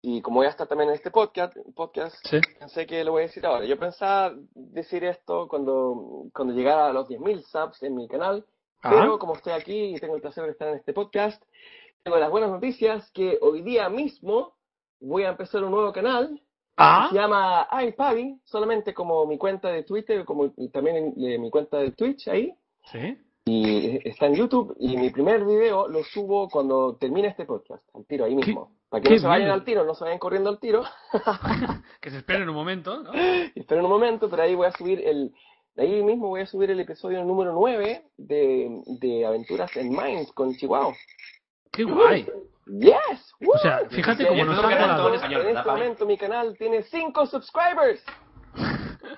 Speaker 5: y como voy a estar también en este podcast, podcast
Speaker 3: Sí.
Speaker 5: pensé que lo voy a decir ahora. Yo pensaba decir esto cuando, cuando llegara a los 10.000 subs en mi canal,
Speaker 3: Ah,
Speaker 5: Pero como estoy aquí y tengo el placer de estar en este podcast, tengo las buenas noticias que hoy día mismo voy a empezar un nuevo canal.
Speaker 3: ah,
Speaker 5: Se llama iPavi, solamente como mi cuenta de Twitter, como y también en- eh, mi cuenta de Twitch ahí.
Speaker 3: sí.
Speaker 5: Y está en YouTube. Y mi primer video lo subo cuando termine este podcast, al tiro ahí mismo. Para que
Speaker 3: qué
Speaker 5: no se vayan
Speaker 3: bien.
Speaker 5: al tiro, no se vayan corriendo al tiro.
Speaker 3: Que se esperen un momento, ¿no?
Speaker 5: Esperen un momento, pero ahí voy a subir el. de Ahí mismo voy a subir el episodio número 9 de, de Aventuras en Mines con Chihuahua.
Speaker 3: Qué guay.
Speaker 5: Yes! Woo!
Speaker 3: O sea, fíjate
Speaker 5: Sí,
Speaker 3: cómo
Speaker 5: en
Speaker 3: nos
Speaker 5: este
Speaker 4: Yo
Speaker 3: ha
Speaker 4: creo que era todo
Speaker 3: colado.
Speaker 4: en español,
Speaker 5: en
Speaker 4: ¿verdad,
Speaker 5: este
Speaker 4: Fabi?
Speaker 5: momento mi canal tiene 5 subscribers.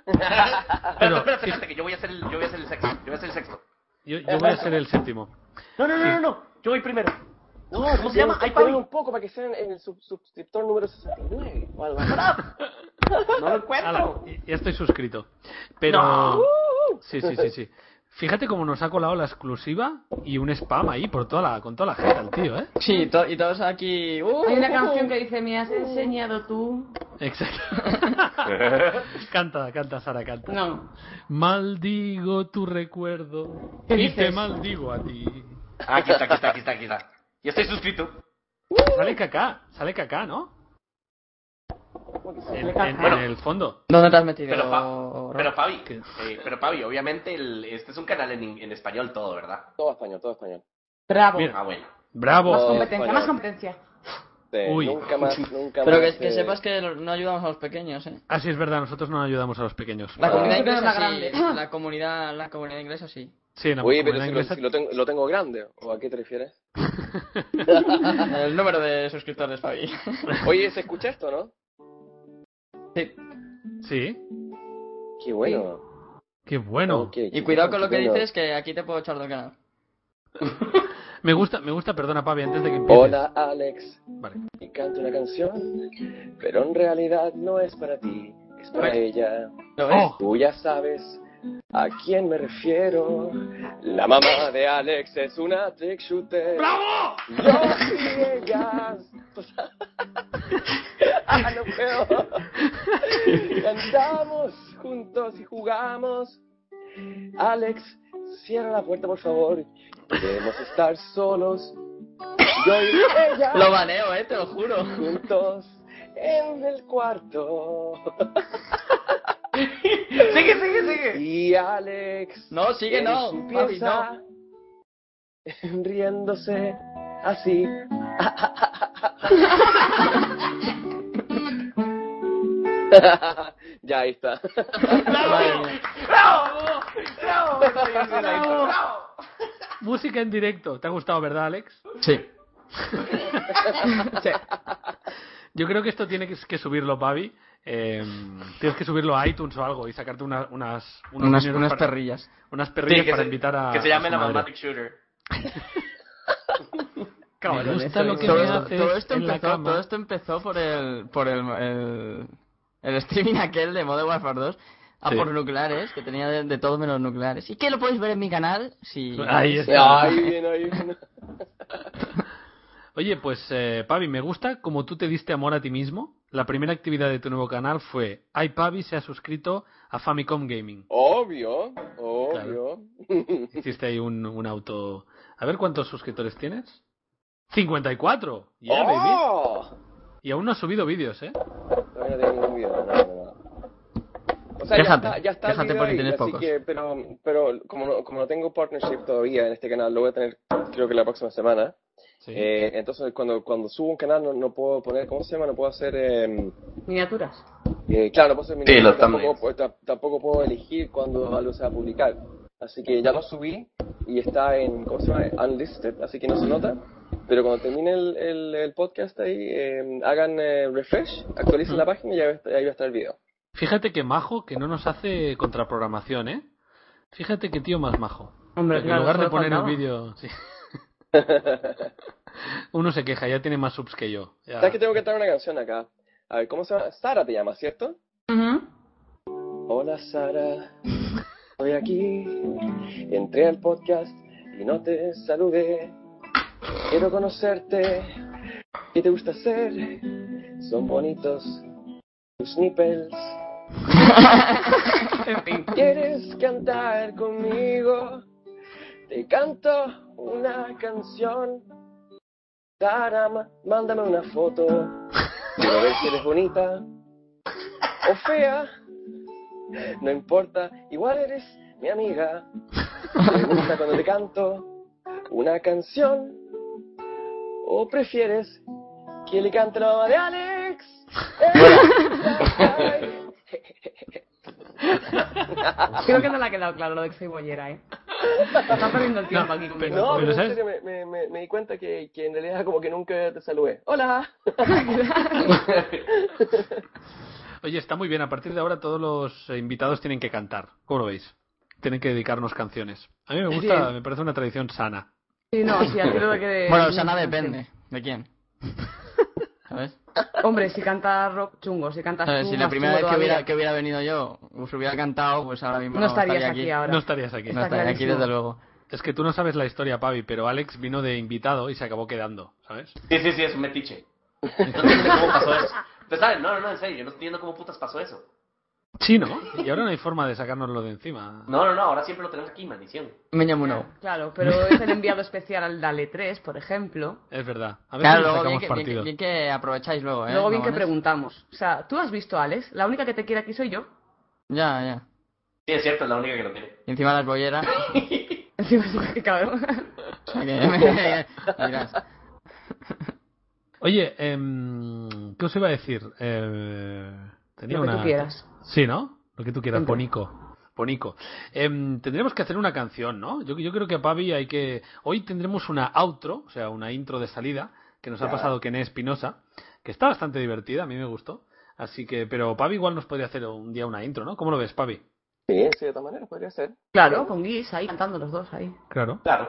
Speaker 3: Pero-
Speaker 5: Ah,
Speaker 4: Espérate, espérate, espérate, que yo voy a hacer el, yo voy a hacer el sexto. Yo voy a hacer el sexto.
Speaker 3: Yo, yo voy a ser el séptimo.
Speaker 4: No, no, no, no, no. Yo voy primero.
Speaker 5: No,
Speaker 4: ¿Cómo se llama? Ay,
Speaker 5: Esperen
Speaker 4: Fabi.
Speaker 5: un poco para que sean en el sub- suscriptor número 69. o algo así.
Speaker 4: No lo
Speaker 3: Ala,
Speaker 4: encuentro.
Speaker 3: ya estoy suscrito. Pero. Sí, sí, sí, sí. Fíjate cómo nos ha colado la exclusiva y un spam ahí por toda la, con toda la gente, el tío, ¿eh?
Speaker 7: Sí, to- y todos aquí. ¡uh!
Speaker 2: Hay una canción que dice, me has enseñado tú.
Speaker 3: Exacto. canta, canta, Sara, canta.
Speaker 2: No.
Speaker 3: Maldigo tu recuerdo
Speaker 2: ¿Qué
Speaker 3: y te
Speaker 2: dices?
Speaker 3: maldigo a ti.
Speaker 4: Ah, aquí está, aquí está, aquí está, aquí está. Y estoy suscrito.
Speaker 3: Sale caca, sale caca, ¿no? En, en-
Speaker 4: Bueno.
Speaker 3: en el fondo.
Speaker 7: ¿Dónde te has metido?
Speaker 4: Pero, Fa-
Speaker 7: Rob?
Speaker 4: pero Fabi,
Speaker 3: ¿Qué?
Speaker 4: eh, pero Fabi, obviamente el- este es un canal en, en español todo, ¿verdad?
Speaker 5: Todo español, todo español.
Speaker 2: Bravo.
Speaker 3: Mira.
Speaker 4: Ah, bueno.
Speaker 2: Más
Speaker 3: Bravo.
Speaker 5: Oh,
Speaker 2: competencia,
Speaker 5: bueno.
Speaker 2: más competencia.
Speaker 5: Sí,
Speaker 3: Uy.
Speaker 5: Este, Nunca más, nunca
Speaker 7: Pero
Speaker 5: más.
Speaker 7: que, que
Speaker 5: eh,
Speaker 7: sepas que no ayudamos a los pequeños, ¿eh?
Speaker 3: Así Ah, es verdad, nosotros no ayudamos a los pequeños.
Speaker 7: La
Speaker 5: Ah.
Speaker 7: comunidad
Speaker 2: Eso que es
Speaker 7: inglesa
Speaker 2: la
Speaker 7: sí.
Speaker 2: grande.
Speaker 7: La comunidad, la comunidad inglesa sí.
Speaker 3: Sí, en la
Speaker 5: Oye, pero
Speaker 3: comunidad
Speaker 5: si,
Speaker 3: inglesa-
Speaker 5: lo, si lo tengo, lo tengo grande, ¿o a qué te refieres?
Speaker 7: El número de suscriptores, Fabi.
Speaker 5: Oye, ¿se escucha esto, no?
Speaker 7: Sí.
Speaker 3: Sí,
Speaker 5: Qué bueno.
Speaker 3: qué bueno.
Speaker 5: Ok, qué
Speaker 7: Y cuidado
Speaker 5: bueno,
Speaker 7: con lo que
Speaker 5: qué bueno.
Speaker 7: dices, que aquí te puedo echar del canal.
Speaker 3: Me gusta, me gusta, perdona, Pavi, antes de que empieces.
Speaker 5: Hola, Alex.
Speaker 3: Vale.
Speaker 5: y canto una canción, pero en realidad no es para ti, es para ella.
Speaker 7: ¿Lo ves?
Speaker 3: Oh.
Speaker 5: Tú ya sabes a quién me refiero. La mamá de Alex es una trick shooter.
Speaker 3: ¡Bravo!
Speaker 5: Yo y ellas. ah, no puedo. Cantamos juntos y jugamos. Alex, cierra la puerta, por favor. Queremos estar solos. Yo y ellas
Speaker 7: Lo baneo, eh, te lo juro.
Speaker 5: juntos en el cuarto.
Speaker 4: Sigue, sigue, sigue.
Speaker 5: Y Alex
Speaker 7: No, sigue, no. Fabi, no.
Speaker 5: empieza riéndose así. ya ahí está.
Speaker 7: Madre mía.
Speaker 4: ¡Bravo! ¡Bravo! ¡Bravo! ¡Bravo!
Speaker 3: Música en directo. ¿Te ha gustado, verdad, Alex?
Speaker 7: Sí. Sí.
Speaker 3: Yo creo que esto tiene que- que subirlo, Pavi. Eh, tienes que subirlo a iTunes o algo y sacarte una- unas unos
Speaker 7: Unas,
Speaker 3: dineros
Speaker 7: unas
Speaker 3: para-
Speaker 7: perrillas.
Speaker 3: unas
Speaker 4: Sí,
Speaker 3: perrillas
Speaker 4: que
Speaker 3: para
Speaker 4: se-
Speaker 3: invitar a
Speaker 4: Que se
Speaker 3: a
Speaker 4: llame
Speaker 3: su
Speaker 4: la
Speaker 3: madre.
Speaker 4: Magmatic Shooter.
Speaker 3: Me
Speaker 7: Todo
Speaker 3: gusta lo que
Speaker 7: esto-
Speaker 3: me
Speaker 7: todo
Speaker 3: haces
Speaker 7: todo esto
Speaker 3: en la
Speaker 7: empezó,
Speaker 3: cama.
Speaker 7: todo esto empezó por el por el, el, el streaming aquel de Modern Warfare 2 a
Speaker 3: Sí.
Speaker 7: por nucleares que tenía de, de todo menos nucleares y que lo podéis ver en mi canal si
Speaker 3: Ahí
Speaker 5: Eh,
Speaker 3: está.
Speaker 5: Ahí viene, ahí viene.
Speaker 3: Oye, pues eh, Pavi, me gusta como tú te diste amor a ti mismo. La primera actividad de tu nuevo canal fue iPavi se ha suscrito a Famicom Gaming.
Speaker 5: Obvio, obvio.
Speaker 3: Hiciste ahí un, un auto. A ver cuántos suscriptores tienes. 54. Ya, baby.
Speaker 5: ¡Oh!
Speaker 3: Y aún no has subido vídeos, ¿eh?
Speaker 5: Todavía no tengo ningún video, no, no, no. O sea,
Speaker 7: Quéjate,
Speaker 5: ya está, ya está el
Speaker 7: quéjate
Speaker 5: video
Speaker 7: porque
Speaker 5: ahí,
Speaker 7: tienes
Speaker 5: así
Speaker 7: pocos.
Speaker 5: que, pero, pero como, no, como no tengo partnership todavía en este canal, lo voy a tener creo que la próxima semana.
Speaker 3: Sí.
Speaker 5: Eh, entonces, cuando, cuando subo un canal no, no puedo poner, ¿cómo se llama? No puedo hacer... em,
Speaker 2: Miniaturas.
Speaker 5: Eh, claro, no puedo hacer mi
Speaker 4: Sí,
Speaker 5: nombre,
Speaker 4: los
Speaker 5: tampoco,
Speaker 4: thumbnails.
Speaker 5: puedo- ta- tampoco puedo elegir cuándo algo se va a publicar. Así que ya lo subí y está en, ¿cómo se llama? Unlisted, así que no se nota. Pero cuando termine el, el, el podcast ahí, eh, hagan eh, refresh, actualicen la página y ahí va a estar- ahí va a estar el video.
Speaker 3: Fíjate que majo que no nos hace contraprogramación, ¿eh? Fíjate que tío más majo.
Speaker 2: Hombre,
Speaker 3: en
Speaker 2: claro,
Speaker 3: lugar de
Speaker 2: solo
Speaker 3: poner
Speaker 2: faltaba.
Speaker 3: el vídeo. sí. Uno se queja, ya tiene más subs que yo. Ya.
Speaker 5: ¿Sabes que tengo que cantar una canción acá? A ver, ¿cómo se llama? Sara te llama, ¿cierto? Hola Sara, estoy aquí. Entré al podcast y no te saludé. Quiero conocerte. ¿Qué te gusta hacer? Son bonitos tus nipples. ¿Quieres cantar conmigo? Te canto una canción. Sara, ma- mándame una foto. Quiero ver si eres bonita o fea. No importa, igual eres mi amiga. ¿Te gusta cuando te canto una canción? ¿O prefieres que le cante la mamá de Alex?
Speaker 2: Creo que no le ha quedado claro lo de cebollera, ¿eh? Está perdiendo el tiempo aquí conmigo.
Speaker 5: No,
Speaker 3: Pero,
Speaker 5: pero en
Speaker 3: ¿sabes?
Speaker 5: serio, me, me- me- me di cuenta que, que en realidad como que nunca te saludé. ¡Hola!
Speaker 3: Oye, está muy bien. A partir de ahora todos los eh, invitados tienen que cantar. ¿Cómo lo veis? Tienen que dedicarnos canciones. A mí me gusta,
Speaker 2: Bien.
Speaker 3: me parece una tradición sana.
Speaker 2: Sí, no, sí, aquí lo que...
Speaker 7: bueno o sea nada depende de quién ¿Sabes?
Speaker 2: Hombre, si cantas rock chungo, si cantas
Speaker 7: ¿Sabes?
Speaker 2: tú
Speaker 7: si la
Speaker 2: más
Speaker 7: primera vez
Speaker 2: chungo
Speaker 7: que hubiera,
Speaker 2: todavía,
Speaker 7: que hubiera venido yo os hubiera cantado pues ahora mismo
Speaker 2: No estarías
Speaker 7: estaría
Speaker 2: aquí, ahora.
Speaker 3: No estarías aquí.
Speaker 7: no
Speaker 2: Está
Speaker 7: estaría aquí
Speaker 2: clarísimo.
Speaker 7: desde luego
Speaker 3: Es que tú no sabes la historia, Pavi, pero Alex vino de invitado y se acabó quedando, ¿sabes?
Speaker 4: Sí, sí, sí, es un metiche. No entiendo cómo pasó eso. Pues, ¿sabes? No, no, no, en serio, yo no entiendo cómo putas pasó eso.
Speaker 3: Sí, ¿no? Y ahora no hay forma de sacárnoslo de encima.
Speaker 4: No, no, no, ahora siempre lo tenemos aquí, maldición.
Speaker 7: me llamo no
Speaker 2: Claro, pero es el enviado especial al Dale 3, por ejemplo.
Speaker 3: Es verdad. A veces
Speaker 7: claro
Speaker 3: le
Speaker 7: luego bien que, bien,
Speaker 3: sacamos
Speaker 7: que-
Speaker 3: partido.
Speaker 7: bien que aprovecháis luego ¿eh?
Speaker 2: Luego bien que
Speaker 7: Mamones.
Speaker 2: preguntamos. O sea, ¿tú has visto a Alex? La única que te quiere aquí soy yo.
Speaker 7: ya ya
Speaker 4: Sí, es cierto, es la única que lo tiene.
Speaker 7: y encima las bolleras
Speaker 2: Encima es que cabrón.
Speaker 7: o sea que- Dirás.
Speaker 3: Oye, em, ¿qué os iba a decir? Eh, tenía
Speaker 2: Lo que tú
Speaker 3: una-
Speaker 2: quieras.
Speaker 3: Sí, ¿no? Lo que tú quieras,
Speaker 2: Siempre.
Speaker 3: Ponico. Ponico. Em, tendremos que hacer una canción, ¿no? Yo, yo creo que a Pavi hay que... Hoy tendremos una outro, o sea, una intro de salida, que nos ha pasado Kené Espinosa, que está bastante divertida, a mí me gustó. Así que, pero Pavi igual nos podría hacer un día una intro, ¿no? ¿Cómo lo ves, Pavi?
Speaker 5: Sí, sí, de todas maneras podría ser.
Speaker 2: Claro, con Guis ahí cantando los dos ahí.
Speaker 3: Claro.
Speaker 4: Claro.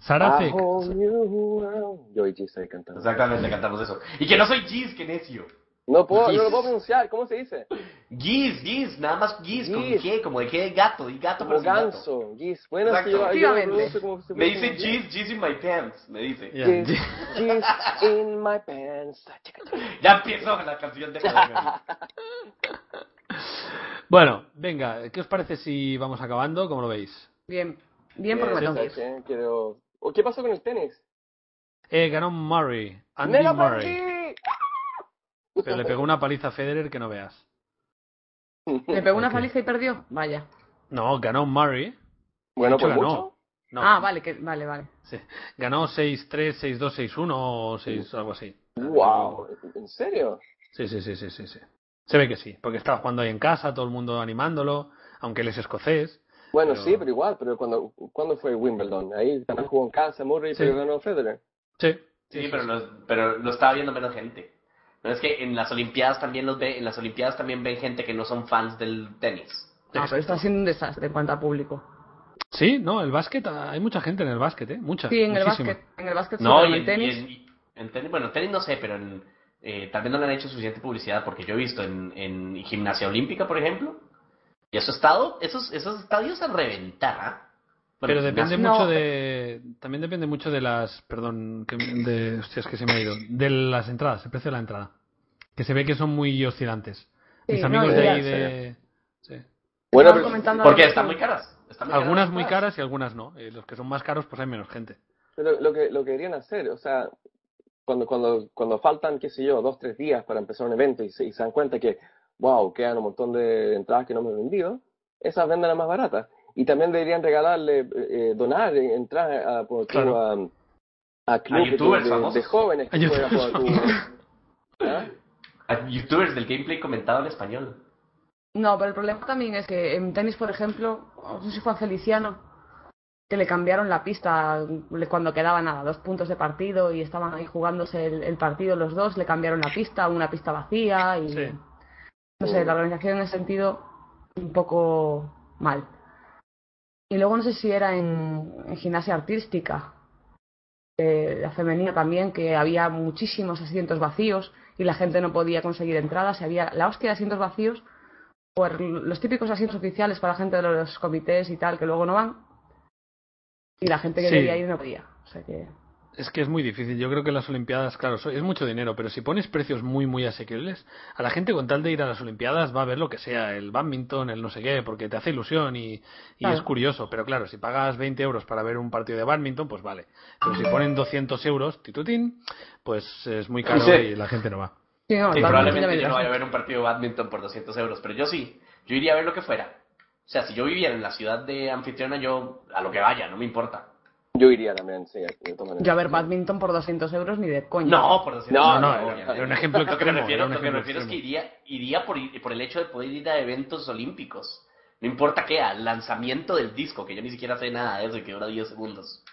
Speaker 3: Sara hace-
Speaker 5: A whole new world. Ah, Yo y G estoy cantando.
Speaker 4: Exactamente, cantamos eso. Y que no soy Giz, que necio.
Speaker 5: No puedo, no lo puedo pronunciar, ¿cómo se dice?
Speaker 4: Giz, Giz, nada más Giz, con
Speaker 5: Giz.
Speaker 4: G, como el G de gato, y gato
Speaker 5: Como
Speaker 4: pero sin gato.
Speaker 5: ganso, Giz. Bueno, sí, yo, yo lo
Speaker 2: Efectivamente.
Speaker 5: pronuncio como si
Speaker 4: Me dice
Speaker 5: fuese un
Speaker 4: Giz, Giz in my pants, me dice.
Speaker 3: Ya.
Speaker 5: Jizz, jizz in my pants.
Speaker 4: Ya empiezo con la canción de
Speaker 3: Bueno, venga, ¿qué os parece si vamos acabando? ¿Cómo lo veis?
Speaker 2: Bien. Bien porque me tengo que ir.
Speaker 5: Bien, quiero- ¿O ¿Qué pasó con el tenis?
Speaker 3: Eh, ganó Murray. Andy
Speaker 5: ¡Nega
Speaker 3: Murray.
Speaker 5: Murray!
Speaker 3: Pero le pegó una paliza a Federer que no veas.
Speaker 2: ¿Le pegó una
Speaker 3: Ok.
Speaker 2: paliza y perdió? Vaya.
Speaker 3: No, ganó Murray.
Speaker 5: Bueno,
Speaker 3: De hecho,
Speaker 5: pues
Speaker 3: ganó.
Speaker 5: mucho.
Speaker 3: No,
Speaker 2: Ah, vale, que, vale, vale.
Speaker 3: sí. ganó 6-3, 6-2, 6-1 o 6, algo así.
Speaker 5: ¡Wow! ¿En serio?
Speaker 3: Sí, sí, sí, sí, sí, sí. Se ve que sí, porque estaba jugando ahí en casa, todo el mundo animándolo, aunque él es escocés.
Speaker 5: Bueno,
Speaker 3: Pero-
Speaker 5: sí, pero igual, pero cuando, ¿cuándo fue Wimbledon? Ahí también jugó en casa Murray,
Speaker 3: Sí.
Speaker 5: pero ganó Federer.
Speaker 2: Ah,
Speaker 3: Sí.
Speaker 4: Sí, pero lo, pero lo estaba viendo menos gente. No es que en las Olimpiadas también los ve, en las Olimpiadas también ven gente que no son fans del tenis.
Speaker 3: Ah,
Speaker 2: No, pero está siendo un desastre en cuanto a público.
Speaker 3: Sí, no, el básquet, ah, hay mucha gente en el básquet, ¿eh? Mucha.
Speaker 2: Sí, en el
Speaker 3: muchísima.
Speaker 2: básquet, en el básquet,
Speaker 4: No,
Speaker 2: sobre
Speaker 4: y
Speaker 2: el
Speaker 4: en,
Speaker 2: tenis.
Speaker 4: y en- y en tenis, bueno, tenis no sé, pero en, eh, tal vez no le han hecho suficiente publicidad porque yo he visto en, en gimnasia olímpica, por ejemplo, y eso estado, esos, esos estadios a reventar, ¿ah? Bueno,
Speaker 3: Pero depende
Speaker 4: gimnasia-
Speaker 2: No.
Speaker 3: mucho de. También depende mucho de las. Perdón, que, de, hostias, que se me ha ido. De las entradas, el precio de la entrada. Que se ve que son muy oscilantes.
Speaker 2: Sí,
Speaker 3: Mis
Speaker 2: no,
Speaker 3: amigos
Speaker 2: y
Speaker 3: de
Speaker 2: ya,
Speaker 3: ahí
Speaker 5: sí.
Speaker 3: de. sí.
Speaker 5: Bueno,
Speaker 2: Estaban
Speaker 5: pero-
Speaker 2: comentando
Speaker 4: Porque
Speaker 2: algo
Speaker 4: están
Speaker 2: así.
Speaker 4: muy caras. están muy
Speaker 3: Algunas
Speaker 4: las
Speaker 3: muy caras y algunas no. Eh, los que son más caros, pues hay menos gente.
Speaker 5: Pero lo que, lo que deberían hacer, o sea, cuando, cuando, cuando faltan, qué sé yo, dos, tres días para empezar un evento y se, y se dan cuenta que, wow, quedan un montón de entradas que no me he vendido, esas vendan las más baratas. Y también deberían regalarle, eh, eh, donar eh, entradas a, por tu,
Speaker 3: Claro.
Speaker 5: a, a clubes de-
Speaker 4: youtubers
Speaker 5: de,
Speaker 4: famosos.
Speaker 5: de jóvenes
Speaker 3: A
Speaker 5: que juegan por tu... ¿Ah?
Speaker 4: A youtubers del gameplay comentado en español.
Speaker 2: No, pero el problema también es que en tenis, por ejemplo, oh, no sé si fue a Feliciano, que le cambiaron la pista le- cuando quedaban a dos puntos de partido y estaban ahí jugándose el, el partido los dos, le cambiaron la pista, una pista vacía y
Speaker 3: Sí.
Speaker 2: no sé, la organización en ese sentido un poco mal. Y luego no sé si era en, en gimnasia artística, eh, la femenina también, que había muchísimos asientos vacíos y la gente no podía conseguir entradas, y había la hostia de asientos vacíos por los típicos asientos oficiales para gente de los comités y tal, que luego no van. Y la gente que
Speaker 3: Sí.
Speaker 2: quería ir no podía. O sea que...
Speaker 3: Es que es muy difícil. Yo creo que las Olimpiadas, claro, so- es mucho dinero, pero si pones precios muy, muy asequibles, a la gente con tal de ir a las Olimpiadas va a ver lo que sea, el badminton, el no sé qué, porque te hace ilusión y, y
Speaker 2: Claro.
Speaker 3: es curioso. Pero claro, si pagas 20 euros para ver un partido de badminton, pues vale. Pero si ponen 200 euros, titutín, pues es muy caro
Speaker 5: Sí.
Speaker 3: y la gente no va.
Speaker 2: Sí, no,
Speaker 4: Sí,
Speaker 2: el badminton ya me
Speaker 4: probablemente yo
Speaker 2: dirás.
Speaker 4: no vaya a ver un partido de badminton por 200 euros, pero yo sí. Yo iría a ver lo que fuera. O sea, si yo viviera en la ciudad de anfitriona, yo a lo que vaya, no me importa.
Speaker 5: Yo iría también, sí, de todas maneras.
Speaker 2: Yo a ver badminton por 200 euros ni de coña.
Speaker 4: No, por 200
Speaker 5: No,
Speaker 4: euros.
Speaker 5: no,
Speaker 4: obviamente.
Speaker 5: era
Speaker 3: un ejemplo
Speaker 4: Lo que me
Speaker 3: extremo, era
Speaker 4: refiero,
Speaker 3: un
Speaker 4: lo que me
Speaker 3: ejemplo
Speaker 4: refiero es que
Speaker 3: extremo.
Speaker 4: iría, iría por, por el hecho de poder ir a eventos olímpicos. No importa qué, al lanzamiento del disco, que yo ni siquiera sé nada de eso y que dura 10 segundos.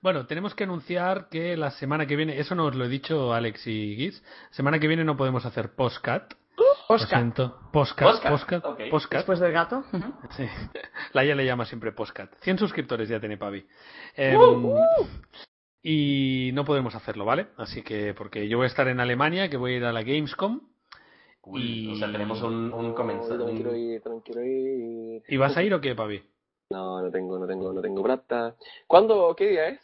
Speaker 3: Bueno, tenemos que anunciar que la semana que viene, eso nos lo he dicho Alex y Giz, semana que viene no podemos hacer postcat.
Speaker 2: Oscar,
Speaker 3: Postcat,
Speaker 4: Postcat,
Speaker 3: postcat,
Speaker 4: ok.
Speaker 3: postcat.
Speaker 2: después del gato. ujú.
Speaker 3: Sí. Laia le llama siempre Postcat. 100 suscriptores ya tiene Pavi. Em,
Speaker 4: ¡Uh!
Speaker 3: Y no podemos hacerlo, ¿vale? Así que, porque yo voy a estar en Alemania, que voy a ir a la Gamescom.
Speaker 4: Uy,
Speaker 3: Y-
Speaker 4: O sea, tenemos un, un comenzar.
Speaker 5: No, no quiero
Speaker 4: un-
Speaker 5: ir, no quiero ir.
Speaker 3: ¿Y vas a ir o qué, Pavi?
Speaker 5: No, no tengo, no tengo, no tengo plata. ¿Cuándo? ¿Qué día es?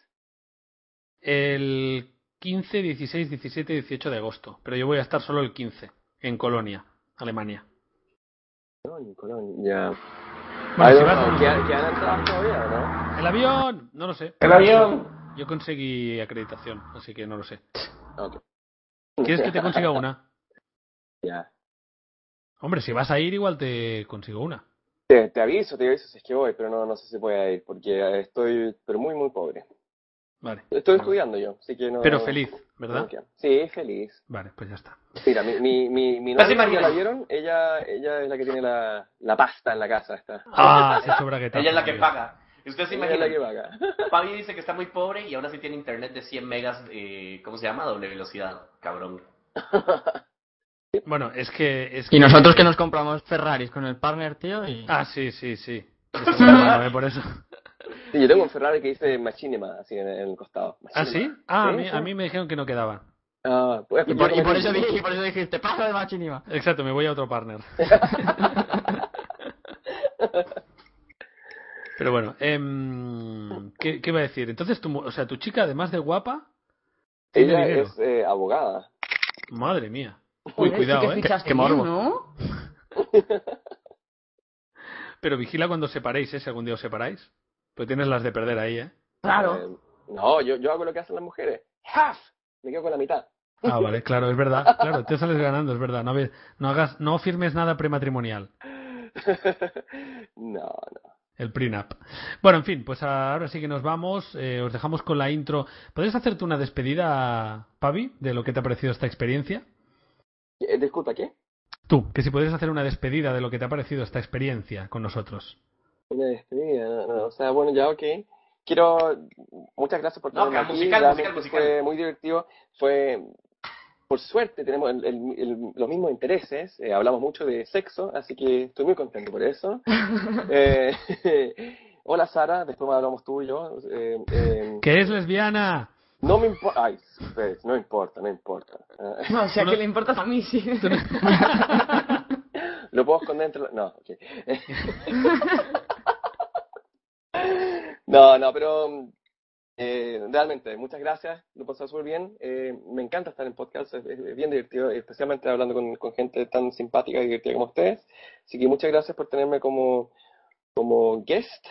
Speaker 3: El 15, 16, 17, 18 de agosto. Pero yo voy a estar solo el 15, en Colonia, Alemania.
Speaker 5: Colón, Colón, ya.
Speaker 3: Bueno,
Speaker 5: Ay,
Speaker 3: si
Speaker 5: no,
Speaker 3: vas-
Speaker 5: no, ¿quedan- quedan entradas todavía, ¿no?
Speaker 3: ¿El avión? No lo sé.
Speaker 4: ¡El avión!
Speaker 3: Yo conseguí acreditación, así que no lo sé.
Speaker 5: Ok.
Speaker 3: ¿Quieres que te consiga una?
Speaker 5: Ya.
Speaker 3: Hombre, si vas a ir, igual te consigo una.
Speaker 5: Te, te aviso, te aviso si es que voy, pero no, no sé si voy a ir, porque estoy pero muy, muy pobre.
Speaker 3: Vale.
Speaker 5: Estoy estudiando yo, así que no...
Speaker 3: Pero feliz, ¿verdad?
Speaker 5: Ok. Sí, feliz.
Speaker 3: Vale, pues ya está.
Speaker 5: Mira, mi, mi, mi, mi
Speaker 4: Casi
Speaker 5: novia, ya la
Speaker 4: María.
Speaker 5: vieron, ella, ella es la que tiene la, la pasta en la casa, está.
Speaker 3: Ah, se sobraguetazo,
Speaker 4: Ella es la que
Speaker 3: muy bien.
Speaker 4: paga. Usted se
Speaker 5: Ella es la
Speaker 4: imagina.
Speaker 5: que paga.
Speaker 4: Fabi dice que está muy pobre y aún así tiene internet de 100 megas, eh, ¿cómo se llama? Doble velocidad, cabrón.
Speaker 3: Bueno, es que, es
Speaker 7: Y nosotros que nos compramos Ferraris con el partner, tío, y...
Speaker 3: Ah, sí, sí, sí. Eso me acuerdo, ¿eh? Por eso.
Speaker 5: Sí, yo tengo un Ferrari que dice Machinima, así en, en el costado.
Speaker 3: ¿Ah, sí?
Speaker 5: Machinima.
Speaker 3: Ah, a
Speaker 5: Sí,
Speaker 3: mí,
Speaker 5: sí.
Speaker 3: a mí me dijeron que no quedaban.
Speaker 5: Ah, pues,
Speaker 7: Y por, y
Speaker 5: yo-
Speaker 7: por eso dije, y por eso dije, te paso de machinima.
Speaker 3: Exacto, me voy a otro partner. Pero bueno, em, ¿qué, ¿qué iba a decir? Entonces, tu, mu- o sea, tu chica, además de guapa, tiene
Speaker 5: Ella
Speaker 3: dinero.
Speaker 5: es eh, abogada.
Speaker 3: Madre mía. Uy,
Speaker 2: Joder, sí
Speaker 3: cuidado,
Speaker 2: que
Speaker 3: ¿eh?
Speaker 2: fichas
Speaker 7: Qué- qué
Speaker 2: bien,
Speaker 7: morbo.
Speaker 2: ¿no?
Speaker 3: Pero vigila cuando os separéis, ¿eh? Si algún día os separáis. Pues tienes las de perder ahí, ¿eh?
Speaker 2: Claro.
Speaker 5: Eh, no, yo, yo hago lo que hacen las mujeres. Half. Me quedo con la mitad.
Speaker 3: Ah, vale, claro, es verdad. Claro, te sales ganando, es verdad. No, ve- no, hagas, no firmes nada prematrimonial.
Speaker 5: no, no.
Speaker 3: El prenup. Bueno, en fin, pues ahora sí que nos vamos. eh, os dejamos con la intro. ¿Podrías hacerte una despedida, Pavi, de lo que te ha parecido esta experiencia?
Speaker 5: Eh, disculpa, ¿qué?
Speaker 3: Tú, que si podrías hacer una despedida de lo que te ha parecido esta experiencia con nosotros.
Speaker 5: Una despedida, no, no, O sea, bueno, ya, ok. quiero muchas gracias por
Speaker 4: No,
Speaker 5: tenerme aquí,
Speaker 4: musical, musical,
Speaker 5: realmente
Speaker 4: musical.
Speaker 5: fue muy divertido fue por suerte tenemos el- el- el- los mismos intereses eh, hablamos mucho de sexo así que estoy muy contento por eso Eh, hola Sara después hablamos tú y yo eh, eh,
Speaker 3: Que es lesbiana.
Speaker 5: no me importa ay pues, no importa no importa Eh,
Speaker 2: No, o sea,
Speaker 3: Bueno.
Speaker 2: que le importas a mí, sí.
Speaker 5: Lo puedo esconder entre los... No, ok. no, no, pero mm, eh, realmente, muchas gracias. Lo he pasado súper bien. Eh, me encanta estar en podcast. Es, es- es bien divertido, especialmente hablando con, con gente tan simpática y divertida como ustedes. Así que muchas gracias por tenerme como, como guest,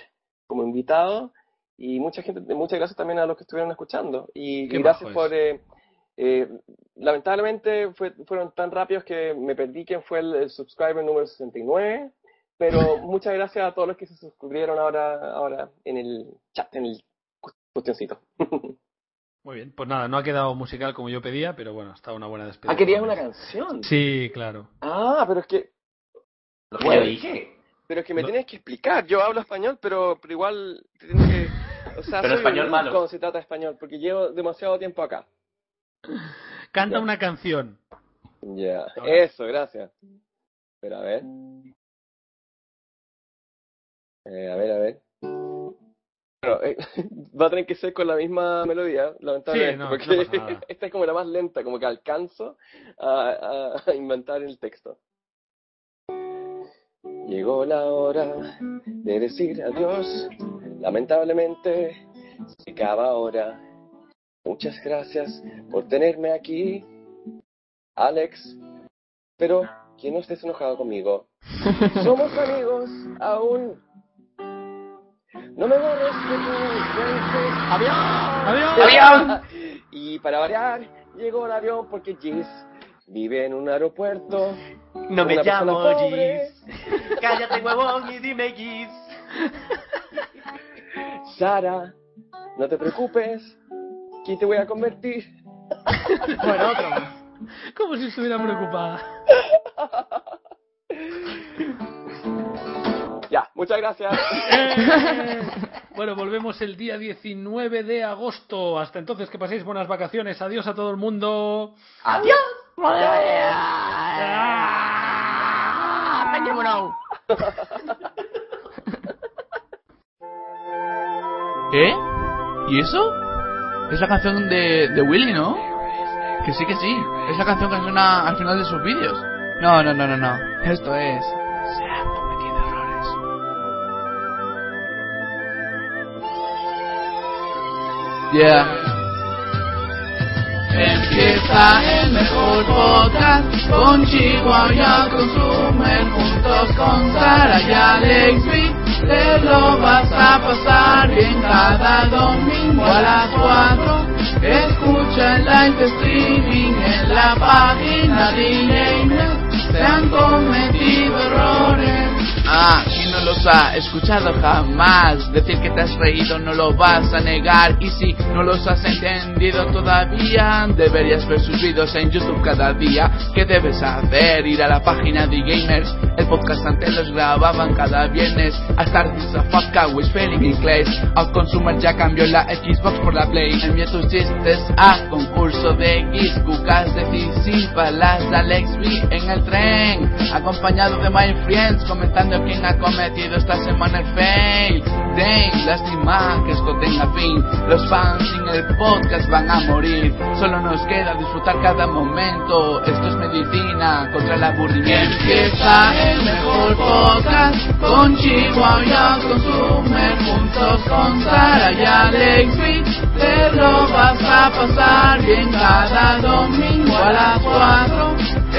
Speaker 5: como invitado. Y mucha gente, muchas gracias también a los que estuvieron escuchando. Y,
Speaker 3: Qué
Speaker 5: y gracias
Speaker 3: bajo
Speaker 5: por... eh, eh, lamentablemente fue- fueron tan rápidos que me perdí quién fue el, el subscriber número 69, pero muchas gracias a todos los que se suscribieron ahora, ahora en el chat, en el cu- cuestioncito.
Speaker 3: Muy bien, pues nada, no ha quedado musical como yo pedía, pero bueno, ha estado una buena despedida.
Speaker 5: ah, querías una canción.
Speaker 3: Sí, claro.
Speaker 5: Ah, pero es que,
Speaker 4: Lo que
Speaker 5: Bueno.
Speaker 4: yo dije.
Speaker 5: pero es que me
Speaker 3: No.
Speaker 5: tienes que explicar. Yo hablo español, pero, pero igual te tienes que... O sea,
Speaker 4: Pero
Speaker 5: soy
Speaker 4: español
Speaker 5: un
Speaker 4: malo.
Speaker 5: cuando se trata de español, porque llevo demasiado tiempo acá.
Speaker 3: Canta
Speaker 5: Ya.
Speaker 3: una canción.
Speaker 5: Ya,
Speaker 3: Ahora.
Speaker 5: eso, gracias. Pero a ver. Eh, a ver, a ver. Bueno, eh, va a tener que ser con la misma melodía, lamentablemente,
Speaker 3: Sí, no,
Speaker 5: porque
Speaker 3: no pasa nada.
Speaker 5: esta es como la más lenta, como que alcanzo a, a- a inventar el texto. Llegó la hora de decir adiós, lamentablemente se acaba ahora. Muchas gracias por tenerme aquí, Alex, pero que no estés enojado conmigo. Somos amigos aún. No me borres de tu
Speaker 3: ¡Adiós!
Speaker 5: ¡Avión! Y para variar, llegó el avión porque Giz vive en un aeropuerto.
Speaker 4: No me
Speaker 5: Una persona
Speaker 4: llamo
Speaker 5: pobre.
Speaker 4: Gis. Cállate, huevón, y dime Gis.
Speaker 5: Sara, no te preocupes, que te voy a convertir.
Speaker 2: Bueno, otro más.
Speaker 3: Como si estuviera preocupada.
Speaker 5: Ya, muchas gracias.
Speaker 3: Eh, Bueno, volvemos el día 19 de agosto. Hasta entonces, que paséis buenas vacaciones. Adiós a todo el mundo.
Speaker 4: Adiós.
Speaker 7: Ah, thank you, Bruno.
Speaker 8: ¿Eh? ¿Y eso? Es la canción de, de Willy, ¿no? Que sí, que sí. Es la canción que suena al final de sus vídeos. No, no, no, no, no. Esto es... Se han cometido errores. Yeah. Empieza el mejor podcast con Chihuahua ya consumen juntos con Sara y Alex Smith. Te lo vas a pasar bien cada domingo a las 4. Escucha el live de streaming en la página de Net. Se han cometido errores. Ah, y no los ha escuchado jamás. Decir que te has reído no lo vas a negar. Y si no los has entendido todavía, deberías ver sus vídeos en YouTube cada día. ¿Qué debes hacer? Ir a la página de Gamers. El podcast antes los grababan cada viernes. I started as a podcast with spelling English. Our consumer ya cambió la Xbox por la Play. Envía tus chistes a concurso de Geeks. Cucas de las Alex B en el tren. Acompañado de My Friends comentando quién ha cometido esta semana el fail. Dang, lástima que esto tenga fin. Los fans sin el podcast van a morir. Solo nos queda disfrutar cada momento. Esto es medicina contra el aburrimiento. Empieza el mejor podcast con Chihuahua y Consumer juntos con Sara y Alex B. Te lo vas a pasar bien cada domingo a las 4.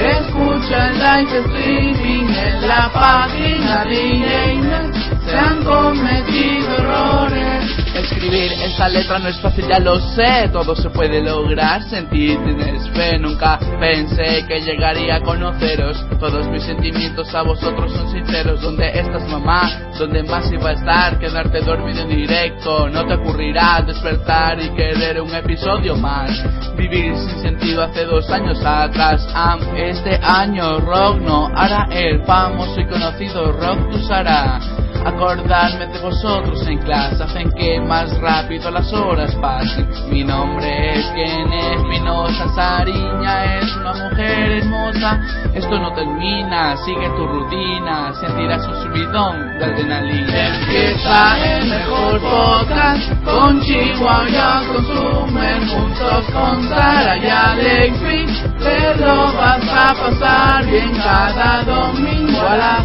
Speaker 8: Escucha el live streaming en la página de Internet. Se han cometido errores. Escribir esta letra no es fácil, ya lo sé. Todo se puede lograr. Sentir, tienes fe. Nunca pensé que llegaría a conoceros. Todos mis sentimientos a vosotros son sinceros. ¿Dónde estás, mamá? ¿Dónde más iba a estar? Quedarte dormido en directo. No te ocurrirá despertar y querer un episodio más. Vivir sin sentido hace dos años atrás. Am, este año rock no hará el famoso y conocido rock tú hará. Acordarme de vosotros en clase hacen que más rápido las horas pasen. Mi nombre es Ken Espinosa, Sariña es una mujer hermosa. Esto no termina, sigue tu rutina, sentirás un subidón de adrenalina. Empieza el mejor podcast con Chihuahua consumen juntos con Sara y Alexi. Te lo vas a pasar bien cada domingo a las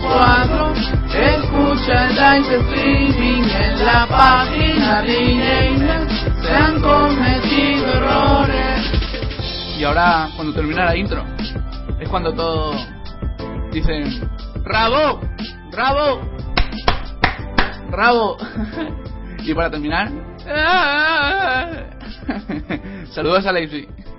Speaker 8: 4. Escucha el live streaming en la página de Gamer. Se han cometido errores. Y ahora, cuando termina la intro, es cuando todo dicen: ¡Rabo! ¡Rabo! ¡Rabo! y para terminar, Saludos a Leipzig.